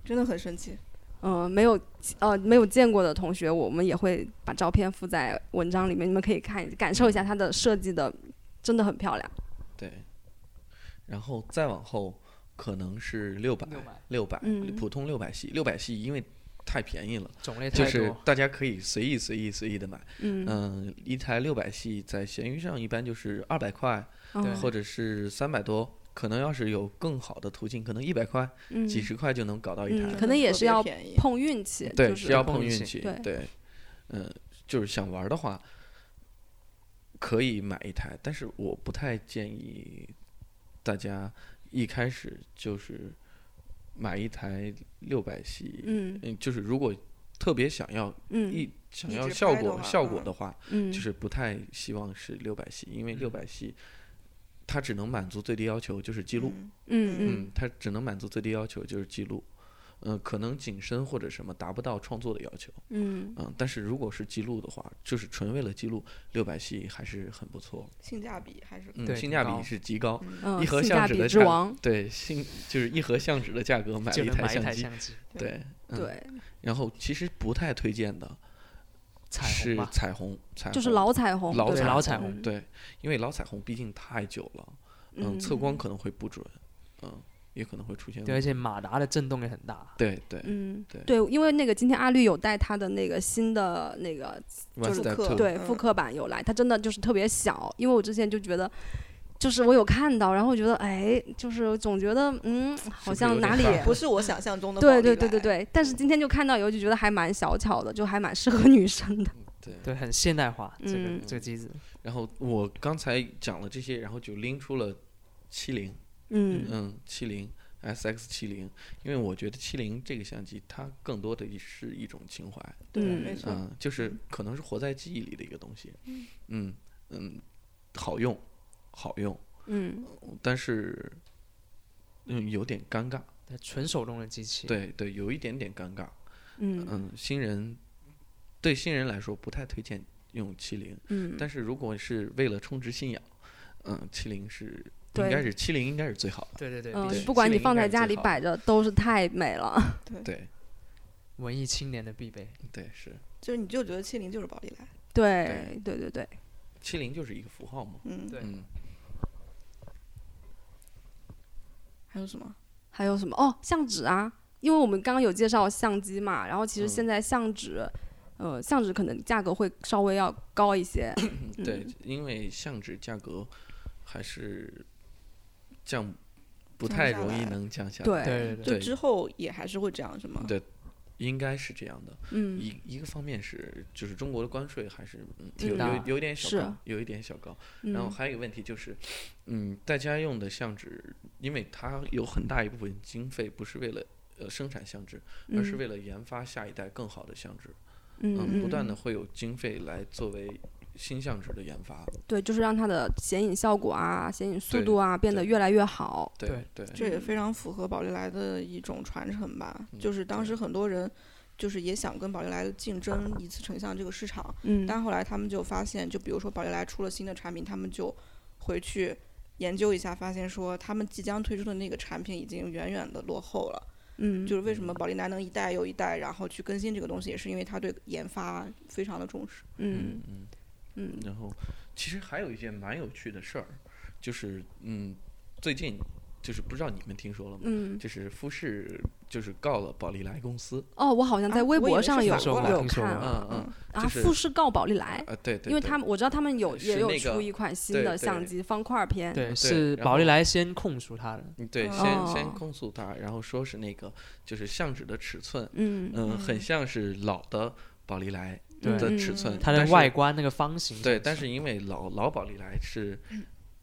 Speaker 2: 真的很神奇。
Speaker 1: 嗯，没有呃没有见过的同学，我们也会把照片附在文章里面，你们可以看感受一下它的设计的，真的很漂亮。
Speaker 3: 对，然后再往后可能是六百
Speaker 4: 600、
Speaker 3: 六百
Speaker 1: 嗯，
Speaker 3: 普通六百系，六百系因为太便宜了，
Speaker 4: 种类
Speaker 3: 就
Speaker 4: 太
Speaker 3: 是
Speaker 4: 多，
Speaker 3: 大家可以随意随意随意的买。
Speaker 1: 嗯
Speaker 3: 嗯，一台六百系在闲鱼上一般就是二百块，
Speaker 1: 嗯
Speaker 3: 或者是三百多。可能要是有更好的途径，可能一百块、
Speaker 1: 嗯
Speaker 3: 几十块就能搞到一
Speaker 1: 嗯
Speaker 3: 台
Speaker 2: 真
Speaker 1: 可
Speaker 3: 了。
Speaker 2: 的
Speaker 1: 能也
Speaker 2: 特
Speaker 1: 是
Speaker 2: 别
Speaker 1: 要
Speaker 2: 便宜
Speaker 1: 碰运气，
Speaker 3: 对，
Speaker 1: 就是是
Speaker 3: 要
Speaker 4: 碰
Speaker 3: 碰
Speaker 4: 运
Speaker 3: 运
Speaker 4: 气
Speaker 3: 气。
Speaker 1: 对
Speaker 3: 对，嗯，就是想玩的话，可以买一台，但是我不太建议大家一开始就是买一台六百系。
Speaker 1: 嗯
Speaker 3: 嗯，就是如果特别想要
Speaker 1: 嗯
Speaker 3: 一想
Speaker 2: 一
Speaker 3: 要
Speaker 2: 直
Speaker 3: 效
Speaker 2: 拍的
Speaker 3: 果
Speaker 2: 话
Speaker 3: 效果
Speaker 2: 嗯
Speaker 3: 的话，
Speaker 1: 嗯，
Speaker 3: 就是不太希望是六百系，因为
Speaker 4: 嗯
Speaker 3: 六百系它只能满足最低要求，就是记录。
Speaker 2: 嗯
Speaker 1: 嗯嗯
Speaker 3: 嗯，它只能满足最低要求，就是记录。嗯、可能景深或者什么达不到创作的要求。
Speaker 1: 嗯
Speaker 3: 嗯、但是如果是记录的话，就是纯为了记录，六百系还是很不错。
Speaker 2: 性价比还是
Speaker 3: 嗯，
Speaker 4: 对
Speaker 3: 性
Speaker 4: 挺
Speaker 3: 价
Speaker 4: 高
Speaker 3: 比是极高。
Speaker 2: 嗯，
Speaker 1: 嗯，
Speaker 3: 一盒
Speaker 1: 性
Speaker 3: 相
Speaker 1: 价
Speaker 3: 纸
Speaker 1: 比
Speaker 3: 的
Speaker 1: 之
Speaker 3: 产
Speaker 1: 王，
Speaker 3: 对，性就是一盒相纸的价格买了
Speaker 4: 就
Speaker 3: 一
Speaker 4: 能
Speaker 3: 台
Speaker 4: 买一
Speaker 3: 相
Speaker 4: 台
Speaker 3: 机。
Speaker 4: 相机，
Speaker 3: 对，嗯、。
Speaker 1: 对，
Speaker 3: 然后其实不太推荐的
Speaker 4: 彩虹
Speaker 3: 是
Speaker 4: 吧，
Speaker 3: 彩虹，彩虹
Speaker 1: 就是老彩虹，
Speaker 3: 老
Speaker 1: 对
Speaker 4: 对
Speaker 1: 吧
Speaker 4: 老彩虹，
Speaker 1: 嗯
Speaker 3: 对，因为老彩虹毕竟太久了，嗯，测光可能会不准，嗯，也可能会出现
Speaker 4: 对，而且马达的震动也很大，
Speaker 3: 对对，
Speaker 1: 嗯，
Speaker 3: 对
Speaker 1: 对，因为那个今天阿绿有带他的那个新的那个
Speaker 3: 万
Speaker 2: 是
Speaker 3: 斯代
Speaker 2: 复刻
Speaker 3: 特
Speaker 1: 对
Speaker 2: 嗯
Speaker 1: 复刻版有来，它真的就是特别小，因为我之前就觉得。就是我有看到，然后我觉得哎，就是总觉得嗯，好
Speaker 3: 是不是有
Speaker 1: 像
Speaker 3: 点
Speaker 1: 哪里
Speaker 3: 大
Speaker 2: 不是我想象中的
Speaker 1: 嗯对
Speaker 2: 宝
Speaker 1: 对
Speaker 2: 丽
Speaker 1: 对对
Speaker 2: 来，
Speaker 1: 对，但是今天就看到以后就觉得还蛮小巧的，就还蛮适合女生的。
Speaker 3: 对。
Speaker 4: 对，很现代化，这
Speaker 1: 嗯
Speaker 4: 个这个机子，
Speaker 3: 然后我刚才讲了这些，然后就拎出了七零，
Speaker 1: 嗯
Speaker 3: 嗯，七零 S X 七零，因为我觉得七零这个相机它更多的是一种情怀，
Speaker 2: 对
Speaker 1: 嗯
Speaker 2: 没错，
Speaker 3: 嗯，就是可能是活在记忆里的一个东西，嗯嗯，好用，好用，
Speaker 1: 嗯
Speaker 3: 但是嗯有点尴尬，
Speaker 4: 对纯手动的机器，
Speaker 3: 对对，有一点点尴尬，
Speaker 1: 嗯
Speaker 3: 嗯，新人对新人来说不太推荐用七零，
Speaker 1: 嗯，
Speaker 3: 但是如果是为了充值信仰，嗯，七零是应
Speaker 1: 对
Speaker 3: 该是七零应该是最好的，
Speaker 4: 对对对
Speaker 1: 嗯
Speaker 4: 必须
Speaker 1: 不管
Speaker 3: 心
Speaker 1: 你
Speaker 3: 灵
Speaker 1: 放
Speaker 3: 感
Speaker 1: 在
Speaker 3: 最
Speaker 1: 家里
Speaker 3: 好
Speaker 1: 摆着都是太美了。
Speaker 3: 对
Speaker 4: 文艺青年的必备，
Speaker 3: 对是，
Speaker 2: 就是你就觉得七零就是宝丽来，
Speaker 1: 对对对对，
Speaker 3: 七零就是一个符号嘛，
Speaker 2: 嗯，
Speaker 4: 对
Speaker 3: 嗯，
Speaker 2: 还有什么？
Speaker 1: 还有什么哦？相纸啊，因为我们刚刚有介绍相机嘛，然后其实
Speaker 3: 嗯
Speaker 1: 现在相纸，呃，相纸可能价格会稍微要高一些。
Speaker 3: 嗯对，因为相纸价格还是降不
Speaker 2: 降
Speaker 3: 太
Speaker 2: 下
Speaker 3: 容易
Speaker 2: 来
Speaker 3: 能降下
Speaker 1: 对，
Speaker 3: 来，
Speaker 4: 对对对，
Speaker 2: 就
Speaker 3: 对
Speaker 2: 之后也还是会这样是吗？
Speaker 3: 对应该是这样的。
Speaker 1: 嗯
Speaker 3: 一一个方面是，就是中国的关税还是嗯
Speaker 1: 挺
Speaker 3: 有
Speaker 4: 大
Speaker 3: 有有点小
Speaker 1: 是
Speaker 3: 高，有一点小高。然后
Speaker 1: 嗯
Speaker 3: 还有一个问题就是，嗯，大家用的相纸，因为它有很大一部分经费不是为了呃生产相纸，而是
Speaker 1: 嗯
Speaker 3: 为了研发下一代更好的相纸。
Speaker 1: 嗯
Speaker 3: 不断的会有经费来作为新相纸的研发，
Speaker 1: 对，就是让它的显影效果啊、显影速
Speaker 3: 对
Speaker 1: 度啊变得
Speaker 3: 对
Speaker 1: 越来越好。
Speaker 3: 对对
Speaker 2: 这也非常符合宝丽来的一种传承吧。
Speaker 3: 嗯
Speaker 2: 就是当时很多人就是也想跟宝丽来竞争一次成像这个市场，
Speaker 1: 嗯，
Speaker 2: 但后来他们就发现，就比如说宝丽来出了新的产品，他们就回去研究一下，发现说他们即将推出的那个产品已经远远的落后了。
Speaker 1: 嗯，
Speaker 2: 就是为什么宝丽来能一代又一代，然后去更新这个东西，也是因为他对研发非常的重视。
Speaker 1: 嗯
Speaker 3: 嗯嗯。
Speaker 1: 嗯
Speaker 3: 然后其实还有一件蛮有趣的事儿，就是嗯，最近就是不知道你们听说了吗？
Speaker 1: 嗯，
Speaker 3: 就是富士就是告了宝丽来公司，
Speaker 1: 哦，我好像在微
Speaker 2: 啊我以
Speaker 1: 博
Speaker 2: 为是
Speaker 1: 上有
Speaker 2: 反过来
Speaker 1: 有
Speaker 4: 听说
Speaker 1: 看
Speaker 4: 过
Speaker 1: 啊
Speaker 3: 嗯嗯，
Speaker 1: 啊，
Speaker 3: 就是
Speaker 1: 富士告宝丽来，
Speaker 3: 啊对对，
Speaker 1: 因为
Speaker 3: 对
Speaker 1: 他们我知道他们有也
Speaker 3: 是
Speaker 1: 有
Speaker 3: 那个
Speaker 1: 出一款新
Speaker 3: 对
Speaker 1: 的
Speaker 3: 对
Speaker 1: 相机方块片，
Speaker 4: 对，
Speaker 3: 对
Speaker 4: 是
Speaker 3: 然
Speaker 4: 宝丽
Speaker 3: 后
Speaker 4: 来先控诉他的，
Speaker 3: 嗯对
Speaker 2: 嗯
Speaker 3: 先
Speaker 1: 哦
Speaker 3: 先控诉他，然后说是那个就是相纸的尺寸，
Speaker 1: 嗯
Speaker 3: 嗯，很
Speaker 2: 嗯
Speaker 3: 像是老的宝丽来
Speaker 4: 对
Speaker 3: 的
Speaker 1: 嗯
Speaker 3: 尺寸，
Speaker 2: 嗯
Speaker 4: 它的
Speaker 3: 但是
Speaker 4: 外观那个方形。
Speaker 3: 对，但是因为老老宝丽来是，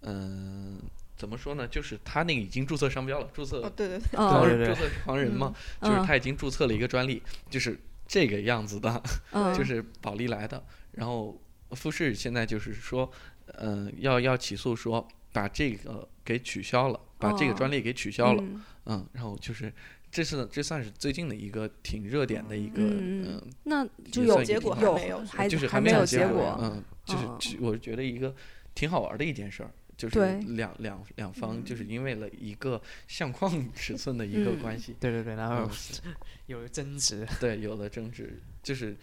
Speaker 3: 嗯、怎么说呢？就是他那个已经注册商标了，注册
Speaker 2: 哦，对对对，
Speaker 1: 哦
Speaker 3: 狂
Speaker 4: 对
Speaker 3: 人注册狂人嘛，就是
Speaker 1: 嗯
Speaker 3: 他已经注册了一个专利，就是这个样子的，
Speaker 1: 嗯，
Speaker 3: 就是宝丽来的。然后富士现在就是说，嗯、要要起诉说把这个给取消了，把这个
Speaker 1: 哦
Speaker 3: 专利给取消了。
Speaker 1: 嗯
Speaker 3: 嗯然后就是这是这算是最近的一个挺热点的一个
Speaker 1: 嗯嗯
Speaker 3: 嗯
Speaker 1: 那就有
Speaker 3: 也算一
Speaker 2: 结
Speaker 3: 个
Speaker 2: 果
Speaker 3: 平
Speaker 2: 还
Speaker 3: 台
Speaker 1: 有
Speaker 2: 没有是吧
Speaker 1: 还
Speaker 3: 就是
Speaker 1: 还
Speaker 3: 没
Speaker 1: 有
Speaker 3: 有
Speaker 1: 结
Speaker 3: 果
Speaker 1: 果，，
Speaker 3: 嗯，就是
Speaker 1: 哦
Speaker 3: 其我是觉得一个挺好玩的一件事儿，就是
Speaker 1: 对
Speaker 3: 两两两方就是因为了一个相框 尺寸的一个
Speaker 1: 嗯
Speaker 3: 关系，
Speaker 4: 对对对，然
Speaker 3: 嗯
Speaker 4: 后， 有争执，
Speaker 3: 对，有了争执，就是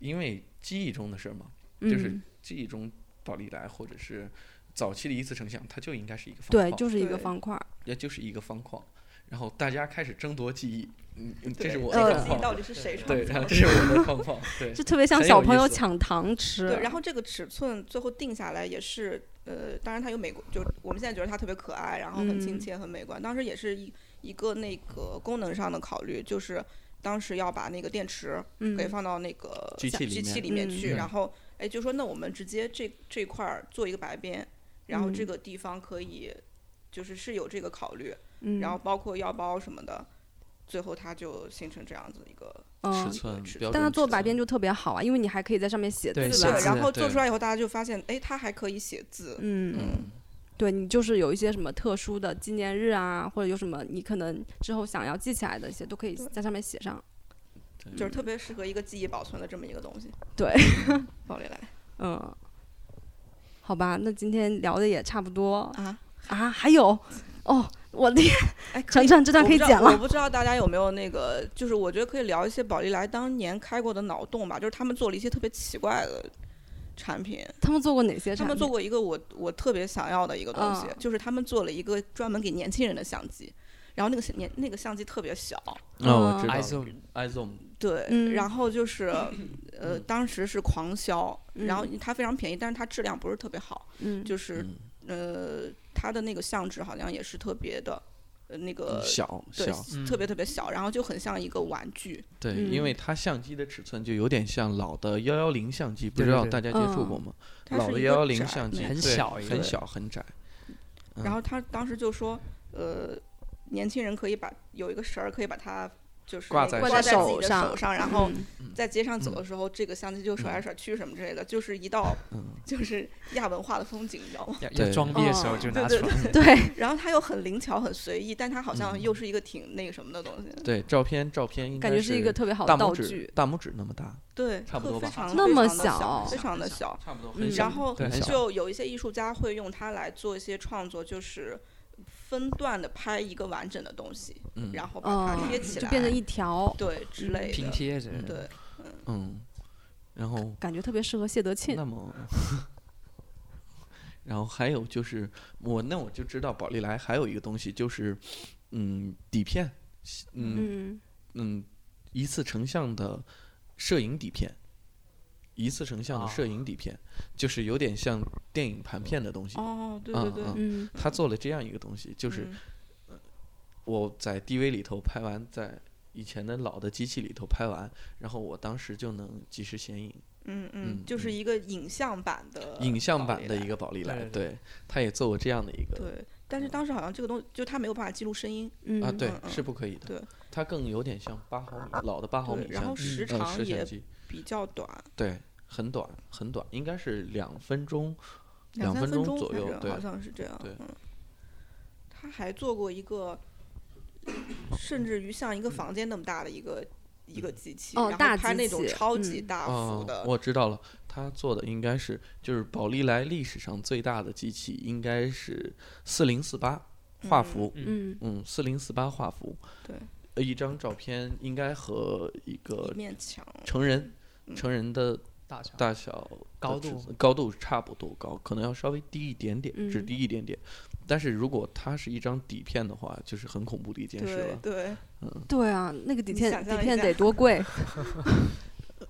Speaker 3: 因为记忆中的事儿嘛，
Speaker 1: 嗯
Speaker 3: 就是记忆中宝丽来或者是早期的一次成像，它就应该是一个方
Speaker 1: 对，
Speaker 3: 框，
Speaker 1: 就是一个
Speaker 2: 对
Speaker 1: 方块儿，
Speaker 3: 也就是一个方框，然后大家开始争夺记忆，嗯，嗯这是
Speaker 2: 对
Speaker 3: 我
Speaker 2: 这
Speaker 3: 的
Speaker 2: 个
Speaker 1: 呃
Speaker 2: 自己
Speaker 3: 框
Speaker 2: 到
Speaker 3: 框，
Speaker 2: 底是谁创
Speaker 3: 对，
Speaker 2: 造
Speaker 3: 然
Speaker 2: 的？
Speaker 3: 后这是我的框框，对，
Speaker 1: 就特别像
Speaker 3: 很
Speaker 1: 小
Speaker 3: 有
Speaker 1: 朋
Speaker 3: 意
Speaker 1: 友
Speaker 3: 思
Speaker 1: 抢糖吃。
Speaker 2: 对，然后这个尺寸最后定下来也是，呃，当然它有美国，就我们现在觉得它特别可爱，然后很亲
Speaker 1: 嗯
Speaker 2: 切、很美观。当时也是一一个那个功能上的考虑，就是当时要把那个电池
Speaker 1: 嗯
Speaker 2: 可以放到那个
Speaker 3: 机
Speaker 2: 像
Speaker 3: 器里
Speaker 2: 机器
Speaker 3: 面
Speaker 2: 里面
Speaker 1: 嗯
Speaker 2: 去，
Speaker 3: 嗯
Speaker 2: 然后哎就说那我们直接这这块儿做一个白边，然后这
Speaker 1: 嗯
Speaker 2: 个地方可以就是是有这个考虑，
Speaker 1: 嗯，
Speaker 2: 然后包括腰包什么的，最后它就形成这样子一个
Speaker 1: 嗯
Speaker 3: 尺，寸
Speaker 2: 尺寸
Speaker 3: 标准尺寸，
Speaker 1: 但它做白边就特别好啊，因为你还可以在上面写
Speaker 4: 对
Speaker 1: 字
Speaker 4: 写
Speaker 1: 啊
Speaker 2: 对，
Speaker 4: 字
Speaker 2: 然后
Speaker 3: 哎对
Speaker 2: 做出来以后，大家就发现，哎，它还可以写字。
Speaker 1: 嗯，
Speaker 3: 嗯。
Speaker 1: 对你就是有一些什么特殊的纪念日啊，或者有什么你可能之后想要记起来的一些，都可以
Speaker 2: 对
Speaker 1: 在上面写上。
Speaker 2: 就是特别适合一个记忆保存的这么一个东西。
Speaker 1: 对，
Speaker 2: 宝丽来
Speaker 1: 嗯，好吧，那今天聊的也差不多
Speaker 2: 啊，
Speaker 1: 啊，还有哦，我的
Speaker 2: 哎，可
Speaker 1: 晨
Speaker 2: 以
Speaker 1: 晨这段可以剪
Speaker 2: 我不知道我
Speaker 1: 了。
Speaker 2: 不知道大家有没有那个，就是我觉得可以聊一些宝丽来当年开过的脑洞吧，就是他们做了一些特别奇怪的产品。
Speaker 1: 他们做过哪些
Speaker 2: 他
Speaker 1: 产品？
Speaker 2: 们做过一个我我特别想要的一个东西，
Speaker 1: 嗯
Speaker 2: 就是他们做了一个专门给年轻人的相机，然后那个相年那个相机特别小，
Speaker 3: 哦，
Speaker 1: 嗯
Speaker 3: 我知道了
Speaker 4: ISO
Speaker 3: ，iZoom
Speaker 2: 对，
Speaker 1: 嗯
Speaker 2: 然后就是， 呃，当时是狂销，然后它非常便宜，但是它质量不是特别好，
Speaker 1: 嗯，
Speaker 2: 就是
Speaker 3: 嗯
Speaker 2: 呃，它的那个相纸好像也是特别的，呃，那个
Speaker 3: 小
Speaker 2: 对
Speaker 3: 小，，
Speaker 4: 嗯
Speaker 2: 特别特别小，然后就很像一个玩具，
Speaker 3: 对，
Speaker 1: 嗯
Speaker 3: 因为它相机的尺寸就有点像老的幺幺零相机，不
Speaker 4: 对
Speaker 3: 知
Speaker 4: 对
Speaker 3: 道
Speaker 4: 对
Speaker 3: 大家接触过吗？
Speaker 2: 它
Speaker 3: 老
Speaker 2: 是
Speaker 3: 的
Speaker 2: 一
Speaker 3: 幺幺
Speaker 2: 个
Speaker 3: 零
Speaker 2: 窄
Speaker 3: 相机
Speaker 2: 那
Speaker 4: 很
Speaker 3: 对
Speaker 4: 小一个
Speaker 3: 很
Speaker 4: 的
Speaker 3: 小很窄。嗯
Speaker 2: 然后他当时就说，呃，年轻人可以把有一个绳儿可以把它就是
Speaker 3: 挂
Speaker 2: 那
Speaker 3: 在
Speaker 2: 个
Speaker 3: 挂
Speaker 2: 挂
Speaker 1: 在
Speaker 2: 在自己
Speaker 1: 手
Speaker 2: 的
Speaker 1: 上
Speaker 2: 手上，然后
Speaker 1: 嗯
Speaker 2: 在街上走的时候，这个相机就甩来甩去什么之类的，就是一道
Speaker 3: 嗯
Speaker 2: 就是亚文化的风景，你知道吗？
Speaker 4: 要要
Speaker 3: 对
Speaker 4: 装逼的时候
Speaker 1: 哦
Speaker 4: 就
Speaker 2: 对
Speaker 4: 拿出
Speaker 2: 对
Speaker 4: 来。
Speaker 1: 对，
Speaker 2: 然后它又很灵巧很随意，但它好像
Speaker 3: 嗯
Speaker 2: 又是一个挺那个什么的东西，
Speaker 3: 对，照片照片应该
Speaker 1: 感觉是一个特别好
Speaker 3: 大
Speaker 1: 的
Speaker 3: 拇
Speaker 1: 道
Speaker 3: 指
Speaker 1: 具。
Speaker 3: 大拇指那么大，
Speaker 2: 对，
Speaker 3: 差不
Speaker 2: 特
Speaker 3: 多吧
Speaker 2: 非常
Speaker 1: 那么
Speaker 2: 非常地
Speaker 1: 小
Speaker 2: 非常的小。
Speaker 3: 差不多
Speaker 1: 很嗯小
Speaker 2: 然后
Speaker 3: 很小
Speaker 2: 就有一些艺术家会用它来做一些创作，就是分段的拍一个完整的东西，
Speaker 3: 嗯
Speaker 2: 然后把
Speaker 1: 嗯
Speaker 2: 它贴起
Speaker 1: 就
Speaker 2: 来，
Speaker 1: 变成一条，
Speaker 2: 对之类
Speaker 4: 拼
Speaker 2: 的，
Speaker 4: 贴着，
Speaker 3: 嗯
Speaker 2: 对，
Speaker 3: 嗯，然后
Speaker 1: 感觉特别适合谢德庆
Speaker 3: 那。么。 然后还有就是我那我就知道宝丽来还有一个东西就是，嗯，底片，嗯，
Speaker 1: 嗯
Speaker 3: 嗯，一次成像的摄影底片，一次成像的
Speaker 4: 啊
Speaker 3: 摄影底片，就是有点像电影盘片的东西。
Speaker 2: 哦，对
Speaker 3: 嗯
Speaker 2: 对对，
Speaker 3: 嗯
Speaker 1: 嗯
Speaker 3: 他做了这样一个东西，就是
Speaker 2: 嗯
Speaker 3: 我在 DV 里头拍完，在以前的老的机器里头拍完，然后我当时就能及时显影，
Speaker 2: 嗯
Speaker 3: 嗯
Speaker 2: 嗯，就是
Speaker 3: 嗯
Speaker 2: 一个影像版的
Speaker 3: 影像
Speaker 2: 呃宝
Speaker 3: 版
Speaker 2: 丽
Speaker 3: 的
Speaker 2: 来
Speaker 3: 一个宝丽来。
Speaker 4: 对对
Speaker 3: 对，他也做过这样的一个。
Speaker 2: 对，但是当时好像这个东西就它没有办法记录声音，
Speaker 1: 嗯
Speaker 3: 啊，对
Speaker 2: 嗯，嗯
Speaker 3: 是不可以的。
Speaker 2: 对，
Speaker 3: 它更有点像八毫米老的八毫
Speaker 2: 对
Speaker 3: 米，
Speaker 2: 然后
Speaker 3: 相机，
Speaker 2: 时
Speaker 3: 嗯，
Speaker 2: 长
Speaker 3: 摄像
Speaker 2: 也
Speaker 3: 机，
Speaker 2: 比较短，
Speaker 3: 对，很短很短，应该是两分钟，
Speaker 2: 两
Speaker 3: 两
Speaker 2: 三
Speaker 3: 分钟
Speaker 2: 钟
Speaker 3: 左
Speaker 2: 反
Speaker 3: 右
Speaker 2: 正
Speaker 3: 对
Speaker 2: 好像是这样。
Speaker 3: 对
Speaker 2: 嗯，他还做过一个，甚至于像一个房间那么大的一个一个机器，
Speaker 1: 哦
Speaker 2: 然后
Speaker 1: 大
Speaker 2: 拍
Speaker 1: 机
Speaker 2: 那种
Speaker 1: 器
Speaker 2: 超级
Speaker 1: 嗯
Speaker 2: 大幅
Speaker 3: 哦
Speaker 2: 的，，
Speaker 3: 我知道了，他做的应该是就是宝丽来历史上最大的机器，应该是四零四八画
Speaker 2: 嗯
Speaker 3: 幅，
Speaker 1: 嗯，
Speaker 3: 嗯，四零四八画幅，
Speaker 2: 对
Speaker 3: 呃，一张照片应该和一个
Speaker 2: 一面墙，
Speaker 3: 成人
Speaker 2: 嗯
Speaker 3: 成人的
Speaker 4: 大小
Speaker 3: 大小的
Speaker 4: 高
Speaker 3: 尺
Speaker 4: 度
Speaker 3: 寸高度差不多高，可能要稍微低一点点，只
Speaker 1: 嗯
Speaker 3: 低一点点。但是如果它是一张底片的话，就是很恐怖的一件事
Speaker 2: 对
Speaker 3: 了。
Speaker 2: 对，
Speaker 1: 对啊，那个底
Speaker 2: 你
Speaker 1: 片
Speaker 2: 想
Speaker 1: 底
Speaker 2: 象一
Speaker 1: 片
Speaker 2: 下
Speaker 1: 得多 贵？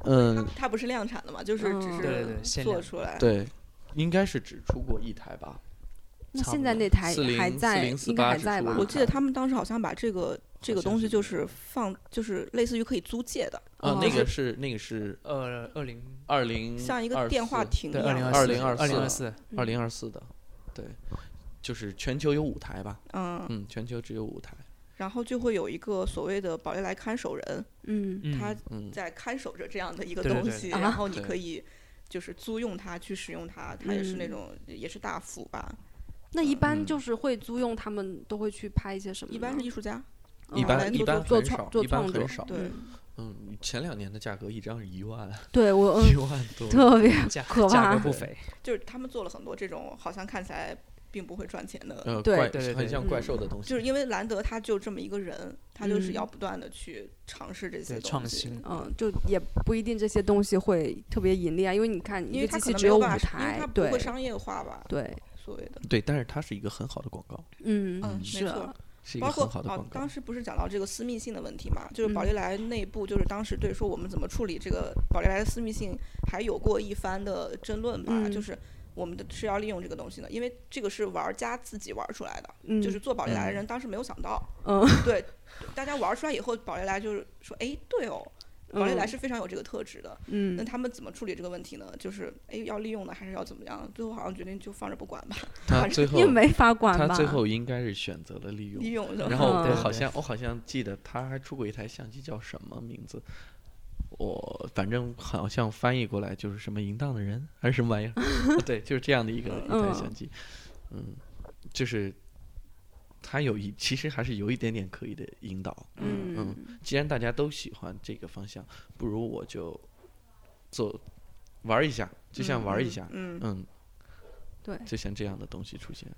Speaker 3: 嗯，
Speaker 2: 它不是量产的嘛，就是只
Speaker 1: 嗯
Speaker 2: 是
Speaker 1: 对
Speaker 4: 对对限
Speaker 2: 做
Speaker 4: 量
Speaker 2: 出来，
Speaker 3: 对，应该是只出过一台吧。
Speaker 1: 那
Speaker 3: 差
Speaker 1: 现
Speaker 3: 不
Speaker 1: 在
Speaker 3: 多
Speaker 1: 那台
Speaker 3: 40
Speaker 1: 还在，
Speaker 3: 40
Speaker 1: 应该还
Speaker 3: 48
Speaker 1: 在
Speaker 3: 是
Speaker 1: 吧
Speaker 3: 吧？
Speaker 2: 我记得他们当时好像把这个这个
Speaker 3: 好像
Speaker 2: 东西
Speaker 3: 是
Speaker 2: 就
Speaker 3: 这
Speaker 2: 是放，就是类似于可以租借的，
Speaker 3: 啊、
Speaker 1: 哦
Speaker 3: 那个是那个是
Speaker 4: 二二零
Speaker 3: 二零
Speaker 2: 像一个电话亭一
Speaker 4: 对二零
Speaker 2: 样。
Speaker 3: 二
Speaker 4: 零
Speaker 3: 零
Speaker 4: 二
Speaker 3: 二
Speaker 4: 零
Speaker 3: 四
Speaker 4: 二四，
Speaker 3: 二零二四的，对，就是全球有五台吧？
Speaker 2: 嗯，
Speaker 3: 嗯，全球只有五台。
Speaker 2: 然后就会有一个所谓的宝丽来看守人，
Speaker 1: 嗯，
Speaker 4: 嗯
Speaker 2: 他
Speaker 3: 嗯，
Speaker 2: 在看守着这样的一个
Speaker 4: 对对
Speaker 2: 东
Speaker 4: 对
Speaker 2: 西，
Speaker 1: 啊
Speaker 2: 然后你
Speaker 3: 对
Speaker 2: 可以就是租用它去使用它，它也是那
Speaker 1: 嗯
Speaker 2: 种也是大幅吧，
Speaker 1: 那一般
Speaker 3: 嗯
Speaker 1: 就是会租用他们都会去拍一些什么呢？
Speaker 2: 一
Speaker 4: 嗯
Speaker 2: 般是艺术家，
Speaker 3: 一
Speaker 1: 嗯
Speaker 2: 来
Speaker 3: 般
Speaker 2: 做
Speaker 3: 一般
Speaker 1: 做
Speaker 3: 很
Speaker 1: 创
Speaker 3: 少，
Speaker 1: 做
Speaker 3: 一般
Speaker 1: 创作
Speaker 3: 很少。
Speaker 2: 对，
Speaker 3: 嗯，前两年的价格一张是一万，
Speaker 1: 对我嗯
Speaker 3: 一万多。
Speaker 1: 特别
Speaker 4: 价
Speaker 1: 可
Speaker 4: 价
Speaker 1: 怕
Speaker 4: 格不菲，
Speaker 2: 就是他们做了很多这种好像看起来并不会赚钱
Speaker 4: 嗯
Speaker 2: 的，
Speaker 3: 呃，
Speaker 1: 对
Speaker 3: 怪
Speaker 4: 对对
Speaker 3: 很
Speaker 4: 对
Speaker 3: 像怪兽的东西。
Speaker 2: 就是因为兰德他就这么一个人，他就是
Speaker 1: 嗯
Speaker 2: 要不断的去尝试这些
Speaker 4: 对
Speaker 2: 东
Speaker 4: 创
Speaker 2: 西。
Speaker 4: 新，
Speaker 1: 嗯，就也不一定这些东西会特别盈利啊，因为你看一
Speaker 2: 因
Speaker 1: 个
Speaker 2: 为他
Speaker 1: 机
Speaker 2: 可
Speaker 1: 器
Speaker 2: 能
Speaker 1: 只
Speaker 2: 没有
Speaker 1: 五
Speaker 2: 办法，因为
Speaker 1: 台
Speaker 2: 他，不
Speaker 1: 对
Speaker 2: 会商业化吧，
Speaker 1: 对，
Speaker 2: 所谓的，
Speaker 3: 对，但是它是一个很好的广告，
Speaker 1: 嗯
Speaker 2: 嗯，没
Speaker 1: 是
Speaker 2: 错，
Speaker 3: 是一个
Speaker 2: 包括
Speaker 3: 很好的
Speaker 2: 哦
Speaker 3: 广，告
Speaker 2: 当。时不是讲到这个私密性的问题嘛？就是宝
Speaker 1: 嗯
Speaker 2: 丽来内部，就是当时对说我们怎么处理这个宝丽来的私密性，还有过一番的争论吧。
Speaker 1: 嗯
Speaker 2: 就是我们的是要利用这个东西的，因为这个是玩家自己玩出来的，
Speaker 1: 嗯，
Speaker 2: 就是做宝丽来的人当时没有想到，
Speaker 1: 嗯，
Speaker 2: 对，大家玩出来以后，宝丽来就是说，哎，对哦，宝丽来
Speaker 3: 嗯
Speaker 2: 是非常有这个特质的。
Speaker 1: 嗯，
Speaker 2: 那他们怎么处理这个问题呢？就是哎，要利用呢，还是要怎么样？最后好像决定就放着不管吧，
Speaker 3: 它
Speaker 2: 反
Speaker 3: 最
Speaker 1: 因为
Speaker 3: 后，
Speaker 1: 没法管吧？
Speaker 3: 它最后应该是选择了利用
Speaker 2: 利。用是 吧
Speaker 3: 然后我
Speaker 1: 嗯
Speaker 3: 好像我好像记得他还出过一台相机，叫什么名字？我反正好像翻译过来就是什么淫荡的人还是什么玩意儿， 对，就是这样的一个一台
Speaker 1: 嗯
Speaker 3: 相机，嗯，就是它有一其实还是有一点点可以的引导，
Speaker 1: 嗯
Speaker 3: 既然大家都喜欢这个方向，不如我就做玩儿一下，就像玩儿一下，
Speaker 2: 嗯，嗯
Speaker 3: 嗯，
Speaker 1: 对
Speaker 3: 就像这样的东西出现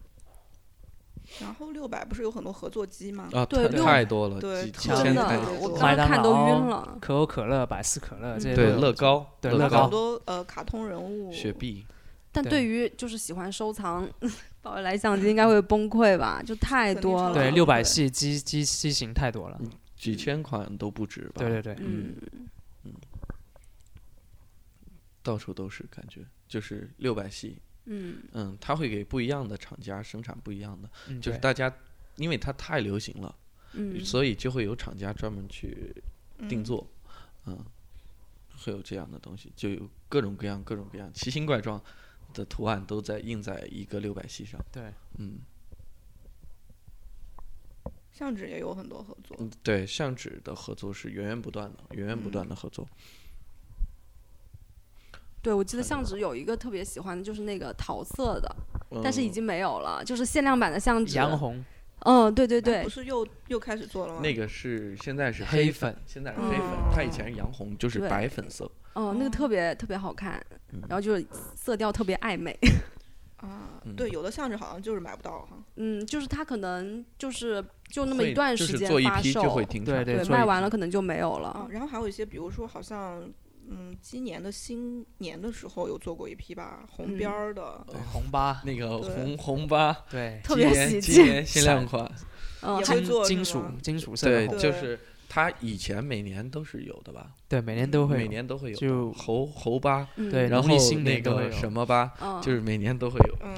Speaker 2: 然后六百不是有很多合作机吗？
Speaker 3: 啊，
Speaker 1: 对
Speaker 3: 太
Speaker 1: 六
Speaker 3: 太多了，
Speaker 2: 对
Speaker 3: 几几
Speaker 2: 特
Speaker 1: 真
Speaker 3: 千
Speaker 1: 的
Speaker 3: 台，
Speaker 2: 对，
Speaker 1: 我刚
Speaker 2: 对
Speaker 1: 刚
Speaker 4: 麦
Speaker 1: 看
Speaker 4: 当
Speaker 1: 都
Speaker 4: 劳
Speaker 1: 晕了。
Speaker 4: 可口可乐、百事可乐
Speaker 2: 嗯
Speaker 4: 这些
Speaker 1: 对
Speaker 3: 对
Speaker 4: 都有
Speaker 3: 乐高，
Speaker 4: 对
Speaker 3: 乐
Speaker 4: 乐
Speaker 2: 很
Speaker 4: 高
Speaker 2: 多呃卡通人物，
Speaker 3: 雪碧，
Speaker 1: 嗯但
Speaker 4: 对
Speaker 1: 对于就是喜欢收藏 宝丽来相机，应该会崩溃吧？就太
Speaker 2: 肯定
Speaker 1: 多
Speaker 2: 是
Speaker 1: 了。
Speaker 4: 对
Speaker 2: 啊
Speaker 4: 六百
Speaker 2: 对
Speaker 4: 系机机机型太多了，
Speaker 3: 嗯几千款都不止吧？
Speaker 4: 对对对，
Speaker 1: 嗯，
Speaker 3: 到处都是，感觉就是六百系，
Speaker 1: 嗯
Speaker 3: 嗯，它会给不一样的厂家生产不一样的，
Speaker 4: 嗯
Speaker 3: 就是
Speaker 4: 对
Speaker 3: 大家因为它太流行了，
Speaker 1: 嗯，
Speaker 3: 所以就会有厂家专门去定
Speaker 2: 嗯
Speaker 3: 做，嗯，会有这样的东西，就有各种各样、各种各样奇形怪状的图案都在印在一个六百系上。
Speaker 4: 对，
Speaker 3: 嗯，
Speaker 2: 相纸也有很多合作。
Speaker 3: 嗯对，相纸的合作是源源不断的，源源
Speaker 1: 嗯
Speaker 3: 不断的合作。
Speaker 1: 对，我记得
Speaker 3: 很
Speaker 1: 相纸有一个特别喜欢的，就是那个桃色的，
Speaker 3: 嗯、
Speaker 1: 但是已经没有了，就是限量版的相
Speaker 3: 啊
Speaker 1: 纸。
Speaker 4: 杨红
Speaker 1: 嗯，对对对
Speaker 2: 那不，是又又开始做了吗？
Speaker 3: 那个是现在是
Speaker 4: 黑
Speaker 3: 粉，
Speaker 4: 粉
Speaker 3: 现在是黑粉，它以前是洋红，就
Speaker 1: 嗯
Speaker 3: 是
Speaker 1: 对
Speaker 3: 白粉色。
Speaker 1: 哦，那个特别特别好看，然后就是色调特别暧昧。
Speaker 2: 啊
Speaker 3: 嗯，
Speaker 2: 对，有的相纸好像就是买不到哈。
Speaker 1: 嗯，就是它可能就是就那么
Speaker 3: 会
Speaker 1: 一段
Speaker 3: 就
Speaker 1: 时
Speaker 3: 是
Speaker 1: 间
Speaker 3: 做一
Speaker 1: 发
Speaker 3: 批
Speaker 1: 售，
Speaker 3: 就会停产。
Speaker 4: 对对
Speaker 1: 对，
Speaker 4: 做一
Speaker 1: 卖
Speaker 4: 批
Speaker 1: 完了可能就没有
Speaker 2: 啊
Speaker 1: 了，。
Speaker 2: 然后还有一些，比如说好像嗯，今年的新年的时候有做过一批吧，红边
Speaker 1: 嗯
Speaker 2: 儿的，
Speaker 4: 对红八
Speaker 3: 那个
Speaker 2: 对
Speaker 3: 红红吧，
Speaker 4: 对
Speaker 1: 特
Speaker 3: 今
Speaker 1: 别
Speaker 3: 年
Speaker 1: 喜
Speaker 3: 今
Speaker 1: 庆
Speaker 3: 年限量 款，
Speaker 1: 嗯
Speaker 2: 也，
Speaker 1: 还
Speaker 2: 会
Speaker 4: 金
Speaker 2: 做
Speaker 4: 金
Speaker 2: 是
Speaker 4: 属
Speaker 2: 吗
Speaker 4: 金属色的
Speaker 3: 对，
Speaker 4: 红，
Speaker 3: 就
Speaker 2: 对
Speaker 3: 是它以前每年都是有的吧，
Speaker 4: 对每年都会
Speaker 3: 每
Speaker 4: 有
Speaker 3: 年都会有的，
Speaker 4: 就
Speaker 3: 猴猴吧，
Speaker 1: 嗯
Speaker 4: 对
Speaker 3: 然
Speaker 4: 农
Speaker 3: 后
Speaker 4: 历新
Speaker 3: 那
Speaker 4: 年都
Speaker 3: 个
Speaker 4: 会有
Speaker 3: 什么吧，
Speaker 1: 嗯
Speaker 3: 就是每年都会有。
Speaker 2: 嗯，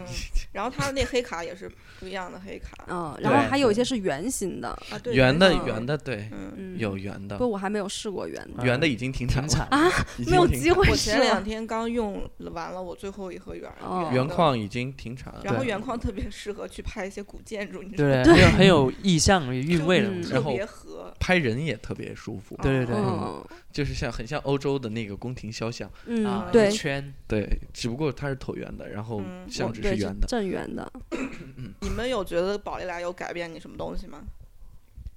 Speaker 2: 然后它那黑卡也是不一样的黑卡
Speaker 1: 嗯，然后
Speaker 4: 对
Speaker 1: 还有一些是圆形的，
Speaker 2: 啊，对，
Speaker 3: 圆的
Speaker 1: 嗯
Speaker 3: 圆的，对，
Speaker 2: 嗯，
Speaker 1: 嗯，
Speaker 3: 有圆的
Speaker 1: 不，，我还没有试过圆的，啊
Speaker 4: 嗯
Speaker 3: 圆的已经停产
Speaker 4: 停
Speaker 3: 了，
Speaker 4: 产
Speaker 3: 已
Speaker 1: 没有
Speaker 3: 经停
Speaker 1: 机
Speaker 3: 产，
Speaker 1: 会
Speaker 2: 我
Speaker 1: 试
Speaker 2: 前两
Speaker 1: 了。
Speaker 2: 天刚用完了我最后一盒圆
Speaker 1: 哦
Speaker 2: 圆
Speaker 3: 原
Speaker 2: 的，
Speaker 3: 矿已经停产了。
Speaker 2: 然后
Speaker 4: 对
Speaker 2: 原矿特别适合去拍一些古建筑，你知道吗？
Speaker 4: 对，很有意象与韵味了
Speaker 1: 嗯
Speaker 4: 嘛。
Speaker 2: 特
Speaker 3: 然后
Speaker 2: 别合，
Speaker 1: 个，
Speaker 3: 拍人也特别舒服，
Speaker 4: 对对对
Speaker 1: 嗯
Speaker 3: 就是像很像欧洲的那个宫廷肖像，
Speaker 4: 啊
Speaker 1: 嗯，，
Speaker 4: 一
Speaker 1: 对，
Speaker 4: 圈
Speaker 3: 对，只不过它是椭圆的，然后
Speaker 2: 嗯
Speaker 3: 像
Speaker 1: 我
Speaker 3: 纸
Speaker 1: 对
Speaker 3: 是圆的，
Speaker 1: 正圆的，
Speaker 2: 你们有觉得宝丽来有改变你什么东西吗？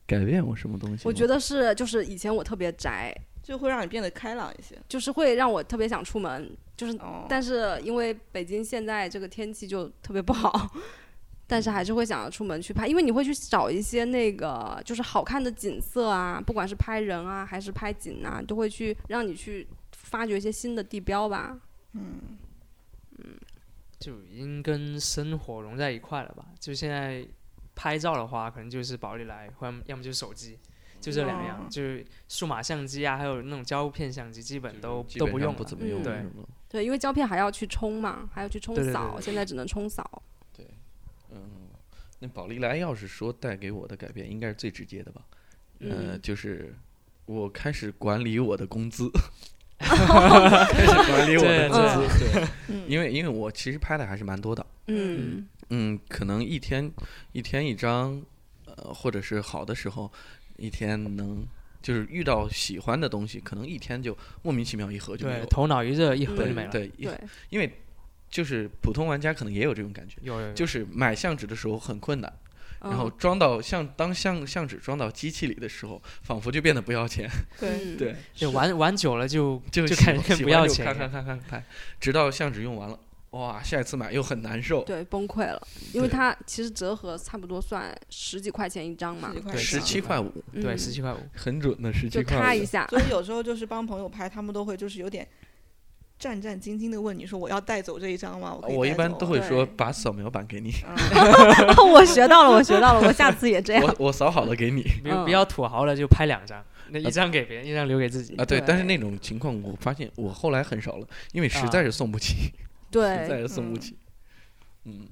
Speaker 3: 改变我什么东西？
Speaker 1: 我觉，得是就是以前我特别宅，
Speaker 2: 就会让你变得开朗一些。
Speaker 1: 就是会让我特别想出门，就是
Speaker 2: 哦，
Speaker 1: 但是因为北京现在这个天气就特别不好， 但是还是会想要出门去拍，因为你会去找一些那个就是好看的景色啊，不管是拍人啊还是拍景啊，都会去让你去发掘一些新的地标吧。
Speaker 4: 就已经跟生活融在一块了吧？就现在拍照的话，可能就是宝丽来，或要么就是手机，就这两样，
Speaker 2: 哦
Speaker 4: 就是数码相机啊，还有那种胶片相机，基本都
Speaker 3: 基
Speaker 4: 都
Speaker 3: 本
Speaker 4: 不
Speaker 3: 上
Speaker 4: 用
Speaker 3: 不
Speaker 4: 了
Speaker 3: 怎么用
Speaker 1: 嗯
Speaker 4: 对
Speaker 3: 什么，
Speaker 1: 对，因为胶片还要去冲嘛，还要去冲
Speaker 4: 对对对
Speaker 1: 扫，
Speaker 4: 对
Speaker 1: 现在只能冲扫。
Speaker 3: 嗯，那宝丽来要是说带给我的改变，应该是最直接的吧？呃，
Speaker 1: 嗯，
Speaker 3: 就是我开始管理我的 工资， 开始管理我的
Speaker 4: 对
Speaker 3: 工
Speaker 4: 对
Speaker 3: 资，对，
Speaker 2: 嗯
Speaker 3: 因为因为我其实拍的还是蛮多的，
Speaker 1: 嗯
Speaker 3: 嗯，可能一天一天一张，呃，或者是好的时候，一天能就是遇到喜欢的东西，可能一天就莫名其妙一盒就没有
Speaker 4: 对，
Speaker 3: 了，
Speaker 4: 头脑一热一盒就
Speaker 1: 对
Speaker 4: 没了。
Speaker 3: 对，一
Speaker 1: 对，
Speaker 3: 因为就是普通玩家可能也有这种感觉，
Speaker 4: 有有有
Speaker 3: 就是买相纸的时候很困难。然后
Speaker 1: 嗯
Speaker 3: 装到像当相相纸装到机器里的时候，仿佛就变得不要钱。
Speaker 2: 对，
Speaker 1: 嗯，
Speaker 3: 对，
Speaker 4: 就玩玩久了就
Speaker 3: 就
Speaker 4: 就
Speaker 3: 喜
Speaker 4: 感
Speaker 3: 欢
Speaker 4: 觉
Speaker 3: 喜
Speaker 4: 不
Speaker 3: 欢
Speaker 4: 要
Speaker 3: 就
Speaker 4: 钱
Speaker 3: 咔咔咔咔拍，直到相纸用完了，哇，下一次买又很难受，
Speaker 1: 对，崩溃了，因为
Speaker 3: 对
Speaker 1: 它其实折合差不多算十几块钱一张嘛
Speaker 2: 十几，块
Speaker 4: 对
Speaker 3: 十
Speaker 2: 钱
Speaker 3: 七块五，
Speaker 1: 嗯
Speaker 4: 对十七块五，
Speaker 3: 很准的十
Speaker 1: 就
Speaker 3: 七
Speaker 1: 咔
Speaker 3: 块
Speaker 1: 一
Speaker 3: 五。
Speaker 1: 下，
Speaker 2: 所以有时候就是帮朋友拍，他们都会就是有点战战兢兢的问你说我要带走这一张吗？我
Speaker 3: 我一般都会
Speaker 1: 对
Speaker 3: 说把扫描版给你，
Speaker 2: 嗯
Speaker 1: 我学到了，我学到了，我下次也这样。
Speaker 3: 我我扫好了给你
Speaker 4: 比如比较土豪了就拍两张，那
Speaker 3: 呃
Speaker 4: 一张给别人，一张留给自己。
Speaker 3: 啊。对，但是
Speaker 2: 对
Speaker 3: 那种情况我发现我后来很少了，因为实在是送不起，实在
Speaker 1: 对，
Speaker 3: 是送不
Speaker 2: 嗯
Speaker 3: 起。嗯，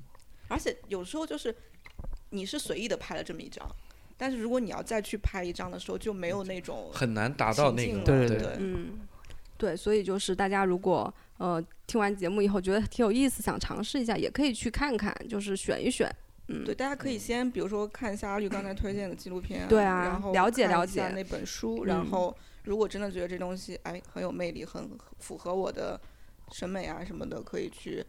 Speaker 2: 而且有时候就是你是随意的拍了这么一张，但是如果你要再去拍一张的时候，就没有那种
Speaker 3: 很难达到
Speaker 2: 情
Speaker 3: 那
Speaker 2: 境
Speaker 3: 个
Speaker 2: 了
Speaker 4: 对
Speaker 2: 对
Speaker 4: 对
Speaker 1: 嗯，对，所以就是大家如果呃听完节目以后觉得挺有意思，想尝试一下，也可以去看看，就是选一选。嗯，
Speaker 2: 对，大家可以先比如说看一下阿绿刚才推荐的纪录片、
Speaker 1: 对啊
Speaker 2: 然后
Speaker 1: 了解
Speaker 2: 看
Speaker 1: 了
Speaker 2: 一下
Speaker 1: 解
Speaker 2: 那本书，
Speaker 1: 嗯
Speaker 2: 然后如果真的觉得这东西哎很有魅力，很符合我的审美啊什么的，可以去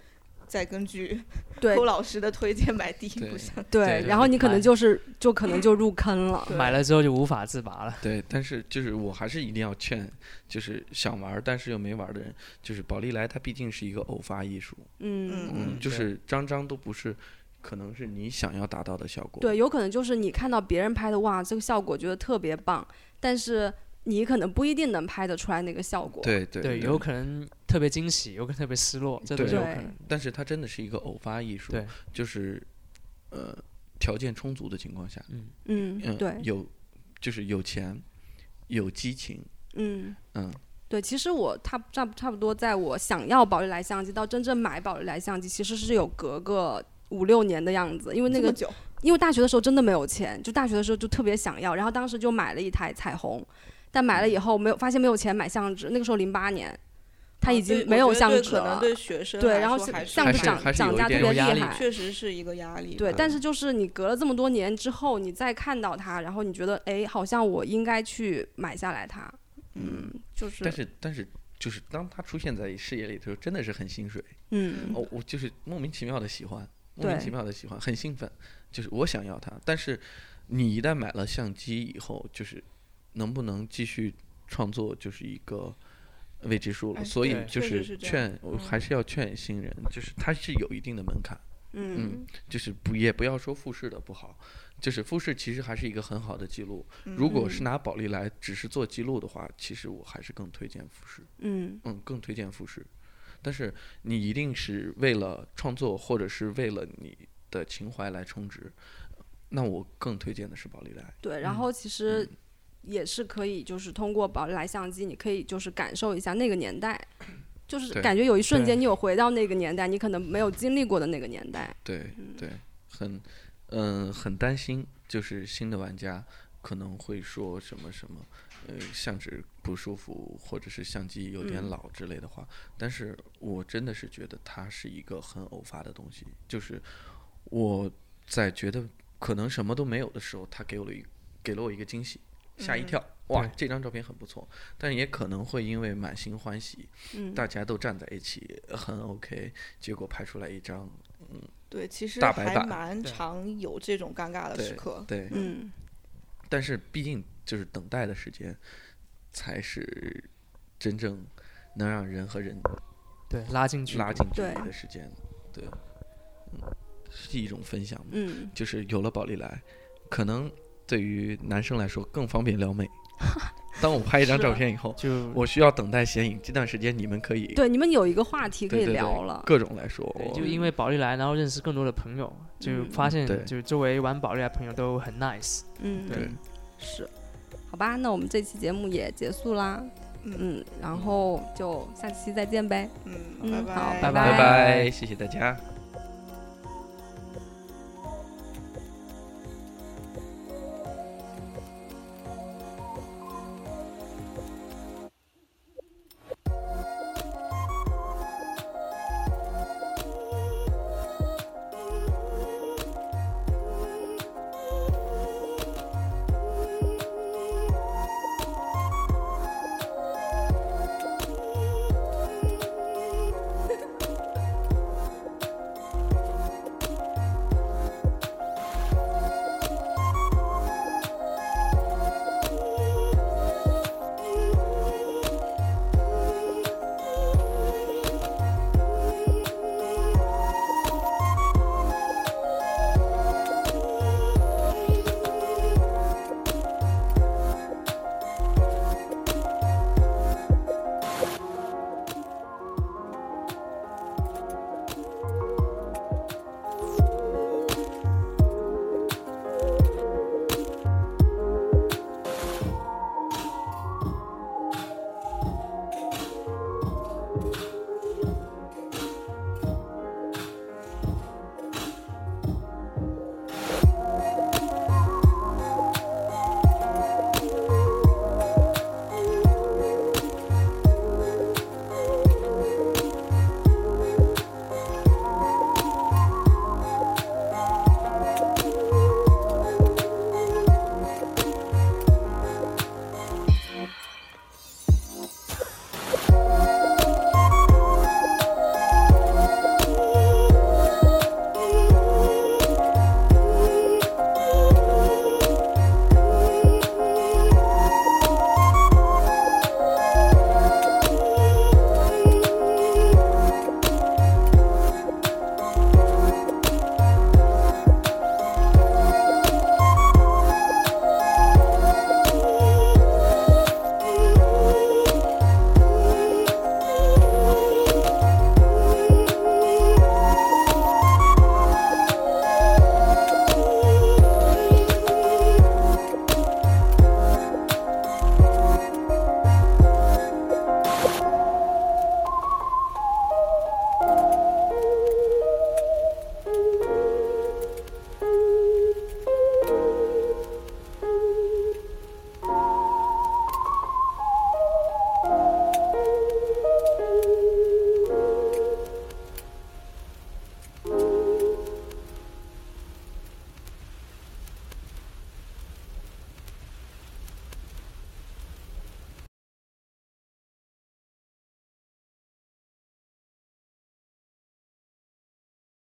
Speaker 2: 再根据
Speaker 1: 对
Speaker 2: 寇老师的推荐买第一
Speaker 3: 对
Speaker 2: 部相机。
Speaker 1: 对
Speaker 3: 对
Speaker 1: 然后你可能
Speaker 4: 买
Speaker 1: 就是就可能就入坑了。
Speaker 2: 对
Speaker 4: 买了之后就无法自拔了。
Speaker 3: 对，但是就是我还是一定要劝，就是想玩儿但是又没玩儿的人，就是宝丽来它毕竟是一个偶发艺术，
Speaker 1: 嗯，
Speaker 3: 嗯，
Speaker 2: 嗯
Speaker 3: 就
Speaker 4: 对
Speaker 3: 是张张都不是，可能是你想要达到的效果。
Speaker 1: 对，有可能就是你看到别人拍的哇，这个效果觉得特别棒，但是你可能不一定能拍得出来那个效果。
Speaker 3: 对对
Speaker 4: 对，有可能特别惊喜，有可能特别失落，这都
Speaker 3: 对
Speaker 4: 是有可
Speaker 1: 对
Speaker 4: 能。
Speaker 3: 但是它真的是一个偶发艺术，
Speaker 4: 对，
Speaker 3: 就是呃条件充足的情况下，
Speaker 4: 嗯，
Speaker 1: 嗯
Speaker 3: 嗯，，
Speaker 1: 对，
Speaker 3: 有就是有钱，有激情，
Speaker 1: 嗯。
Speaker 3: 嗯，
Speaker 1: 对，其实我差不差不差不多，在我想要宝丽来相机到真正买宝丽来相机，其实是有隔个五六年的样子，因为那
Speaker 2: 这
Speaker 1: 个
Speaker 2: 么久，
Speaker 1: 因为大学的时候真的没有钱，就大学的时候就特别想要，然后当时就买了一台彩虹，但买了以后没有发现没有钱买相纸，那个时候零八年，它
Speaker 2: 啊
Speaker 1: 已
Speaker 2: 对
Speaker 1: 经
Speaker 2: 我
Speaker 1: 没有
Speaker 2: 觉得
Speaker 1: 相
Speaker 2: 对
Speaker 1: 纸
Speaker 2: 可能
Speaker 1: 了，
Speaker 2: 对学生
Speaker 1: 对，
Speaker 2: 来
Speaker 1: 然后
Speaker 2: 说
Speaker 1: 是
Speaker 2: 还
Speaker 1: 相
Speaker 3: 还
Speaker 1: 纸
Speaker 3: 是
Speaker 1: 涨
Speaker 3: 还是
Speaker 1: 涨
Speaker 3: 有一
Speaker 1: 价特
Speaker 3: 点
Speaker 1: 别
Speaker 4: 有压
Speaker 1: 厉
Speaker 4: 力
Speaker 1: 害，
Speaker 2: 确实是一个压力吧。
Speaker 1: 对，但是就是你隔了这么多年之后，你再看到它，然后你觉得哎，好像我应该去买下来它，嗯，就是
Speaker 3: 但是但是。就是当它出现在视野里的时候，真的是很心水。
Speaker 1: 嗯，
Speaker 3: 哦，我就是莫名其妙的喜欢，莫名
Speaker 1: 对
Speaker 3: 其妙的喜欢，很兴奋，就是我想要它。但是你一旦买了相机以后，就是能不能继续创作，就是一个未知数了。
Speaker 2: 哎
Speaker 3: 所以
Speaker 4: 对
Speaker 3: 就
Speaker 2: 确实
Speaker 3: 是
Speaker 2: 是这样嗯
Speaker 3: 劝，我还是要劝新人，就是它是有一定的门槛，
Speaker 1: 嗯
Speaker 3: 就是不也不要说复试的不好。就是复试其实还是一个很好的记录。
Speaker 2: 嗯
Speaker 3: 如果是拿宝丽来只是做记录的话，其实我还是更推荐复试。
Speaker 1: 嗯
Speaker 3: 嗯，更推荐复试。但是你一定是为了创作，或者是为了你的情怀来充值，那我更推荐的是宝丽来。
Speaker 1: 对，然后其实
Speaker 3: 嗯
Speaker 1: 也是可以，就是通过宝丽来相机，你可以就是感受一下那个年代，就是
Speaker 3: 对
Speaker 1: 感觉有一瞬
Speaker 4: 对
Speaker 1: 间你有回到那个年代，你可能没有经历过的那个年代。
Speaker 3: 对对，很嗯、很担心，就是新的玩家可能会说什么什么，呃，相纸不舒服，或者是相机有点
Speaker 1: 嗯
Speaker 3: 老之类的话。但是我真的是觉得它是一个很偶发的东西，就是我在觉得可能什么都没有的时候，它给我了一给了我一个惊喜。吓一跳，哇
Speaker 4: 对，
Speaker 3: 这张照片很不错。但也可能会因为满心欢喜，
Speaker 2: 嗯，
Speaker 3: 大家都站在一起，很 OK，结果拍出来一张，
Speaker 2: 对，其实
Speaker 3: 大白
Speaker 2: 还
Speaker 3: 板
Speaker 2: 蛮
Speaker 4: 对
Speaker 2: 常有这种尴尬的
Speaker 3: 对
Speaker 2: 时刻。
Speaker 3: 对，
Speaker 2: 嗯，
Speaker 3: 但是毕竟就是等待的时间，才是真正能让人和人
Speaker 4: 对，拉进去，
Speaker 3: 拉近距离
Speaker 2: 对
Speaker 3: 的时间，对，嗯，是一种分享嘛，
Speaker 2: 嗯，
Speaker 3: 就是有了宝丽来，可能对于男生来说更方便撩妹。当我拍一张
Speaker 4: 是
Speaker 3: 照
Speaker 4: 啊
Speaker 3: 片以后，
Speaker 4: 就
Speaker 3: 我需要等待显影，这段时间你们可以
Speaker 1: 对，你们有一个话题可
Speaker 3: 对
Speaker 1: 以
Speaker 3: 对对
Speaker 1: 聊了。
Speaker 3: 各种来说，
Speaker 4: 对，
Speaker 3: 我
Speaker 4: 就因为宝丽来，然后认识更多的朋友，就
Speaker 2: 嗯
Speaker 4: 发现
Speaker 3: 对
Speaker 4: 就周围玩宝丽来朋友都很 nice。
Speaker 2: 嗯，
Speaker 3: 对，
Speaker 1: 是，好吧，那我们这期节目也结束啦。
Speaker 2: 嗯
Speaker 1: 嗯，然后就下期再见呗。
Speaker 2: 嗯，
Speaker 1: 嗯
Speaker 2: 拜
Speaker 1: 好拜
Speaker 3: 拜
Speaker 1: 拜
Speaker 3: 拜，谢谢大家。